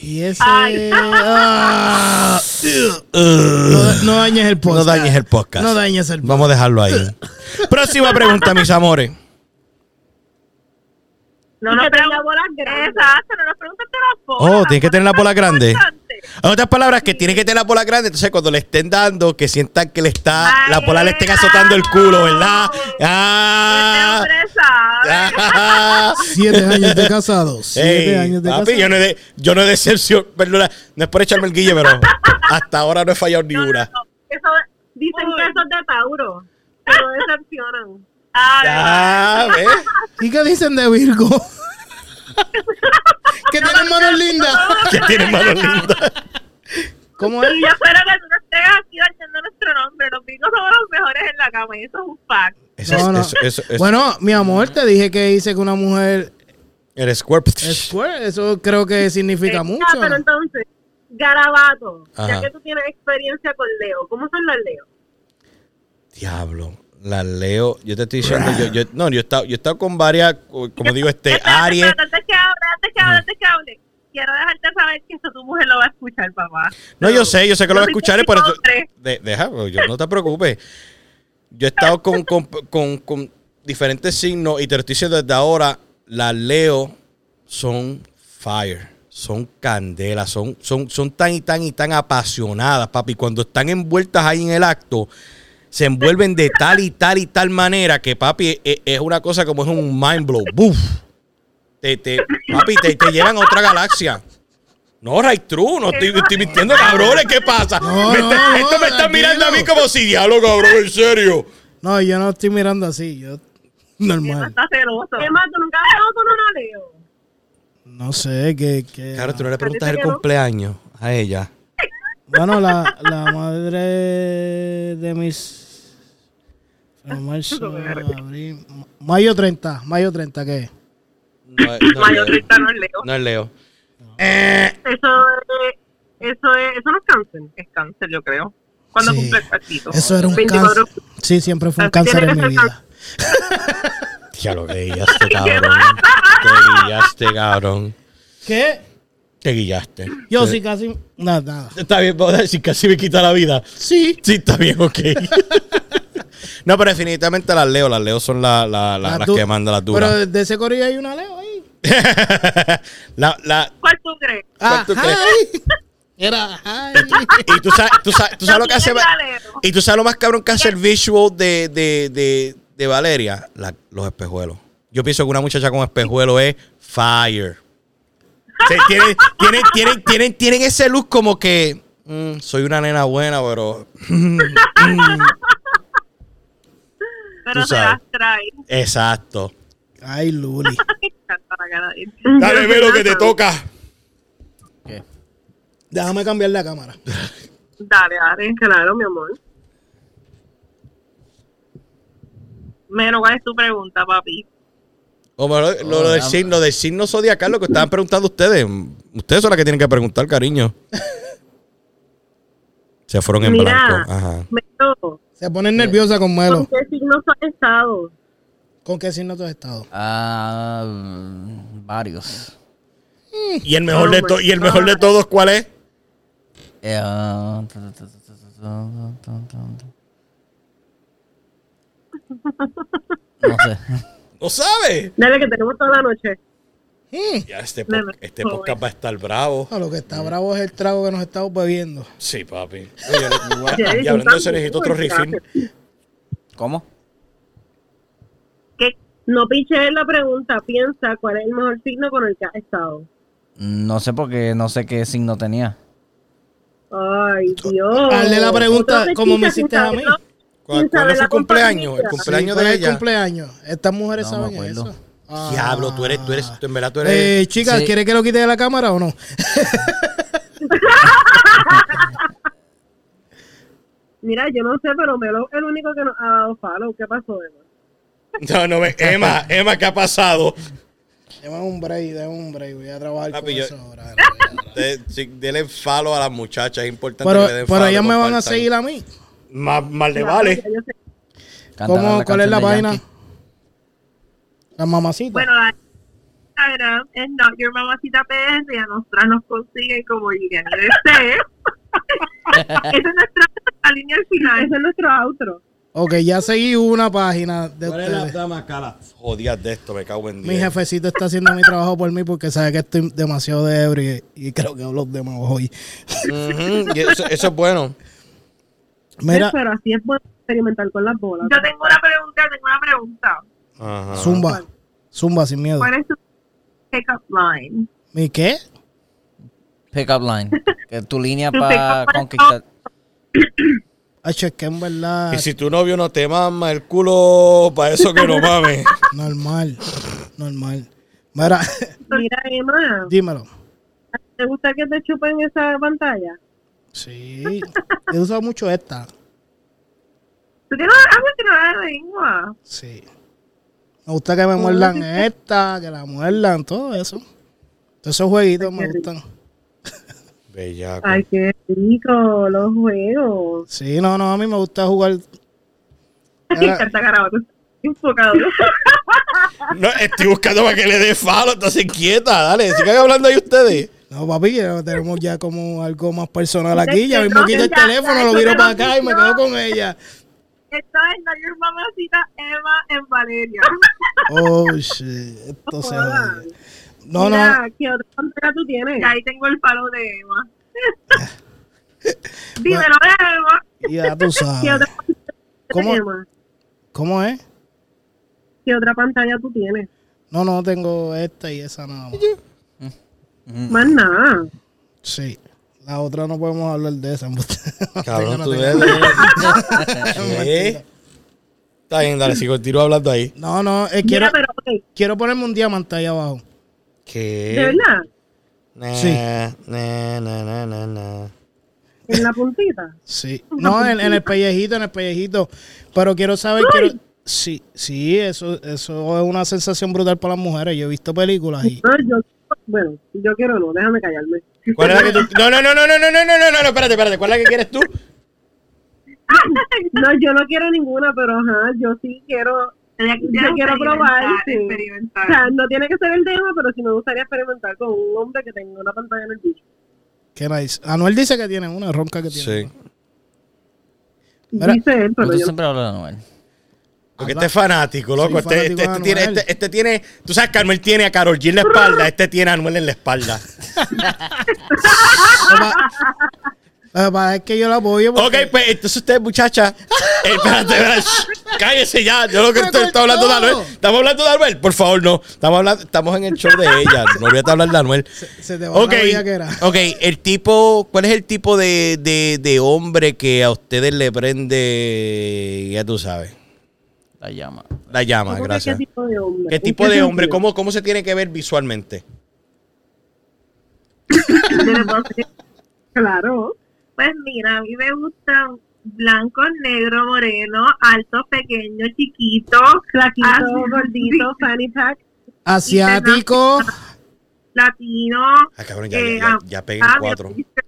[SPEAKER 3] Y ese.
[SPEAKER 2] Ay.
[SPEAKER 3] Ah.
[SPEAKER 1] "Ugh".
[SPEAKER 3] no, no dañes el podcast.
[SPEAKER 1] No dañes el podcast.
[SPEAKER 3] No dañes el podcast.
[SPEAKER 1] Vamos a dejarlo ahí. Próxima pregunta, mis amores.
[SPEAKER 2] No
[SPEAKER 6] Y
[SPEAKER 2] nos
[SPEAKER 6] que tenga
[SPEAKER 2] pregun-
[SPEAKER 6] bolas grandes.
[SPEAKER 2] Exacto, no nos preguntaste las bolas.
[SPEAKER 1] Oh, tiene que tener las bolas grandes.
[SPEAKER 2] Importante.
[SPEAKER 1] En otras palabras, que tiene que tener la bola grande, entonces cuando le estén dando, que sientan que le está,
[SPEAKER 2] Ay,
[SPEAKER 1] la bola le estén azotando el culo, ¿verdad?
[SPEAKER 2] Este
[SPEAKER 1] Ah,
[SPEAKER 2] hombre sabe.
[SPEAKER 1] ah.
[SPEAKER 3] Siete años de casado. Siete
[SPEAKER 1] Ey,
[SPEAKER 3] años de
[SPEAKER 1] papi,
[SPEAKER 3] casado.
[SPEAKER 1] yo no, he de, yo no he decepción, perdona, no es por echarme el guille, pero hasta ahora no he fallado ni
[SPEAKER 2] No, no,
[SPEAKER 1] una.
[SPEAKER 2] no.
[SPEAKER 6] Eso, dicen
[SPEAKER 2] Uy.
[SPEAKER 6] que eso es de Tauro, pero decepcionan.
[SPEAKER 2] Ay,
[SPEAKER 1] Ah, ¿ves?
[SPEAKER 3] ¿Y qué dicen de Virgo? que tienen manos lindas.
[SPEAKER 1] Que tiene manos lindas.
[SPEAKER 3] ¿Cómo es?
[SPEAKER 2] Y yo espero que tú no estés aquí dañando nuestro nombre. Los picos somos los mejores en la cama. y Eso es un fact.
[SPEAKER 1] Eso es-
[SPEAKER 3] No, no.
[SPEAKER 1] eso- eso- eso-
[SPEAKER 3] Bueno, mi amor, te dije que hice que una mujer
[SPEAKER 1] el squirt.
[SPEAKER 3] es fuerte. Eso creo que significa
[SPEAKER 6] Ah,
[SPEAKER 3] mucho.
[SPEAKER 6] pero entonces, Garabato,
[SPEAKER 1] Ajá.
[SPEAKER 6] ya que tú tienes experiencia con Leo, ¿cómo son los Leo?
[SPEAKER 1] Diablo. Las leo. Yo te estoy diciendo. yo, yo- no, yo he, estado, yo he estado con varias. Como digo, este.
[SPEAKER 6] Espérate,
[SPEAKER 1] Aries.
[SPEAKER 6] espérate, antes que hable, antes que hable, antes que hable. Quiero dejarte saber que eso tu mujer lo va a escuchar, papá.
[SPEAKER 1] No, yo sé, yo sé que lo va a
[SPEAKER 6] Yo soy
[SPEAKER 1] escuchar. y Por eso,
[SPEAKER 6] hombre.
[SPEAKER 1] de- deja, pues, yo, no te preocupes. Yo he estado con, con- con- con diferentes signos y te lo estoy diciendo desde ahora. Las Leo son fire, son candela, son, son, son tan y tan y tan apasionadas, papi. Cuando están envueltas ahí en el acto, se envuelven de tal y tal y tal manera que, papi, es, es una cosa como es un mind blow. ¡Buf! Te, te- papi, te, te llevan a otra galaxia. No, right true, no estoy, estoy mintiendo, cabrones, ¿qué pasa?
[SPEAKER 3] No,
[SPEAKER 1] Me
[SPEAKER 3] no,
[SPEAKER 1] está-
[SPEAKER 3] no,
[SPEAKER 1] esto me está
[SPEAKER 3] tranquilo.
[SPEAKER 1] mirando a mí como si diablo, cabrón, en serio.
[SPEAKER 3] No, yo no estoy mirando así, yo normal.
[SPEAKER 2] Está celoso.
[SPEAKER 6] Es más, tú nunca has hablado con una Leo.
[SPEAKER 3] No sé, que, que-
[SPEAKER 1] Claro, tú no le preguntas
[SPEAKER 6] ¿A ti
[SPEAKER 1] el
[SPEAKER 6] te quedó?
[SPEAKER 1] cumpleaños a ella.
[SPEAKER 3] Bueno, la, la madre de mis... Pero marzo, abril, ma- mayo 30, mayo 30, ¿qué es?
[SPEAKER 1] No, es- no es
[SPEAKER 2] Mayor
[SPEAKER 1] Leo.
[SPEAKER 2] Rita no es Leo.
[SPEAKER 1] No es Leo.
[SPEAKER 6] Eso es,
[SPEAKER 2] Eso es, eso no es cáncer. Es cáncer, yo creo. Cuando
[SPEAKER 3] Sí.
[SPEAKER 2] cumple el partido.
[SPEAKER 3] Eso era un
[SPEAKER 2] 24
[SPEAKER 3] cáncer. Sí, siempre fue un
[SPEAKER 2] Así
[SPEAKER 3] cáncer
[SPEAKER 2] tiene
[SPEAKER 3] en
[SPEAKER 2] que
[SPEAKER 3] mi
[SPEAKER 2] ser
[SPEAKER 3] vida.
[SPEAKER 1] Ya lo que guillaste, cabrón. Te guillaste, cabrón.
[SPEAKER 3] ¿Qué?
[SPEAKER 1] Te guillaste.
[SPEAKER 3] Yo sí casi... Nada, nada.
[SPEAKER 1] Está bien, ¿verdad? si casi me quita la vida.
[SPEAKER 3] Sí.
[SPEAKER 1] Sí, está bien, ok. no, pero definitivamente las leo. Las leo son la- la- la-
[SPEAKER 3] Las
[SPEAKER 1] las
[SPEAKER 3] du-
[SPEAKER 1] que mandan las duras.
[SPEAKER 3] Pero de ese corillo hay una Leo ahí.
[SPEAKER 1] la, la,
[SPEAKER 2] ¿Cuál tú crees?
[SPEAKER 1] ¿Cuál tú crees?
[SPEAKER 3] Ajay. Era ay.
[SPEAKER 1] y tú sabes, tú sabes, tú sabes lo que hace.
[SPEAKER 2] ¿Quién es la Leo?
[SPEAKER 1] Y tú sabes lo más cabrón que hace el visual de, de, de, de Valeria, La- los espejuelos. Yo pienso que una muchacha con espejuelo es fire. Se- tienen, tienen, tienen, tienen, tienen ese luz como que mm, soy una nena buena, pero
[SPEAKER 2] Pero
[SPEAKER 1] Tú
[SPEAKER 2] se
[SPEAKER 1] sabes.
[SPEAKER 2] las trae.
[SPEAKER 1] exacto.
[SPEAKER 3] Ay, Luli.
[SPEAKER 2] Me encanta la cara de él.
[SPEAKER 1] Dale, ve lo que te toca.
[SPEAKER 4] ¿Qué?
[SPEAKER 3] Déjame cambiar la cámara.
[SPEAKER 2] Dale, dale.
[SPEAKER 6] claro, mi amor.
[SPEAKER 2] Menos, ¿cuál es tu pregunta, papi?
[SPEAKER 1] O bueno,
[SPEAKER 6] Oh,
[SPEAKER 1] lo, lo del signo, del signo zodiacal, lo que estaban preguntando ustedes. Ustedes son las que tienen que preguntar, cariño. Se fueron en
[SPEAKER 6] Mira,
[SPEAKER 1] blanco. Ajá.
[SPEAKER 6] Melo,
[SPEAKER 3] Se pone nerviosa con
[SPEAKER 6] ¿con
[SPEAKER 3] Melo.
[SPEAKER 6] qué signos has estado?
[SPEAKER 3] ¿Con qué signo tú has estado?
[SPEAKER 4] Ah, mm, varios.
[SPEAKER 1] Y el mejor de to- y el mejor de todos, ¿cuál es?
[SPEAKER 4] Eh, ah, tu, tu, tu, tu, tu, tu, tu, tu, tu. No sé.
[SPEAKER 1] ¿No sabe?
[SPEAKER 6] Dale, que tenemos toda la noche.
[SPEAKER 3] Mm.
[SPEAKER 1] Ya, este,
[SPEAKER 2] No,
[SPEAKER 1] po-
[SPEAKER 2] no,
[SPEAKER 1] este
[SPEAKER 2] joven.
[SPEAKER 1] podcast va a estar bravo.
[SPEAKER 3] No, lo que está bravo es el trago que nos estamos bebiendo.
[SPEAKER 1] Sí, papi. No, yo no- ya,
[SPEAKER 6] Ya, es
[SPEAKER 1] ya
[SPEAKER 6] un
[SPEAKER 1] hablando de eso,
[SPEAKER 6] cambio.
[SPEAKER 1] necesito otro refill.
[SPEAKER 4] ¿Cómo?
[SPEAKER 2] ¿Qué?
[SPEAKER 6] No pinches la pregunta, piensa cuál es el mejor signo con el que has estado.
[SPEAKER 4] No sé porque no sé qué signo tenía.
[SPEAKER 6] Ay, Dios.
[SPEAKER 3] Hazle la pregunta
[SPEAKER 6] Entonces,
[SPEAKER 3] como me
[SPEAKER 6] chica,
[SPEAKER 3] hiciste a
[SPEAKER 6] sin
[SPEAKER 3] mí.
[SPEAKER 6] saberlo,
[SPEAKER 1] ¿Cuál,
[SPEAKER 6] sin
[SPEAKER 1] cuál
[SPEAKER 6] saber
[SPEAKER 1] es
[SPEAKER 6] la
[SPEAKER 1] su cumpleaños? El
[SPEAKER 6] compartida.
[SPEAKER 1] cumpleaños
[SPEAKER 3] Sí,
[SPEAKER 1] de
[SPEAKER 3] ¿cuál es el
[SPEAKER 1] ella.
[SPEAKER 3] cumpleaños. Estas mujeres
[SPEAKER 4] No,
[SPEAKER 3] saben
[SPEAKER 4] me acuerdo.
[SPEAKER 3] eso. Ah.
[SPEAKER 1] Diablo, tú eres, tú eres,
[SPEAKER 6] Ah.
[SPEAKER 1] tú en verdad tú eres.
[SPEAKER 3] Eh, chicas,
[SPEAKER 4] Sí.
[SPEAKER 3] ¿quiere que lo quite de la cámara o no?
[SPEAKER 6] Mira, yo no sé, pero Melo es el único que nos ha dado follow. ¿Qué pasó, Emma?
[SPEAKER 1] No, no, ve- Emma, Emma, ¿qué ha pasado?
[SPEAKER 3] Dame un break, dame un break. Voy a trabajar
[SPEAKER 1] Papi,
[SPEAKER 3] con
[SPEAKER 1] yo-
[SPEAKER 3] eso ahora.
[SPEAKER 1] De- Eh, sí, Dele follow a las muchachas, es importante
[SPEAKER 3] Pero,
[SPEAKER 1] que le den
[SPEAKER 3] pero
[SPEAKER 1] follow,
[SPEAKER 3] ellas me van a
[SPEAKER 1] compartan.
[SPEAKER 3] seguir a mí.
[SPEAKER 1] Más, más le
[SPEAKER 6] Claro,
[SPEAKER 1] vale.
[SPEAKER 6] ya yo sé.
[SPEAKER 4] Cantarán
[SPEAKER 3] ¿Cómo, ¿Cuál es
[SPEAKER 4] canción
[SPEAKER 3] la
[SPEAKER 4] de
[SPEAKER 3] página?
[SPEAKER 4] Yankee.
[SPEAKER 3] Las mamacitas.
[SPEAKER 2] Bueno, la Instagram es Not Your Mamacita PR y a nosotras nos consiguen como Liliana DC. Esa es nuestra la línea al final.
[SPEAKER 6] Ese es nuestro outro.
[SPEAKER 3] Ok, ya seguí una página de
[SPEAKER 1] ¿Cuál es la
[SPEAKER 3] ustedes.
[SPEAKER 1] dama cara? Jodías de esto, me cago en
[SPEAKER 3] Mi
[SPEAKER 1] diez.
[SPEAKER 3] jefecito está haciendo mi trabajo por mí porque sabe que estoy demasiado de ebrio y, y creo que hablo de más hoy.
[SPEAKER 1] Ujú, y eso, eso es bueno.
[SPEAKER 3] Mira,
[SPEAKER 6] Pero así es bueno experimentar con las bolas.
[SPEAKER 2] Yo tengo una pregunta, tengo una pregunta.
[SPEAKER 1] Ajá.
[SPEAKER 3] zumba. Zumba sin miedo.
[SPEAKER 2] ¿Cuál es tu pick-up line?
[SPEAKER 3] ¿Mi qué?
[SPEAKER 4] Pick up line. Que tu línea
[SPEAKER 2] Tu
[SPEAKER 4] para
[SPEAKER 2] pick-up line.
[SPEAKER 4] conquistar.
[SPEAKER 3] Ah, es que en verdad
[SPEAKER 1] Y si tu novio no te mama el culo, para eso que no mames.
[SPEAKER 3] normal. Normal. Mira,
[SPEAKER 6] Mira, Emma,
[SPEAKER 3] dímelo.
[SPEAKER 6] ¿te gusta que te chupen esa pantalla?
[SPEAKER 3] Sí. He usado mucho esta.
[SPEAKER 2] ¿Tú tienes algo que no da la lengua?
[SPEAKER 3] Sí. Me gusta que me muerdan esta, que la muerdan, todo eso. Todos esos jueguitos me gustan.
[SPEAKER 1] Bellaco.
[SPEAKER 6] Ay, qué rico, los juegos.
[SPEAKER 3] Sí, no, no, a mí me gusta jugar.
[SPEAKER 2] Me encanta garabato. Estoy enfocado.
[SPEAKER 1] No, estoy buscando para que le dé falo, entonces quieta, dale, sigan hablando ahí ustedes.
[SPEAKER 3] No, papi, ya tenemos ya como algo más personal aquí. Ya mismo quito el teléfono, lo viro para acá y me quedo con ella.
[SPEAKER 2] Esta es la your mamacita Emma en Valeria.
[SPEAKER 3] Oh, shit. Esto se jodió. No, no.
[SPEAKER 6] Mira, ¿Qué otra tontera tú tienes?
[SPEAKER 2] Y ahí tengo el palo de Emma. Dímelo, Emma.
[SPEAKER 3] Ya tú
[SPEAKER 6] ¿Qué otra
[SPEAKER 3] sabes.
[SPEAKER 6] pantalla tú
[SPEAKER 3] ¿Cómo?
[SPEAKER 6] tienes, ma?
[SPEAKER 3] ¿Cómo es?
[SPEAKER 6] ¿Qué otra pantalla tú tienes?
[SPEAKER 3] No, no, tengo esta y esa nada más. Mm.
[SPEAKER 6] Más nada.
[SPEAKER 3] Sí. La otra no podemos hablar de esa. embuste. No tengo,
[SPEAKER 1] Cabrón,
[SPEAKER 3] no
[SPEAKER 1] tú
[SPEAKER 3] tengo.
[SPEAKER 1] ves. ¿Qué? Está bien, dale, sigo el tiro hablando ahí.
[SPEAKER 3] No, no, eh, quiero,
[SPEAKER 6] Mira, pero, ok,
[SPEAKER 3] quiero ponerme un diamante ahí abajo. Eh.
[SPEAKER 6] ¿de
[SPEAKER 1] ¿Qué?
[SPEAKER 6] verdad?
[SPEAKER 1] Na,
[SPEAKER 3] Sí.
[SPEAKER 1] na, na, na, na, na.
[SPEAKER 6] ¿En la puntita?
[SPEAKER 3] Sí. No, en, en el pellejito, en el pellejito. Pero quiero saber, quiero... Sí, sí, eso, eso es una sensación brutal para las mujeres. Yo he visto películas y...
[SPEAKER 6] No, yo, bueno, yo quiero no, déjame callarme.
[SPEAKER 1] ¿Cuál es la que tú.? No, no, no, no, no, no, no, no, no, no, espérate, espérate. ¿Cuál es la que quieres tú?
[SPEAKER 6] No, yo no quiero ninguna, pero ajá, yo sí quiero, yo quiero probar. sí. O
[SPEAKER 2] Experimentar.
[SPEAKER 6] sea, no tiene que ser el tema, pero sí me gustaría experimentar con un hombre que tenga una pantalla en el bicho.
[SPEAKER 3] Qué nice. Anuel dice que tiene una ronca que tiene.
[SPEAKER 1] Sí.
[SPEAKER 3] Mira.
[SPEAKER 6] Dice él, pero
[SPEAKER 4] Pero tú
[SPEAKER 6] yo
[SPEAKER 4] siempre hablas de Noel.
[SPEAKER 1] Porque este es fanático, loco.
[SPEAKER 3] Soy
[SPEAKER 1] este, este-
[SPEAKER 3] fanático de
[SPEAKER 1] este tiene,
[SPEAKER 3] Anuel.
[SPEAKER 1] este, este tiene. Tú sabes que Anuel tiene a Carol G en la espalda. Este tiene a Anuel en la espalda.
[SPEAKER 3] Lo que pasa es que yo la apoyo
[SPEAKER 1] Ok,
[SPEAKER 3] porque...
[SPEAKER 1] pues entonces usted, muchacha. eh, espérate, espérate, shh, cállese ya. Yo lo que
[SPEAKER 3] Me
[SPEAKER 1] estoy estoy hablando de Anuel.
[SPEAKER 3] cortó.
[SPEAKER 1] ¿Estamos hablando de Anuel? Por favor, no. Estamos, hablando, estamos en el show de ella. No voy a hablar de Anuel.
[SPEAKER 3] Se te va
[SPEAKER 1] Ok,
[SPEAKER 3] la vida que era.
[SPEAKER 1] ok, el tipo, ¿cuál es el tipo de, de, de hombre que a ustedes le prende, ya tú sabes,
[SPEAKER 4] La llama.
[SPEAKER 1] la llama,
[SPEAKER 6] ¿Cómo que
[SPEAKER 1] gracias?
[SPEAKER 6] ¿Qué tipo de hombre?
[SPEAKER 1] ¿Qué
[SPEAKER 6] ¿En
[SPEAKER 1] tipo de hombre?
[SPEAKER 6] sentido?
[SPEAKER 1] ¿Cómo, ¿Cómo se tiene que ver visualmente?
[SPEAKER 6] Claro.
[SPEAKER 2] Pues mira, a mí me gustan blancos, negro, moreno, altos, pequeños, chiquitos,
[SPEAKER 6] Flaquito,
[SPEAKER 2] Ah,
[SPEAKER 6] gordito, fanny pack.
[SPEAKER 3] Asiático.
[SPEAKER 2] latinos,
[SPEAKER 1] Ah, cabrón, ya,
[SPEAKER 6] eh,
[SPEAKER 1] ya, ya, ya peguen
[SPEAKER 6] ah,
[SPEAKER 1] cuatro. Ah.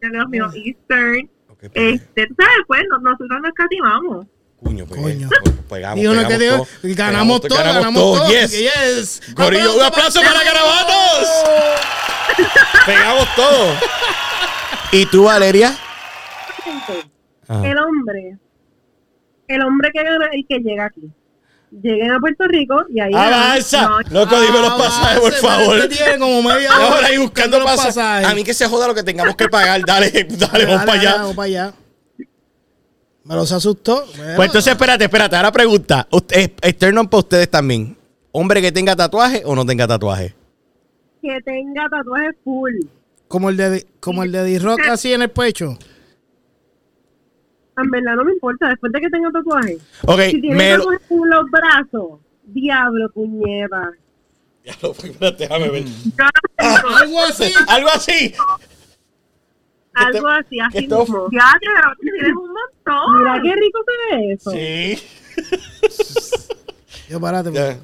[SPEAKER 2] Los mío, Eastern.
[SPEAKER 1] Ok, pues,
[SPEAKER 3] Mm.
[SPEAKER 2] Este, tú ¿sabes? Pues no- nosotros nos escatimamos.
[SPEAKER 1] Coño, pues,
[SPEAKER 3] Coño.
[SPEAKER 1] pues, pegamos,
[SPEAKER 3] Dijo lo que
[SPEAKER 1] pegamos
[SPEAKER 3] dijo.
[SPEAKER 1] todo,
[SPEAKER 3] Ganamos todo, ganamos todo.
[SPEAKER 1] Yes.
[SPEAKER 3] Yes.
[SPEAKER 1] Corillo, un aplauso para Garabatos. Pegamos todo. ¿Y tú, Valeria? Ah.
[SPEAKER 6] Gente,
[SPEAKER 1] Ajá.
[SPEAKER 6] El hombre, el hombre que gana, el que llega aquí. Lleguen a Puerto Rico y
[SPEAKER 1] Ah,
[SPEAKER 6] ahí...
[SPEAKER 1] Avanza.
[SPEAKER 6] No,
[SPEAKER 1] Loco, dime los pasajes, por
[SPEAKER 3] Avance, pero
[SPEAKER 1] favor.
[SPEAKER 3] este tiene como media hora.
[SPEAKER 1] Ahora ahí buscando
[SPEAKER 3] los
[SPEAKER 1] pasajes. A mí que se joda lo que tengamos que pagar. Dale, dale, vamos
[SPEAKER 3] Dale,
[SPEAKER 1] para
[SPEAKER 3] dale,
[SPEAKER 1] allá.
[SPEAKER 3] Vamos para allá. Me los asustó. Bueno,
[SPEAKER 1] Pues entonces, espérate, espérate. Ahora pregunta. Usted, es turn on para ustedes también. ¿Hombre que tenga tatuaje o no tenga tatuaje?
[SPEAKER 6] que tenga tatuajes full.
[SPEAKER 3] Como el de, como el de D-Rock así en el pecho.
[SPEAKER 6] En verdad no me importa, después de que tenga tatuajes.
[SPEAKER 1] Ok,
[SPEAKER 6] Si tiene
[SPEAKER 1] me lo...
[SPEAKER 6] tatuajes en los brazos, diablo, puñeta.
[SPEAKER 1] Ya lo fui, espérate, déjame ver.
[SPEAKER 2] Yo no tengo
[SPEAKER 1] ah,
[SPEAKER 3] Algo así.
[SPEAKER 1] Algo así.
[SPEAKER 2] algo así, así
[SPEAKER 1] esto-
[SPEAKER 2] mismo. Ya, pero tienes un montón.
[SPEAKER 6] Mira qué rico se ve eso.
[SPEAKER 1] Sí.
[SPEAKER 3] Yo, párate.
[SPEAKER 1] Ya.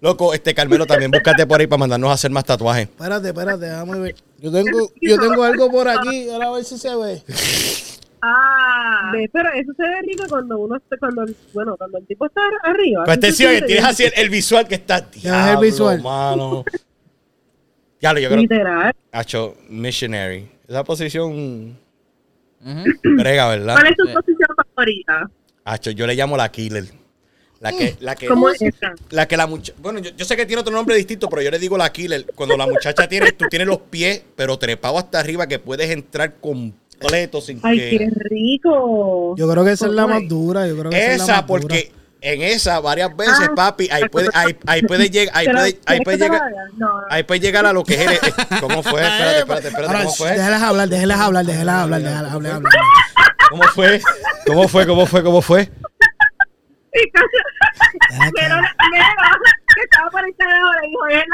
[SPEAKER 1] Loco, este Carmelo también búscate por ahí para mandarnos a hacer más tatuajes.
[SPEAKER 3] Espérate, espérate, déjame ver. Yo tengo, yo tengo algo por aquí, ahora a ver si se ve.
[SPEAKER 2] Ah,
[SPEAKER 6] Ve, Pero eso se ve rico cuando uno, está- cuando, el- bueno, cuando el tipo está arriba.
[SPEAKER 2] Ah,
[SPEAKER 1] Pues te
[SPEAKER 6] Eso se
[SPEAKER 1] sigo, que
[SPEAKER 6] ve
[SPEAKER 1] tienes así el, el visual que está.
[SPEAKER 3] Ya es el
[SPEAKER 1] Diablo,
[SPEAKER 3] visual.
[SPEAKER 1] mano. Ya lo yo creo.
[SPEAKER 6] Literal.
[SPEAKER 1] Hacho, missionary. Esa posición
[SPEAKER 4] Ujú.
[SPEAKER 1] brega, ¿verdad?
[SPEAKER 2] ¿cuál es tu posición favorita?
[SPEAKER 1] Hacho, yo le llamo la killer. La que, la que,
[SPEAKER 6] ¿Cómo es esa?
[SPEAKER 1] la que la muchacha. Bueno, yo, yo sé que tiene otro nombre distinto, pero yo le digo la killer. Cuando la muchacha tiene, tú tienes los pies, pero trepado hasta arriba, que puedes entrar completo sin
[SPEAKER 6] Ay,
[SPEAKER 1] que.
[SPEAKER 6] qué rico.
[SPEAKER 3] Yo creo que esa es la más dura. Yo creo que es la más
[SPEAKER 1] Esa,
[SPEAKER 3] dura.
[SPEAKER 1] porque en esa varias veces,
[SPEAKER 6] Ah.
[SPEAKER 1] papi, ahí puede, ahí, ahí puede llegar, ahí
[SPEAKER 6] Pero,
[SPEAKER 1] puede, ahí
[SPEAKER 6] ¿quieres
[SPEAKER 1] puede
[SPEAKER 6] que te
[SPEAKER 1] llegar.
[SPEAKER 6] lo haga? No, no.
[SPEAKER 1] Ahí puede llegar a lo que es el- eh, ¿Cómo fue? Espérate, espérate, espérate,
[SPEAKER 3] Ahora,
[SPEAKER 1] ¿cómo
[SPEAKER 3] shh,
[SPEAKER 1] fue?
[SPEAKER 3] déjalas hablar, déjalas hablar, déjalas hablar, déjalas hablar, hablar.
[SPEAKER 1] ¿Cómo fue? ¿Cómo fue? ¿Cómo fue? ¿Cómo fue?
[SPEAKER 2] Y casi,
[SPEAKER 3] Déjala que-
[SPEAKER 2] pero, pero, que estaba por esta hora, hijo, es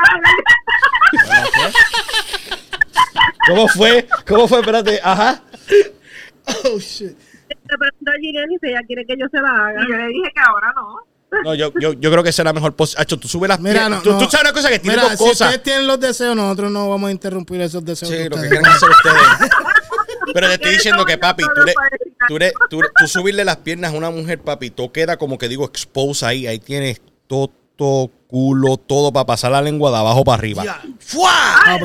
[SPEAKER 2] la
[SPEAKER 1] ¿Cómo fue? ¿Cómo fue? Espérate, ajá.
[SPEAKER 3] Oh, shit.
[SPEAKER 6] Le pregunto a Gillian y si ella quiere que yo se la haga.
[SPEAKER 2] Yo le dije que ahora no.
[SPEAKER 1] No, yo, yo, yo creo que será mejor. pos- Acho, tú subes las.
[SPEAKER 3] Mira, no,
[SPEAKER 1] tú,
[SPEAKER 3] no.
[SPEAKER 1] tú sabes una cosa que tiene
[SPEAKER 3] Mira,
[SPEAKER 1] dos
[SPEAKER 3] si
[SPEAKER 1] cosas.
[SPEAKER 3] ustedes tienen los deseos, nosotros no vamos a interrumpir esos deseos.
[SPEAKER 1] Sí,
[SPEAKER 3] de
[SPEAKER 1] lo que
[SPEAKER 3] ustedes.
[SPEAKER 1] quieren hacer ustedes. Pero te estoy diciendo que, papi, tú, le, tú, le- tú, tú subirle las piernas a una mujer, papi, todo queda como que digo, expose ahí. Ahí tienes todo, culo, todo para pasar la lengua de abajo para arriba.
[SPEAKER 3] Ya.
[SPEAKER 1] ¡Fua!
[SPEAKER 3] Papi,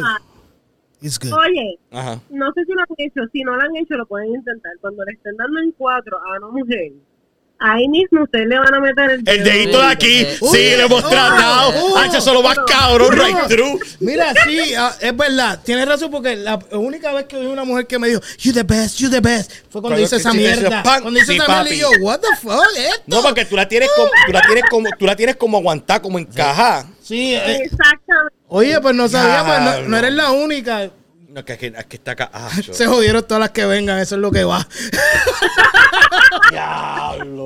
[SPEAKER 3] it's good.
[SPEAKER 6] Oye,
[SPEAKER 1] Ajá.
[SPEAKER 6] no sé si lo han hecho, si no lo han hecho lo pueden intentar. Cuando le estén dando en cuatro a una mujer, ahí mismo ustedes le van a meter el
[SPEAKER 1] El
[SPEAKER 6] dedo.
[SPEAKER 1] dedito de aquí, sí,
[SPEAKER 4] Uy,
[SPEAKER 1] lo hemos
[SPEAKER 3] uy,
[SPEAKER 1] tratado.
[SPEAKER 3] uy,
[SPEAKER 1] Hacho, eso lo más cabrón, right through.
[SPEAKER 3] Mira, sí, ah, es verdad. Tienes razón porque la única vez que vi una mujer que me dijo, you the best, you the best, fue cuando
[SPEAKER 1] Cuando
[SPEAKER 3] dice esa
[SPEAKER 1] sí, eso es
[SPEAKER 3] mierda.
[SPEAKER 1] pan.
[SPEAKER 3] Cuando dice
[SPEAKER 1] Sí,
[SPEAKER 3] esa mierda y yo,
[SPEAKER 1] papi.
[SPEAKER 3] what the fuck, eh?" esto.
[SPEAKER 1] No, porque tú la tienes como, tú la tienes como, tú la tienes como aguantada, como encajada.
[SPEAKER 3] Sí, eh,
[SPEAKER 6] Exactamente.
[SPEAKER 3] oye, pues no sabíamos, no,
[SPEAKER 1] Diablo.
[SPEAKER 3] no eres la única.
[SPEAKER 1] No, que, que, que está acá. Acho.
[SPEAKER 3] Se jodieron todas las que vengan, eso es lo que va.
[SPEAKER 1] Diablo.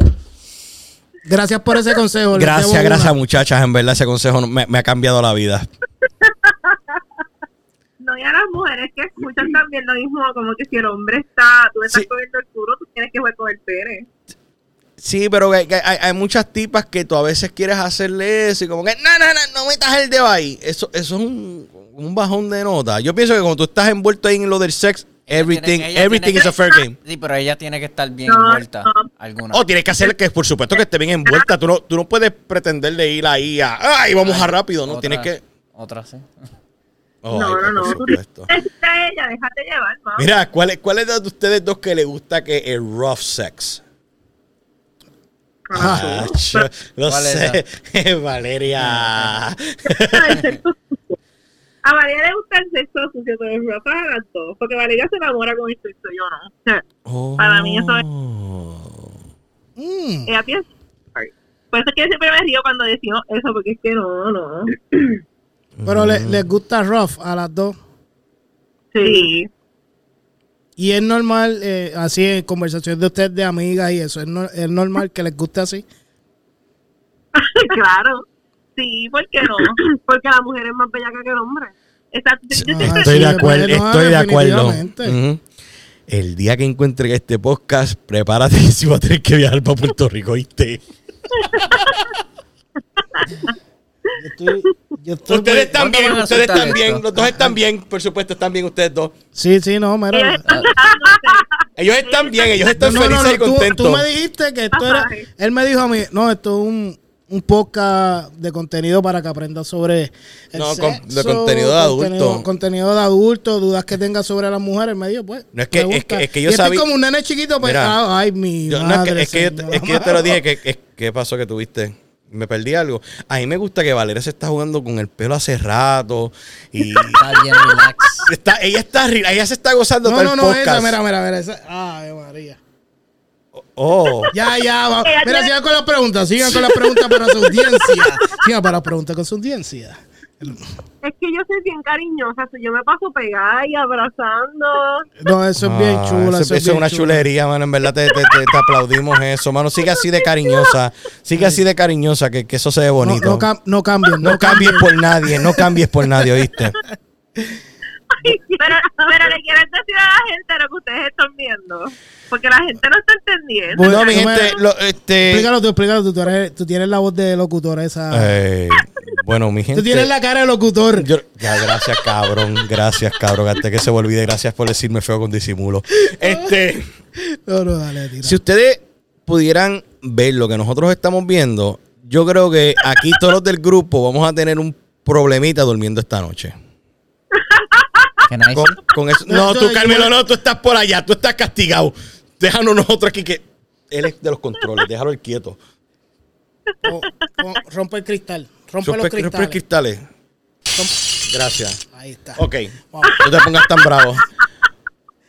[SPEAKER 3] Gracias por ese consejo. les debo
[SPEAKER 1] Gracias,
[SPEAKER 3] una.
[SPEAKER 1] gracias muchachas. En verdad ese consejo me, me ha cambiado la vida.
[SPEAKER 2] No, y a las mujeres que escuchan también lo mismo, como que si el hombre está, tú estás
[SPEAKER 1] Sí.
[SPEAKER 2] cogiendo el culo, tú tienes que jugar con el pene.
[SPEAKER 1] Sí, pero que- que hay, hay muchas tipas que tú a veces quieres hacerle eso y como que, no, no, no, no metas el dedo ahí. Eso, eso es un, un bajón de nota. Yo pienso que cuando tú estás envuelto ahí en lo del sex, everything,
[SPEAKER 4] Ella tiene-
[SPEAKER 1] everything is a fair game.
[SPEAKER 4] Sí, pero ella tiene que estar bien
[SPEAKER 2] No,
[SPEAKER 4] envuelta.
[SPEAKER 2] no.
[SPEAKER 4] Alguna.
[SPEAKER 1] Oh, tienes que hacer que, por supuesto, que esté bien envuelta. Tú no, tú no puedes pretender de ir ahí a, ay, vamos a rápido, ¿no?
[SPEAKER 4] Otra-
[SPEAKER 1] Tienes que...
[SPEAKER 4] Otra, sí.
[SPEAKER 1] Oh, ay,
[SPEAKER 2] no, no, no.
[SPEAKER 1] Por
[SPEAKER 2] Tú
[SPEAKER 1] supuesto.
[SPEAKER 2] necesitas a ella, déjate llevar, mamá.
[SPEAKER 1] Mira, ¿cuál es, ¿cuál es de ustedes dos que le gusta que el rough sex? Ah, cho- no
[SPEAKER 4] ¿Cuál
[SPEAKER 1] sé, Valeria.
[SPEAKER 2] A Valeria le gusta el sexo sucio, pero el ropa a las dos, porque Valeria se enamora con el sexo, yo no. Para mí eso es-
[SPEAKER 1] Oh.
[SPEAKER 3] Ah, Mm,
[SPEAKER 2] Ella piensa... Por eso es que yo siempre me río cuando decimos eso, porque es que no, no.
[SPEAKER 3] pero
[SPEAKER 1] Mm.
[SPEAKER 3] le- les gusta rough a las dos.
[SPEAKER 2] Sí.
[SPEAKER 3] Y es normal, eh, así en conversaciones de ustedes de amigas y eso, es, no- es normal que les guste así.
[SPEAKER 2] claro. Sí, ¿por qué no? Porque la mujer es más bellaca que el hombre. Exacto. Yo- yo
[SPEAKER 3] Ah,
[SPEAKER 2] siempre-
[SPEAKER 1] Estoy de
[SPEAKER 3] Sí,
[SPEAKER 1] acuerdo,
[SPEAKER 3] bueno,
[SPEAKER 1] estoy de acuerdo.
[SPEAKER 3] definitivamente.
[SPEAKER 1] Ujú. El día que encuentre este podcast, prepárate si vas a tener que viajar para Puerto Rico, ¿oíste?
[SPEAKER 3] Yo estoy-
[SPEAKER 1] Ustedes están
[SPEAKER 4] ¿Cuándo
[SPEAKER 1] bien,
[SPEAKER 4] van a
[SPEAKER 1] ustedes
[SPEAKER 4] soltar
[SPEAKER 1] están bien,
[SPEAKER 4] esto?
[SPEAKER 1] los dos están bien, por supuesto, están bien ustedes dos.
[SPEAKER 3] Sí, sí, no, mira.
[SPEAKER 1] Ellos están bien, ellos están
[SPEAKER 3] No, no,
[SPEAKER 1] felices
[SPEAKER 3] no,
[SPEAKER 1] y
[SPEAKER 3] tú- Tú,
[SPEAKER 1] contentos.
[SPEAKER 3] me dijiste que esto era.
[SPEAKER 2] Ay.
[SPEAKER 3] Él me dijo a mí, no, esto es un, un podcast de contenido para que aprendas sobre. El
[SPEAKER 1] No, con- de
[SPEAKER 3] sexo,
[SPEAKER 1] contenido de adulto.
[SPEAKER 3] Contenido, contenido de adulto, dudas que tengas sobre las mujeres. Me dijo, pues.
[SPEAKER 1] No, es que-
[SPEAKER 3] me gusta.
[SPEAKER 1] es que- es que yo
[SPEAKER 3] Y estoy
[SPEAKER 1] sabía-
[SPEAKER 3] como un nene chiquito, pues.
[SPEAKER 1] Mira,
[SPEAKER 3] ah, ay, mi.
[SPEAKER 1] Yo- no, es
[SPEAKER 3] madre,
[SPEAKER 1] que, es que yo,
[SPEAKER 3] señora.
[SPEAKER 1] es que yo te lo dije, que, que- ¿qué pasó que tuviste? Me perdí algo. A mí me gusta que Valeria se está jugando con el pelo hace rato y
[SPEAKER 4] Está bien relax.
[SPEAKER 1] está, ella está rela- ella se está gozando
[SPEAKER 3] No,
[SPEAKER 1] todo
[SPEAKER 3] no,
[SPEAKER 1] el
[SPEAKER 3] no,
[SPEAKER 1] podcast.
[SPEAKER 3] esa, mira, mira, mira. Esa. Ay, María.
[SPEAKER 1] Oh.
[SPEAKER 3] Ya, ya, va.
[SPEAKER 2] Ella
[SPEAKER 3] Mira,
[SPEAKER 2] tiene-
[SPEAKER 3] sigan con las preguntas, sigan con las preguntas para su audiencia. Sigan para las preguntas con su audiencia.
[SPEAKER 6] Es que yo soy bien cariñosa, so yo me paso pegada y abrazando.
[SPEAKER 3] No, eso es bien
[SPEAKER 1] Ah,
[SPEAKER 3] chulo.
[SPEAKER 1] Eso, eso es
[SPEAKER 3] bien
[SPEAKER 1] una
[SPEAKER 3] chulo.
[SPEAKER 1] chulería, mano. En verdad te, te- te- te aplaudimos eso, mano. Sigue así de cariñosa. Sigue así de cariñosa, que, que eso se ve
[SPEAKER 3] No,
[SPEAKER 1] bonito.
[SPEAKER 3] no,
[SPEAKER 1] No,
[SPEAKER 3] cam- no cambien, no, cambien.
[SPEAKER 1] cambies por nadie, no cambies por nadie, ¿oíste?
[SPEAKER 2] pero, pero le quiero decir a la gente lo que ustedes están viendo. Porque la gente no está entendiendo.
[SPEAKER 3] Bueno,
[SPEAKER 1] no, mi
[SPEAKER 3] no me-
[SPEAKER 1] gente, lo- este.
[SPEAKER 3] Explícalo tú, explícalo tú. Tú, eres- tú tienes la voz de locutor esa.
[SPEAKER 1] eh, bueno, mi gente.
[SPEAKER 3] tú tienes la cara de locutor.
[SPEAKER 1] yo- ya, gracias, cabrón. Gracias, cabrón. Antes que se me olvide, gracias por decirme feo con disimulo. Este.
[SPEAKER 3] No, no, dale, tira.
[SPEAKER 1] Si ustedes pudieran ver lo que nosotros estamos viendo, yo creo que aquí todos los del grupo vamos a tener un problemita durmiendo esta noche.
[SPEAKER 4] Qué nice.
[SPEAKER 1] Con, con eso. No, tú, Carmelo, no, tú estás por allá, tú estás castigado. Déjanos nosotros aquí que. Él es de los controles, déjalo él quieto.
[SPEAKER 3] O- o rompe el cristal. Rompe los
[SPEAKER 1] Rompe-
[SPEAKER 3] cristales.
[SPEAKER 1] rompe cristales. Gracias.
[SPEAKER 3] Ahí está.
[SPEAKER 1] Ok.
[SPEAKER 3] Wow.
[SPEAKER 1] No te pongas tan bravo.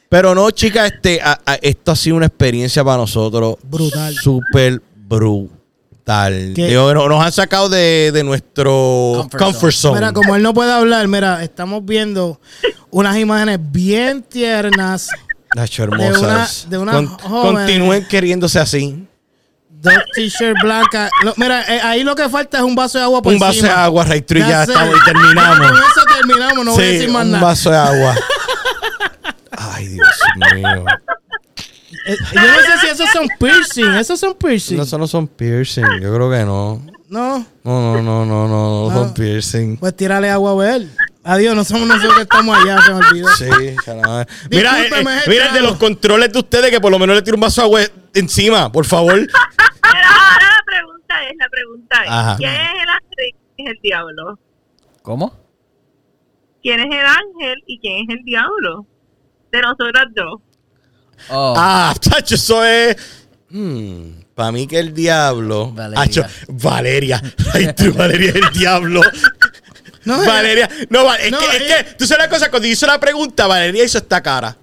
[SPEAKER 1] Pero no, chicas, este, a- a- esto ha sido una experiencia para nosotros.
[SPEAKER 3] Brutal.
[SPEAKER 1] Súper brutal.
[SPEAKER 3] ¿Qué?
[SPEAKER 1] Digo, no- nos han sacado de, de nuestro comfort,
[SPEAKER 4] Comfort zone.
[SPEAKER 1] zone.
[SPEAKER 3] Mira, como él no puede hablar, mira, estamos viendo unas imágenes bien tiernas
[SPEAKER 1] Nacho, hermosas.
[SPEAKER 3] de una joven.
[SPEAKER 1] continúen queriéndose así.
[SPEAKER 3] Dos t-shirts blancas. Lo- mira, eh, ahí lo que falta es un vaso de agua por
[SPEAKER 1] Un vaso
[SPEAKER 3] Pues encima.
[SPEAKER 1] de agua, Ray Tree, ya
[SPEAKER 3] That's it.
[SPEAKER 1] estamos y terminamos.
[SPEAKER 3] Con eso terminamos, no voy a
[SPEAKER 1] Sí,
[SPEAKER 3] decir más
[SPEAKER 1] un
[SPEAKER 3] nada.
[SPEAKER 1] vaso de agua. Ay, Dios mío.
[SPEAKER 3] eh, yo no sé si esos son piercing. Esos son piercing.
[SPEAKER 1] No,
[SPEAKER 3] No.
[SPEAKER 1] eso no son piercing. Yo creo que no. No, no, no, no, no, no son piercing.
[SPEAKER 3] Pues tírale agua a ver. Adiós, no somos nosotros que estamos allá, se me olvidó.
[SPEAKER 1] Sí, caramba. Mira, eh, eh,
[SPEAKER 3] Discúlpeme, es el
[SPEAKER 1] mira el de
[SPEAKER 3] trago.
[SPEAKER 1] los controles de ustedes que por lo menos le tiro un vaso de agua encima, por favor.
[SPEAKER 2] Pero ahora la pregunta es, la pregunta es,
[SPEAKER 1] Ajá.
[SPEAKER 2] ¿quién es el ángel y quién es el diablo?
[SPEAKER 4] ¿Cómo?
[SPEAKER 2] ¿Quién es el ángel y quién es el diablo? De nosotras dos.
[SPEAKER 4] Oh,
[SPEAKER 1] Ah, chacho, eso es. para mí que el diablo.
[SPEAKER 4] Valeria.
[SPEAKER 1] Acho, Valeria. Ay, tú, Valeria es el diablo.
[SPEAKER 3] No, eh,
[SPEAKER 1] Valeria. No, va- es,
[SPEAKER 3] no,
[SPEAKER 1] que, es
[SPEAKER 3] eh.
[SPEAKER 1] que, tú sabes la cosa, cuando hizo la pregunta, Valeria hizo esta cara.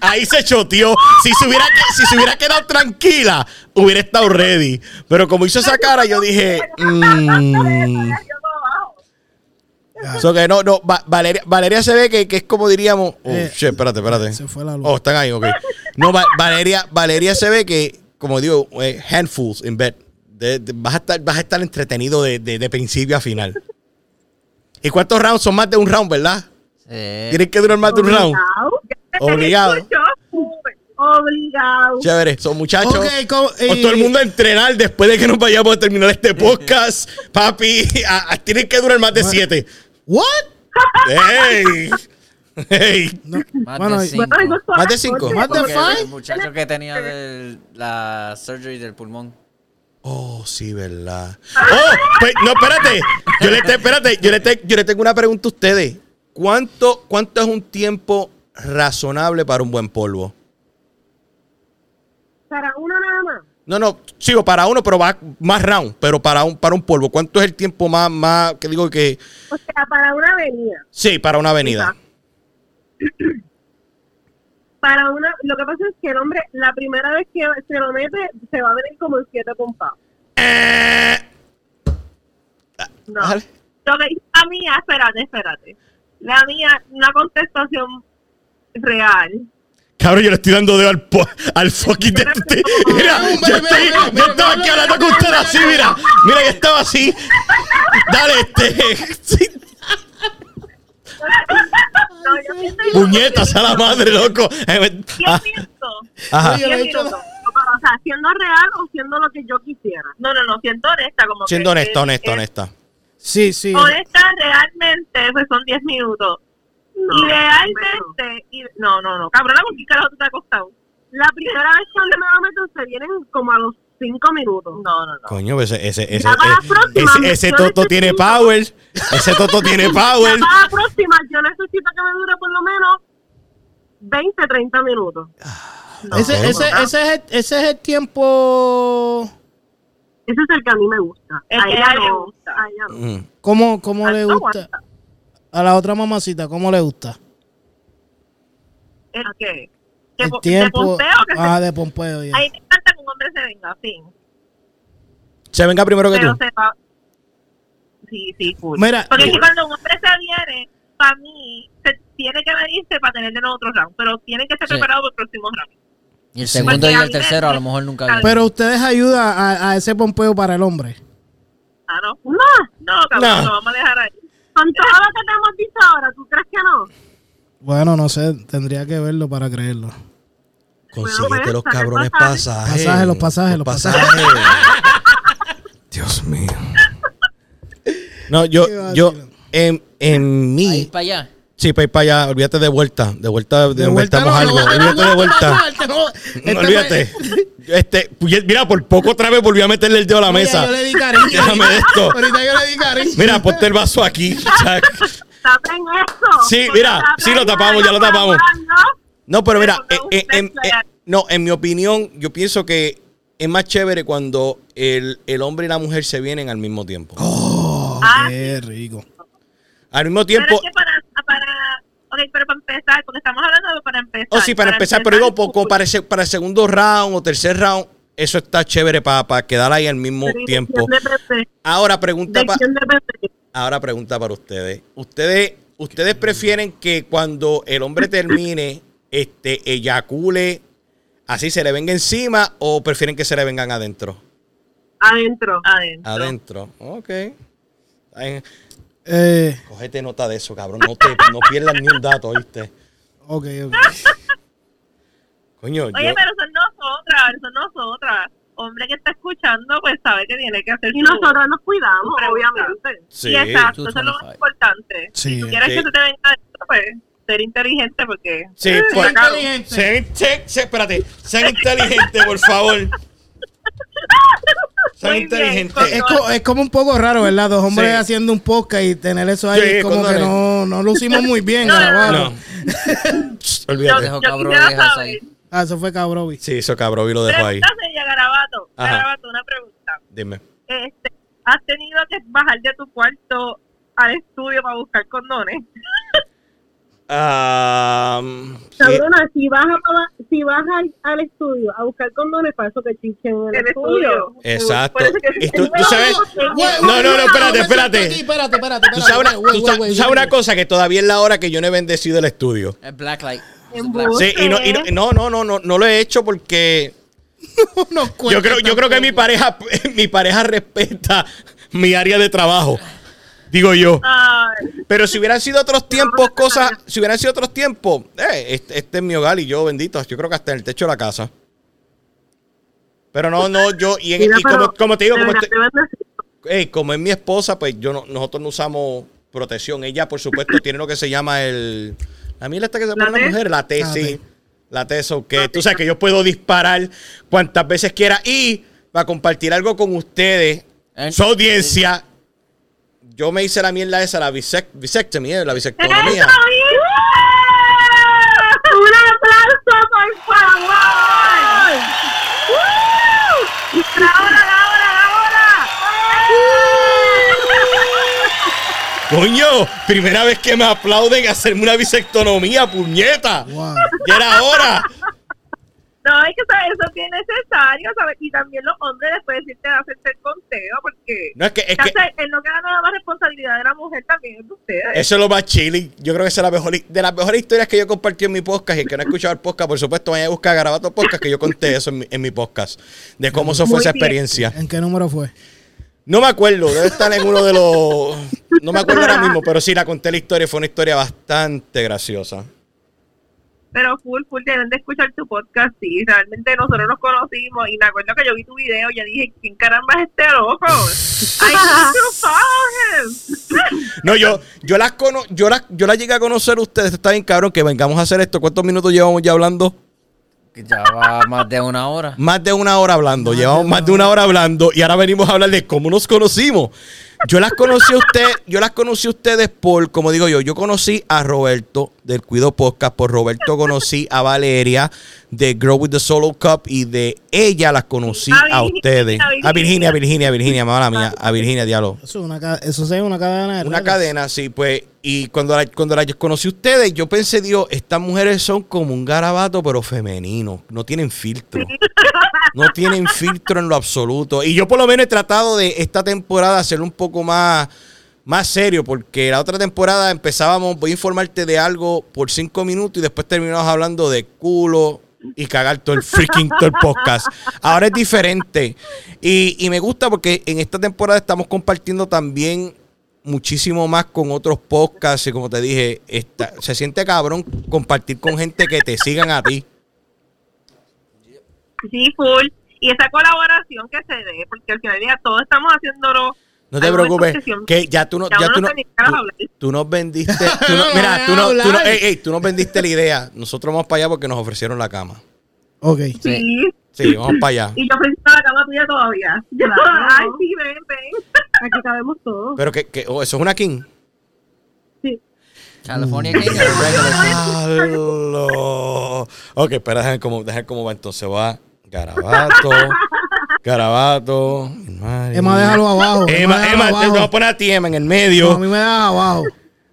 [SPEAKER 1] Ahí se choteó. Si se, hubiera, que- si se hubiera quedado tranquila, hubiera estado ready. Pero como hizo esa cara, yo dije. mm.
[SPEAKER 2] Yo no bajo.
[SPEAKER 1] So que no, no, Va- Valeria, Valeria se ve que, que es como diríamos. Oh,
[SPEAKER 3] Eh,
[SPEAKER 1] shit, espérate, espérate.
[SPEAKER 3] se fue la luz.
[SPEAKER 1] Oh, están ahí, ok. No, Va- Valeria, Valeria se ve que, como digo, eh, handfuls in bed. De- de- vas, a estar, vas a estar entretenido de, de- de principio a final. ¿Y cuántos rounds? Son más de un round, ¿verdad?
[SPEAKER 4] sí.
[SPEAKER 1] Tienen que durar más de un round. Obligado.
[SPEAKER 2] Escucho.
[SPEAKER 6] Obligado.
[SPEAKER 1] Chévere, son muchachos.
[SPEAKER 3] Ok, eh, co-
[SPEAKER 1] Con
[SPEAKER 3] y-
[SPEAKER 1] todo el mundo a entrenar después de que nos vayamos a terminar este podcast. Papi, a- a- tienen que durar más de siete.
[SPEAKER 3] ¿What?
[SPEAKER 1] ¡Ey! ¡Ey!
[SPEAKER 3] No.
[SPEAKER 4] Más
[SPEAKER 3] Bueno,
[SPEAKER 4] de
[SPEAKER 3] y-
[SPEAKER 4] cinco.
[SPEAKER 6] Bueno, eso es
[SPEAKER 1] Más de cinco.
[SPEAKER 3] What the
[SPEAKER 4] Porque
[SPEAKER 3] fuck?
[SPEAKER 4] El muchacho que tenía del- la surgery del pulmón.
[SPEAKER 1] Oh, sí, ¿verdad? Oh, pues, no, espérate. Yo le, te- espérate. Yo, le te- yo le tengo una pregunta a ustedes. ¿Cuánto, ¿Cuánto es un tiempo razonable para un buen polvo?
[SPEAKER 6] Para uno nada más.
[SPEAKER 1] No, no, sigo para uno, pero va más round. Pero para un, para un polvo, ¿cuánto es el tiempo más, más que digo que.
[SPEAKER 6] O sea, para una avenida.
[SPEAKER 1] Sí, para una avenida.
[SPEAKER 6] Para una, lo que pasa es que el hombre, la primera vez que se lo mete, se va a venir como en siete compás.
[SPEAKER 1] Eh.
[SPEAKER 2] No.
[SPEAKER 1] Ajá.
[SPEAKER 2] Lo que hizo la mía, espérate, espérate. La mía, una contestación real.
[SPEAKER 1] Cabrón, yo le estoy dando dedo al, po- al fucking de usted. Mira, yo, estoy, yo estaba aquí hablando con usted así, mira. Mira, yo estaba así. Dale, este. sí.
[SPEAKER 2] No, yo siento que-
[SPEAKER 1] Puñetas a la madre, loco. Ah,
[SPEAKER 2] 10 minutos.
[SPEAKER 1] Ajá.
[SPEAKER 3] Yo le he
[SPEAKER 2] 10
[SPEAKER 3] dicho-
[SPEAKER 2] minutos.
[SPEAKER 6] O sea, siendo real o siendo lo que yo quisiera.
[SPEAKER 2] No, no, no, siendo honesta. Como
[SPEAKER 6] eh,
[SPEAKER 1] Siendo
[SPEAKER 2] que-
[SPEAKER 1] honesta,
[SPEAKER 2] que-
[SPEAKER 1] honesta,
[SPEAKER 2] que-
[SPEAKER 1] honesta.
[SPEAKER 3] Sí, sí.
[SPEAKER 2] Honesta, realmente, pues son 10 minutos. Idealmente, y- no, no, no, cabrona, ¿con qué carajo tú te has acostado?
[SPEAKER 6] La primera vez que me va a meter, se vienen como a los cinco minutos.
[SPEAKER 2] No, no, no.
[SPEAKER 1] Coño, pues ese, ese, ese, eh,
[SPEAKER 6] Ya para la próxima,
[SPEAKER 1] ese, ese
[SPEAKER 6] yo
[SPEAKER 1] toto
[SPEAKER 6] necesito-
[SPEAKER 1] tiene power. Ese toto tiene
[SPEAKER 6] Ya
[SPEAKER 1] power.
[SPEAKER 6] para la próxima, yo necesito que me dure por lo menos 20, 30 minutos.
[SPEAKER 1] Ok.
[SPEAKER 3] Ese, ese, ese, es el, ese es el tiempo.
[SPEAKER 6] Ese es el que a mí me gusta.
[SPEAKER 2] El
[SPEAKER 6] a
[SPEAKER 2] que
[SPEAKER 6] ella
[SPEAKER 2] a ella le
[SPEAKER 6] no,
[SPEAKER 2] gusta.
[SPEAKER 6] a ella no.
[SPEAKER 1] Mm.
[SPEAKER 3] ¿Cómo, cómo
[SPEAKER 6] Ah,
[SPEAKER 3] le
[SPEAKER 6] no,
[SPEAKER 3] gusta? A la otra mamacita, ¿cómo le gusta?
[SPEAKER 2] ¿El qué? ¿Que
[SPEAKER 3] El
[SPEAKER 2] po- te
[SPEAKER 3] tiempo.
[SPEAKER 2] posteo que se-
[SPEAKER 3] Ah, de Pompeo. ya.
[SPEAKER 2] Ahí me encanta que un hombre se venga, fin.
[SPEAKER 1] Se venga primero que
[SPEAKER 2] Pero
[SPEAKER 1] tú.
[SPEAKER 2] se va. Sí, sí, full.
[SPEAKER 3] Mira,
[SPEAKER 2] Porque
[SPEAKER 3] mira.
[SPEAKER 2] si cuando un hombre se viene, para mí, se tiene que venirse para tener de nuevo otro round, pero tiene que estar
[SPEAKER 4] Sí.
[SPEAKER 2] preparado para el próximo round.
[SPEAKER 4] Y el
[SPEAKER 3] Sí.
[SPEAKER 4] segundo y
[SPEAKER 2] Porque a
[SPEAKER 4] el
[SPEAKER 2] mí me-
[SPEAKER 4] tercero a lo mejor nunca vienen.
[SPEAKER 3] Pero ustedes ayudan a, a ese Pompeo para el hombre.
[SPEAKER 2] Ah, no.
[SPEAKER 6] No,
[SPEAKER 2] No, cabrón,
[SPEAKER 1] No.
[SPEAKER 2] no. vamos a dejar ahí.
[SPEAKER 6] con todo lo que te hemos dicho ahora, ¿tú crees que no?
[SPEAKER 3] Bueno, no sé, tendría que verlo para creerlo.
[SPEAKER 1] Consíguete los
[SPEAKER 6] sacar
[SPEAKER 1] cabrones pasajes.
[SPEAKER 3] Pasajes, los pasajes, los
[SPEAKER 1] Dios mío. No, yo,
[SPEAKER 3] Qué
[SPEAKER 1] yo,
[SPEAKER 3] vacilo.
[SPEAKER 1] en, en
[SPEAKER 4] Ahí
[SPEAKER 1] mí.
[SPEAKER 4] para allá.
[SPEAKER 1] Sí, para ir para allá, olvídate de vuelta. De vuelta, de, inventamos
[SPEAKER 3] no,
[SPEAKER 1] algo.
[SPEAKER 3] no, no,
[SPEAKER 1] olvídate
[SPEAKER 3] no,
[SPEAKER 1] de
[SPEAKER 3] no,
[SPEAKER 1] vuelta.
[SPEAKER 3] no, este no- este
[SPEAKER 1] No,
[SPEAKER 3] fue-
[SPEAKER 1] olvídate. Este, puñet- mira, por poco otra vez volví a meterle el dedo a la
[SPEAKER 3] Oye,
[SPEAKER 1] mesa.
[SPEAKER 3] Yo le di cariño.
[SPEAKER 1] Déjame de esto.
[SPEAKER 3] Ahorita yo le di cariño.
[SPEAKER 1] Mira, ponte el vaso aquí. Jack.
[SPEAKER 6] Tapen eso.
[SPEAKER 1] Sí, mira, sí lo tapamos, ya lo tapamos. No, pero mira,
[SPEAKER 2] Pero no,
[SPEAKER 1] eh, eh,
[SPEAKER 2] usted
[SPEAKER 1] en-
[SPEAKER 2] es
[SPEAKER 1] eh,
[SPEAKER 2] real.
[SPEAKER 1] no, en mi opinión, yo pienso que es más chévere cuando el, el hombre y la mujer se vienen al mismo tiempo.
[SPEAKER 2] Ah,
[SPEAKER 3] Qué rico.
[SPEAKER 1] Al mismo
[SPEAKER 2] Pero
[SPEAKER 1] tiempo.
[SPEAKER 2] es que para, para, ok, pero para empezar, porque estamos hablando de para empezar.
[SPEAKER 1] Oh, sí, para, empezar, pero digo, poco, para, ese- para el segundo round o tercer round, eso está chévere para quedar ahí al mismo tiempo.
[SPEAKER 6] ¿De quién depende?
[SPEAKER 1] Ahora pregunta
[SPEAKER 6] ¿De
[SPEAKER 1] para.
[SPEAKER 6] quién depende?
[SPEAKER 1] Ahora pregunta para ustedes. Ustedes, ustedes prefieren que cuando el hombre termine, este, eyacule, así se le venga encima, o prefieren que se le vengan adentro.
[SPEAKER 6] Adentro.
[SPEAKER 2] adentro.
[SPEAKER 1] Adentro. Ok. Ay,
[SPEAKER 3] Eh,
[SPEAKER 1] Cógete nota de eso, cabrón. No, te, no pierdas ni un dato, ¿oíste?
[SPEAKER 3] ok, ok.
[SPEAKER 1] Coño,
[SPEAKER 2] Oye,
[SPEAKER 1] yo...
[SPEAKER 2] pero son nosotras, son nosotras. Hombre que está escuchando, pues sabe que tiene que hacer
[SPEAKER 6] Y
[SPEAKER 2] su-
[SPEAKER 6] nosotros nos cuidamos,
[SPEAKER 2] Pregunta.
[SPEAKER 6] obviamente.
[SPEAKER 1] Sí.
[SPEAKER 2] Y exacto, eso es lo más
[SPEAKER 4] 225.
[SPEAKER 2] importante.
[SPEAKER 3] Sí.
[SPEAKER 2] Si tú quieres
[SPEAKER 1] Sí.
[SPEAKER 2] que se te venga esto, pues ser inteligente porque...
[SPEAKER 1] Sí, por-
[SPEAKER 2] Pues,
[SPEAKER 1] Sean, inte- se- espérate, sean inteligentes, por favor. Sean
[SPEAKER 2] Muy bien,
[SPEAKER 1] inteligentes.
[SPEAKER 2] con-
[SPEAKER 3] Es, co- es como un poco raro, ¿verdad? Dos hombres
[SPEAKER 1] Sí.
[SPEAKER 3] haciendo un podcast y tener eso ahí,
[SPEAKER 1] Sí,
[SPEAKER 3] como que
[SPEAKER 1] condones.
[SPEAKER 3] no, no lucimos muy bien.
[SPEAKER 2] No, no,
[SPEAKER 3] grabarlo.
[SPEAKER 1] No.
[SPEAKER 2] Yo,
[SPEAKER 1] Olvídate.
[SPEAKER 4] Dejo
[SPEAKER 2] yo
[SPEAKER 4] cabrón,
[SPEAKER 2] quisiera
[SPEAKER 4] deja eso
[SPEAKER 2] saber,
[SPEAKER 4] ahí.
[SPEAKER 3] Ah, eso fue cabrón. vi.
[SPEAKER 1] Sí, eso cabrón, y lo dejo ahí.
[SPEAKER 2] pregunta seria, Garabato.
[SPEAKER 1] Ajá.
[SPEAKER 2] Garabato, una pregunta.
[SPEAKER 1] Dime.
[SPEAKER 2] Este, ¿Has tenido que bajar de tu cuarto al estudio para buscar condones?
[SPEAKER 1] Ah,
[SPEAKER 6] Cabrona, si vas, a- si vas al, al estudio a buscar condones, para eso que chichen en el,
[SPEAKER 2] El
[SPEAKER 6] estudio.
[SPEAKER 2] estudio.
[SPEAKER 1] Exacto.
[SPEAKER 2] Por eso que-
[SPEAKER 1] Y tú- tú sabes- No, no, no, espérate, espérate.
[SPEAKER 3] Espérate, espérate,
[SPEAKER 1] Tú sabes una, tú sa- tú sabes una cosa que todavía es la hora que yo no he bendecido el estudio.
[SPEAKER 4] Es blacklight. Es
[SPEAKER 6] En
[SPEAKER 4] black-
[SPEAKER 6] bus.
[SPEAKER 1] Sí, y no, y no, no, no, no, no, no lo he hecho porque yo creo, yo creo que mi pareja, mi pareja respeta mi área de trabajo. Digo yo.
[SPEAKER 2] Ay,
[SPEAKER 1] Pero si hubieran sido otros tiempos, cosas, si hubieran sido otros tiempos, eh, este, este es mi hogar y yo, bendito, yo creo que hasta en el techo de la casa. Pero no, no, yo, y, en-
[SPEAKER 6] Mira,
[SPEAKER 1] y como,
[SPEAKER 6] pero
[SPEAKER 1] como te digo,
[SPEAKER 6] de
[SPEAKER 1] como,
[SPEAKER 6] verdad,
[SPEAKER 1] este-
[SPEAKER 6] de verdad, sí.
[SPEAKER 1] ey, como es mi esposa, pues yo no- nosotros no usamos protección. Ella, por supuesto, tiene lo que se llama el. La mira esta que se
[SPEAKER 2] ¿La
[SPEAKER 1] pone la
[SPEAKER 2] T?
[SPEAKER 1] mujer, la T,
[SPEAKER 3] La
[SPEAKER 1] sí.
[SPEAKER 3] T.
[SPEAKER 1] La T, eso que tú sabes que yo puedo disparar cuantas veces quiera y para compartir algo con ustedes,
[SPEAKER 4] Eh.
[SPEAKER 1] su audiencia. Yo me hice la mierda esa, la bisect bisectomy, eh, la bisectomía.
[SPEAKER 2] ¡Eso mismo!
[SPEAKER 6] ¡Un aplauso, por favor!
[SPEAKER 2] ¡La hora, la hora, la hora!
[SPEAKER 1] Coño, primera vez que me aplauden hacerme una bisectonomía, puñeta.
[SPEAKER 3] Wow.
[SPEAKER 1] Ya era hora.
[SPEAKER 2] No, hay que saber, eso es bien necesario, ¿sabes? Y también los hombres después decirte de hacerse el conteo, porque...
[SPEAKER 1] No es que, es que
[SPEAKER 2] Entonces, él no queda nada más responsabilidad de la mujer también, es de ustedes.
[SPEAKER 1] Eso es lo más chilling. Yo creo que esa es la mejor, de las mejores historias que yo compartí en mi podcast. Y el que no ha escuchado el podcast, por supuesto, vaya a buscar Garabato Podcast, que yo conté eso en mi, en mi podcast. De cómo eso fue
[SPEAKER 2] Muy
[SPEAKER 1] esa
[SPEAKER 2] bien.
[SPEAKER 1] experiencia.
[SPEAKER 3] ¿En qué número fue?
[SPEAKER 1] No me acuerdo, debe estar en uno de los. No me acuerdo ahora mismo, pero sí la conté la historia. Fue una historia bastante graciosa.
[SPEAKER 2] Pero full, full, tienen de escuchar tu podcast, sí. Realmente nosotros nos conocimos y me acuerdo que yo vi tu video y yo dije, ¿quién caramba es este loco? I need to follow him.
[SPEAKER 1] No, yo, yo las cono, yo las, yo las llegué a conocer a ustedes. Está bien, cabrón, que vengamos a hacer esto. ¿Cuántos minutos llevamos ya hablando?
[SPEAKER 4] Que Ya va más de una hora.
[SPEAKER 1] Más de una hora hablando, llevamos más de una hora hablando y ahora venimos a hablar de cómo nos conocimos. Yo las conocí a usted, yo las conocí a ustedes por, como digo yo, yo conocí a Roberto del Cuido Podcast, por Roberto conocí a Valeria de Grow with the Solo Cup y de ella las conocí
[SPEAKER 2] A
[SPEAKER 1] a
[SPEAKER 2] Virginia,
[SPEAKER 1] ustedes.
[SPEAKER 2] a
[SPEAKER 1] A Virginia, a Virginia, a Virginia, mala mía, a Virginia, diablo.
[SPEAKER 3] Eso es una, ca- eso sí es una cadena de
[SPEAKER 1] Una
[SPEAKER 3] redes.
[SPEAKER 1] cadena, sí, pues, y cuando la, cuando la conocí a ustedes, yo pensé, Dios, estas mujeres son como un garabato, pero femenino, no tienen filtro. No tienen filtro en lo absoluto. Y yo por lo menos he tratado de esta temporada hacerlo un poco más, más serio, porque la otra temporada empezábamos, voy a informarte de algo por cinco minutos y después terminamos hablando de culo y cagar todo el freaking todo el podcast. Ahora es diferente. Y, y me gusta porque en esta temporada estamos compartiendo también muchísimo más con otros podcasts y como te dije, esta- se siente cabrón compartir con gente que te sigan a ti.
[SPEAKER 2] Sí, full. Y esa colaboración que se dé, porque al final del día todos estamos haciéndolo.
[SPEAKER 1] No te
[SPEAKER 2] Hay momentos
[SPEAKER 1] preocupes,
[SPEAKER 2] que siempre-
[SPEAKER 1] que ya tú no,
[SPEAKER 2] ya
[SPEAKER 1] ya
[SPEAKER 2] uno
[SPEAKER 1] tú
[SPEAKER 2] no
[SPEAKER 1] no,
[SPEAKER 2] se ni cara
[SPEAKER 1] tú-
[SPEAKER 2] hablar.
[SPEAKER 1] tú nos vendiste, tú no-
[SPEAKER 3] No
[SPEAKER 1] mira,
[SPEAKER 3] me
[SPEAKER 1] tú no,
[SPEAKER 3] hagas
[SPEAKER 1] tú no,
[SPEAKER 3] hablar.
[SPEAKER 1] ey, ey, tú nos vendiste la idea. Nosotros vamos para allá porque nos ofrecieron la cama.
[SPEAKER 3] Ok.
[SPEAKER 2] Sí.
[SPEAKER 4] Sí.
[SPEAKER 1] Sí, vamos para allá.
[SPEAKER 2] Y yo pensaba la cama tuya todavía. Yo,
[SPEAKER 6] Claro.
[SPEAKER 2] Ay, sí, ven, ven.
[SPEAKER 6] Aquí cabemos todos.
[SPEAKER 1] Pero que, que- oh, eso es una king.
[SPEAKER 6] Sí.
[SPEAKER 4] California King. regular.
[SPEAKER 1] Diablo. Ok, espera, déjame cómo, déjame cómo va entonces. Va Garabato, Garabato, Mari.
[SPEAKER 3] Emma, déjalo abajo.
[SPEAKER 1] Emma, Emma,
[SPEAKER 3] déjalo
[SPEAKER 1] pues, te
[SPEAKER 3] abajo.
[SPEAKER 1] vamos a poner a ti, Emma, en el medio.
[SPEAKER 3] No, a mí me da abajo.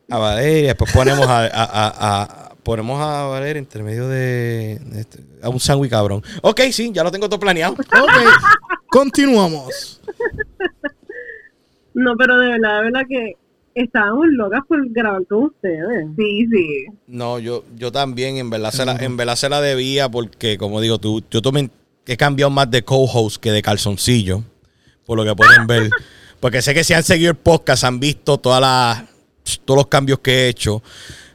[SPEAKER 1] a Valeria, después ponemos a, a- a- a- ponemos a Valeria entre medio de, de este- a un sándwich cabrón. Ok, sí, ya lo tengo todo planeado.
[SPEAKER 3] Ok. Continuamos.
[SPEAKER 6] No, pero de verdad, de verdad que estábamos locas por grabar con ustedes.
[SPEAKER 2] Sí, sí.
[SPEAKER 1] No, yo, yo también en verdad, se la, en verdad se la debía porque, como digo, tú, yo también he cambiado más de co-host que de calzoncillo, por lo que pueden ver. Porque sé que si han seguido el podcast, han visto todas las, todos los cambios que he hecho.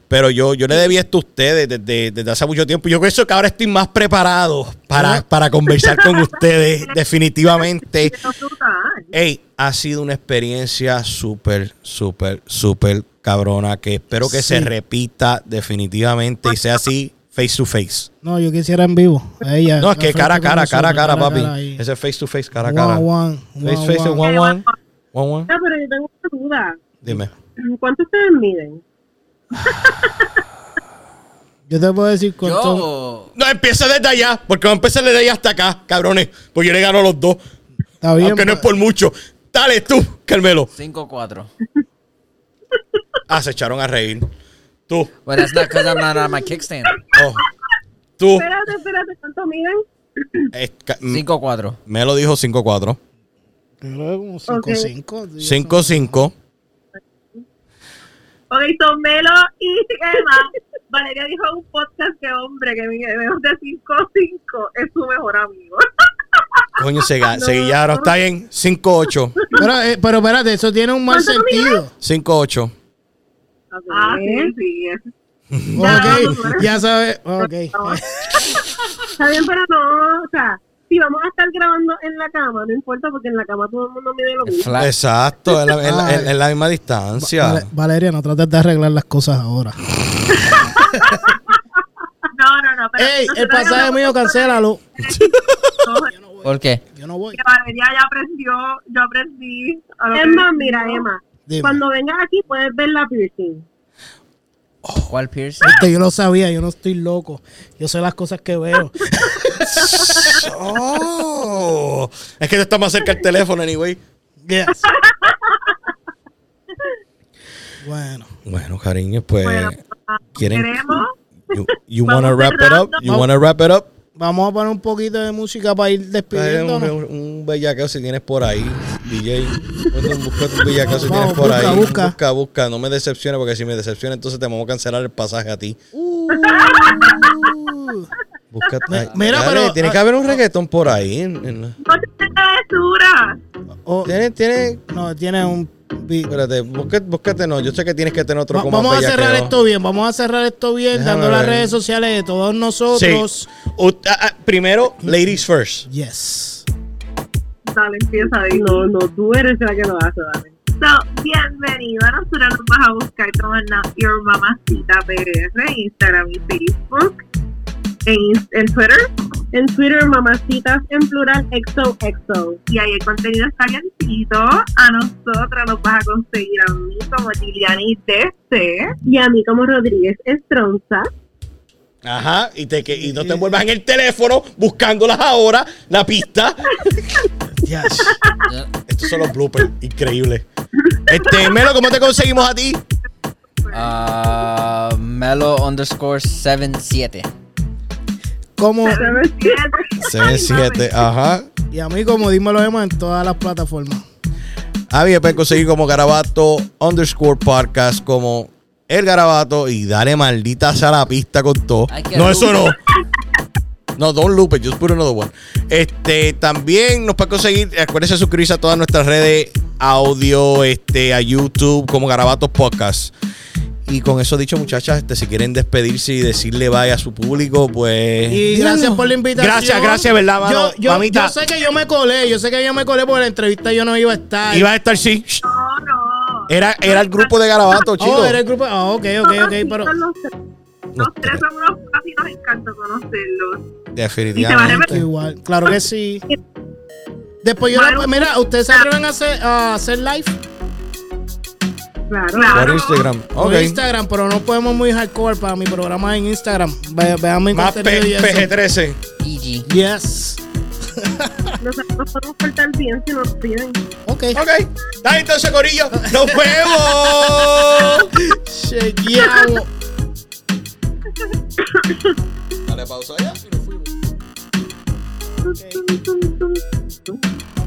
[SPEAKER 1] Pero yo, yo le debí esto a ustedes desde, desde hace mucho tiempo. Yo pienso que ahora estoy más preparado para, para conversar con ustedes, definitivamente.
[SPEAKER 6] Brutal.
[SPEAKER 1] Ey, ha sido una experiencia súper, súper, súper cabrona que espero que se
[SPEAKER 3] Sí.
[SPEAKER 1] repita definitivamente y sea así face to face.
[SPEAKER 3] No, yo quisiera en vivo. a ella,
[SPEAKER 1] No, es que
[SPEAKER 3] al frente
[SPEAKER 1] cara a
[SPEAKER 3] con
[SPEAKER 1] cara,
[SPEAKER 3] nosotros,
[SPEAKER 1] cara a cara, papi.
[SPEAKER 3] ahí.
[SPEAKER 1] Ese es face to face, cara a cara.
[SPEAKER 3] One, one,
[SPEAKER 1] Face face
[SPEAKER 3] one,
[SPEAKER 1] and
[SPEAKER 3] one.
[SPEAKER 1] one one. One one.
[SPEAKER 6] Ah, pero yo tengo una duda.
[SPEAKER 1] Dime.
[SPEAKER 6] ¿Cuánto ustedes miden?
[SPEAKER 3] Yo te puedo decir cuánto.
[SPEAKER 4] Yo.
[SPEAKER 1] No, empieza desde allá, porque va a empezar desde allá hasta acá, cabrones. Pues yo le gano a los dos.
[SPEAKER 3] Está bien. pues.
[SPEAKER 1] aunque no es
[SPEAKER 3] pero-
[SPEAKER 1] por mucho. Dale tú, Carmelo.
[SPEAKER 4] 5-4.
[SPEAKER 1] Ah, se echaron a reír. Tú,
[SPEAKER 4] But that's not because I'm not on my kickstand.
[SPEAKER 1] oh. tú.
[SPEAKER 6] Espérate, espérate, ¿cuánto miden?
[SPEAKER 1] Eh, ca- mm,
[SPEAKER 4] 5-4.
[SPEAKER 1] me lo dijo 5-4.
[SPEAKER 3] Yo creo que como cinco,
[SPEAKER 6] Ok.
[SPEAKER 3] cinco, sí,
[SPEAKER 1] 5-5.
[SPEAKER 2] Ok, son Melo y Emma. Valeria dijo en un podcast que hombre, que mi mejor de 5-5 es su mejor amigo.
[SPEAKER 1] Coño, se, ga- se guillaron. Está bien. 5-8.
[SPEAKER 3] Pero, eh, pero espérate, eso tiene un mal
[SPEAKER 6] ¿Cuánto
[SPEAKER 3] sentido.
[SPEAKER 1] 5-8.
[SPEAKER 2] Ah, sí, sí. es-
[SPEAKER 3] Ok, ya sabes. Ok. Eh,
[SPEAKER 6] Está bien, pero no, o sea, si vamos a estar grabando en la cama, no importa, porque en la cama todo el mundo mide
[SPEAKER 4] Eh,
[SPEAKER 6] lo mismo.
[SPEAKER 4] Flat.
[SPEAKER 1] Exacto. Es la, es la- es- es la misma
[SPEAKER 3] Vale-
[SPEAKER 1] distancia.
[SPEAKER 3] Valeria, no trates de arreglar las cosas ahora.
[SPEAKER 2] No, no, no. pero
[SPEAKER 3] ¡Ey! El
[SPEAKER 2] nosotros
[SPEAKER 3] pasaje
[SPEAKER 2] hablamos
[SPEAKER 3] mío, cancélalo.
[SPEAKER 2] con-
[SPEAKER 4] ¿Por qué?
[SPEAKER 3] Yo no voy.
[SPEAKER 2] que Valeria ya aprendió, yo aprendí. a lo que-
[SPEAKER 6] Es más, mira, Emma,
[SPEAKER 3] Dime.
[SPEAKER 6] cuando vengas aquí puedes ver la piercing.
[SPEAKER 4] ¿Cuál piercing?
[SPEAKER 3] Este, yo lo sabía, yo no estoy loco. Yo sé las cosas que veo.
[SPEAKER 1] Oh. Es que tú estás más cerca del teléfono, anyway.
[SPEAKER 3] Yes. Bueno,
[SPEAKER 1] Bueno, cariño, pues.
[SPEAKER 2] Bueno,
[SPEAKER 1] ¿Quieren?
[SPEAKER 2] queremos.
[SPEAKER 1] You, you wanna
[SPEAKER 2] Vamos
[SPEAKER 1] wrap it up? You wanna wrap it up?
[SPEAKER 3] vamos a poner un poquito de música para ir
[SPEAKER 1] Trae Un,
[SPEAKER 3] despidiéndonos.
[SPEAKER 1] un- un bellaqueo si tienes por ahí, DJ. Ponte un- Busca un bellaqueo si
[SPEAKER 3] Vamos,
[SPEAKER 1] tienes por
[SPEAKER 3] busca,
[SPEAKER 1] ahí.
[SPEAKER 3] busca.
[SPEAKER 1] busca, busca. No me decepciones, porque si me decepciones, entonces te vamos a cancelar el pasaje a ti.
[SPEAKER 3] Uh.
[SPEAKER 1] Busca.
[SPEAKER 3] Me-
[SPEAKER 1] ay,
[SPEAKER 3] mira,
[SPEAKER 1] dale,
[SPEAKER 3] pero- ah,
[SPEAKER 1] Tiene que haber un reggaetón por ahí. en- en-
[SPEAKER 2] No te travesura.
[SPEAKER 3] Oh,
[SPEAKER 1] Tiene, tiene.
[SPEAKER 3] no, tiene un... vi-
[SPEAKER 1] Espérate, busca- búscate, no. Yo sé que tienes que tener otro
[SPEAKER 3] Va-
[SPEAKER 1] como
[SPEAKER 3] vamos a
[SPEAKER 1] bellaqueo.
[SPEAKER 3] cerrar esto bien, vamos a cerrar esto bien,
[SPEAKER 1] Déjame
[SPEAKER 3] dando las
[SPEAKER 1] ver.
[SPEAKER 3] redes sociales de todos
[SPEAKER 1] Sí.
[SPEAKER 3] nosotros.
[SPEAKER 1] U- ah, ah, primero, ladies first.
[SPEAKER 3] Yes.
[SPEAKER 2] Dale, empieza ahí.
[SPEAKER 6] No, no, tú eres la que lo hace, dale.
[SPEAKER 2] So, bienvenido a Nosotros nos vas a buscar como Not Your Mamacita PR en Instagram y Facebook, en, Ins- en Twitter,
[SPEAKER 6] En Twitter, mamacitas en plural, XOXO.
[SPEAKER 2] y ahí el contenido está calientito. A nosotros nos vas a conseguir a mí como Giliani DC.
[SPEAKER 6] Y a mí como Rodríguez Estronza.
[SPEAKER 1] Ajá, y, te, que, y no te envuelvas en el teléfono buscándolas ahora, la pista.
[SPEAKER 3] Yes.
[SPEAKER 4] Ya.
[SPEAKER 1] Estos son los bloopers, increíble. Este, Melo, ¿cómo te conseguimos a ti?
[SPEAKER 4] Ah, Melo underscore 77.
[SPEAKER 3] como,
[SPEAKER 1] Se ven siete, ajá.
[SPEAKER 3] y a mí como dímelo Emma en todas las plataformas.
[SPEAKER 1] A mí me pueden conseguir como Garabato underscore podcast, como el Garabato y dale malditas a la pista con todo.
[SPEAKER 4] Ay, qué
[SPEAKER 1] No,
[SPEAKER 4] loop.
[SPEAKER 1] eso no. No, don't loop it, just put another one. Este, también nos pueden conseguir, acuérdense de suscribirse a todas nuestras redes audio, este, a YouTube, como Garabato Podcast. Y con eso dicho, muchachas, este, si quieren despedirse y decirle bye a su público, pues.
[SPEAKER 3] Y gracias por la invitación.
[SPEAKER 1] Gracias, gracias, ¿verdad, mano?
[SPEAKER 3] Yo, yo,
[SPEAKER 1] Mamita.
[SPEAKER 3] yo sé que yo me colé, yo sé que yo me colé porque la entrevista yo no iba a estar.
[SPEAKER 1] Iba a estar sí.
[SPEAKER 2] No, no.
[SPEAKER 1] Era, era el grupo de Garabato, chicos.
[SPEAKER 3] Oh, era el grupo. Ah, ok, ok, ok, pero.
[SPEAKER 2] Los tres, los tres son unos papi, nos encanta conocerlos.
[SPEAKER 1] Definitivamente.
[SPEAKER 3] Exacto, Igual, claro que sí. Después yo la- pues,
[SPEAKER 2] Bueno.
[SPEAKER 3] mira, ustedes se atreven a hacer, a hacer live
[SPEAKER 2] Claro,
[SPEAKER 1] Por Instagram.
[SPEAKER 3] por
[SPEAKER 1] Ok.
[SPEAKER 3] Instagram, pero no podemos muy hardcore para mi programa en Instagram. Ve- Vean mi
[SPEAKER 1] Más
[SPEAKER 3] contenido y
[SPEAKER 1] P-
[SPEAKER 3] eso.
[SPEAKER 1] PG-13.
[SPEAKER 4] EG.
[SPEAKER 3] Yes.
[SPEAKER 6] Nosotros podemos faltar bien si nos piden.
[SPEAKER 3] Ok.
[SPEAKER 1] Ok. Dale entonces, Corillo. ¡Nos vemos!
[SPEAKER 3] Chequeamos.
[SPEAKER 1] Dale pausa ya y nos fuimos.
[SPEAKER 6] Tum, tum, tum, tum.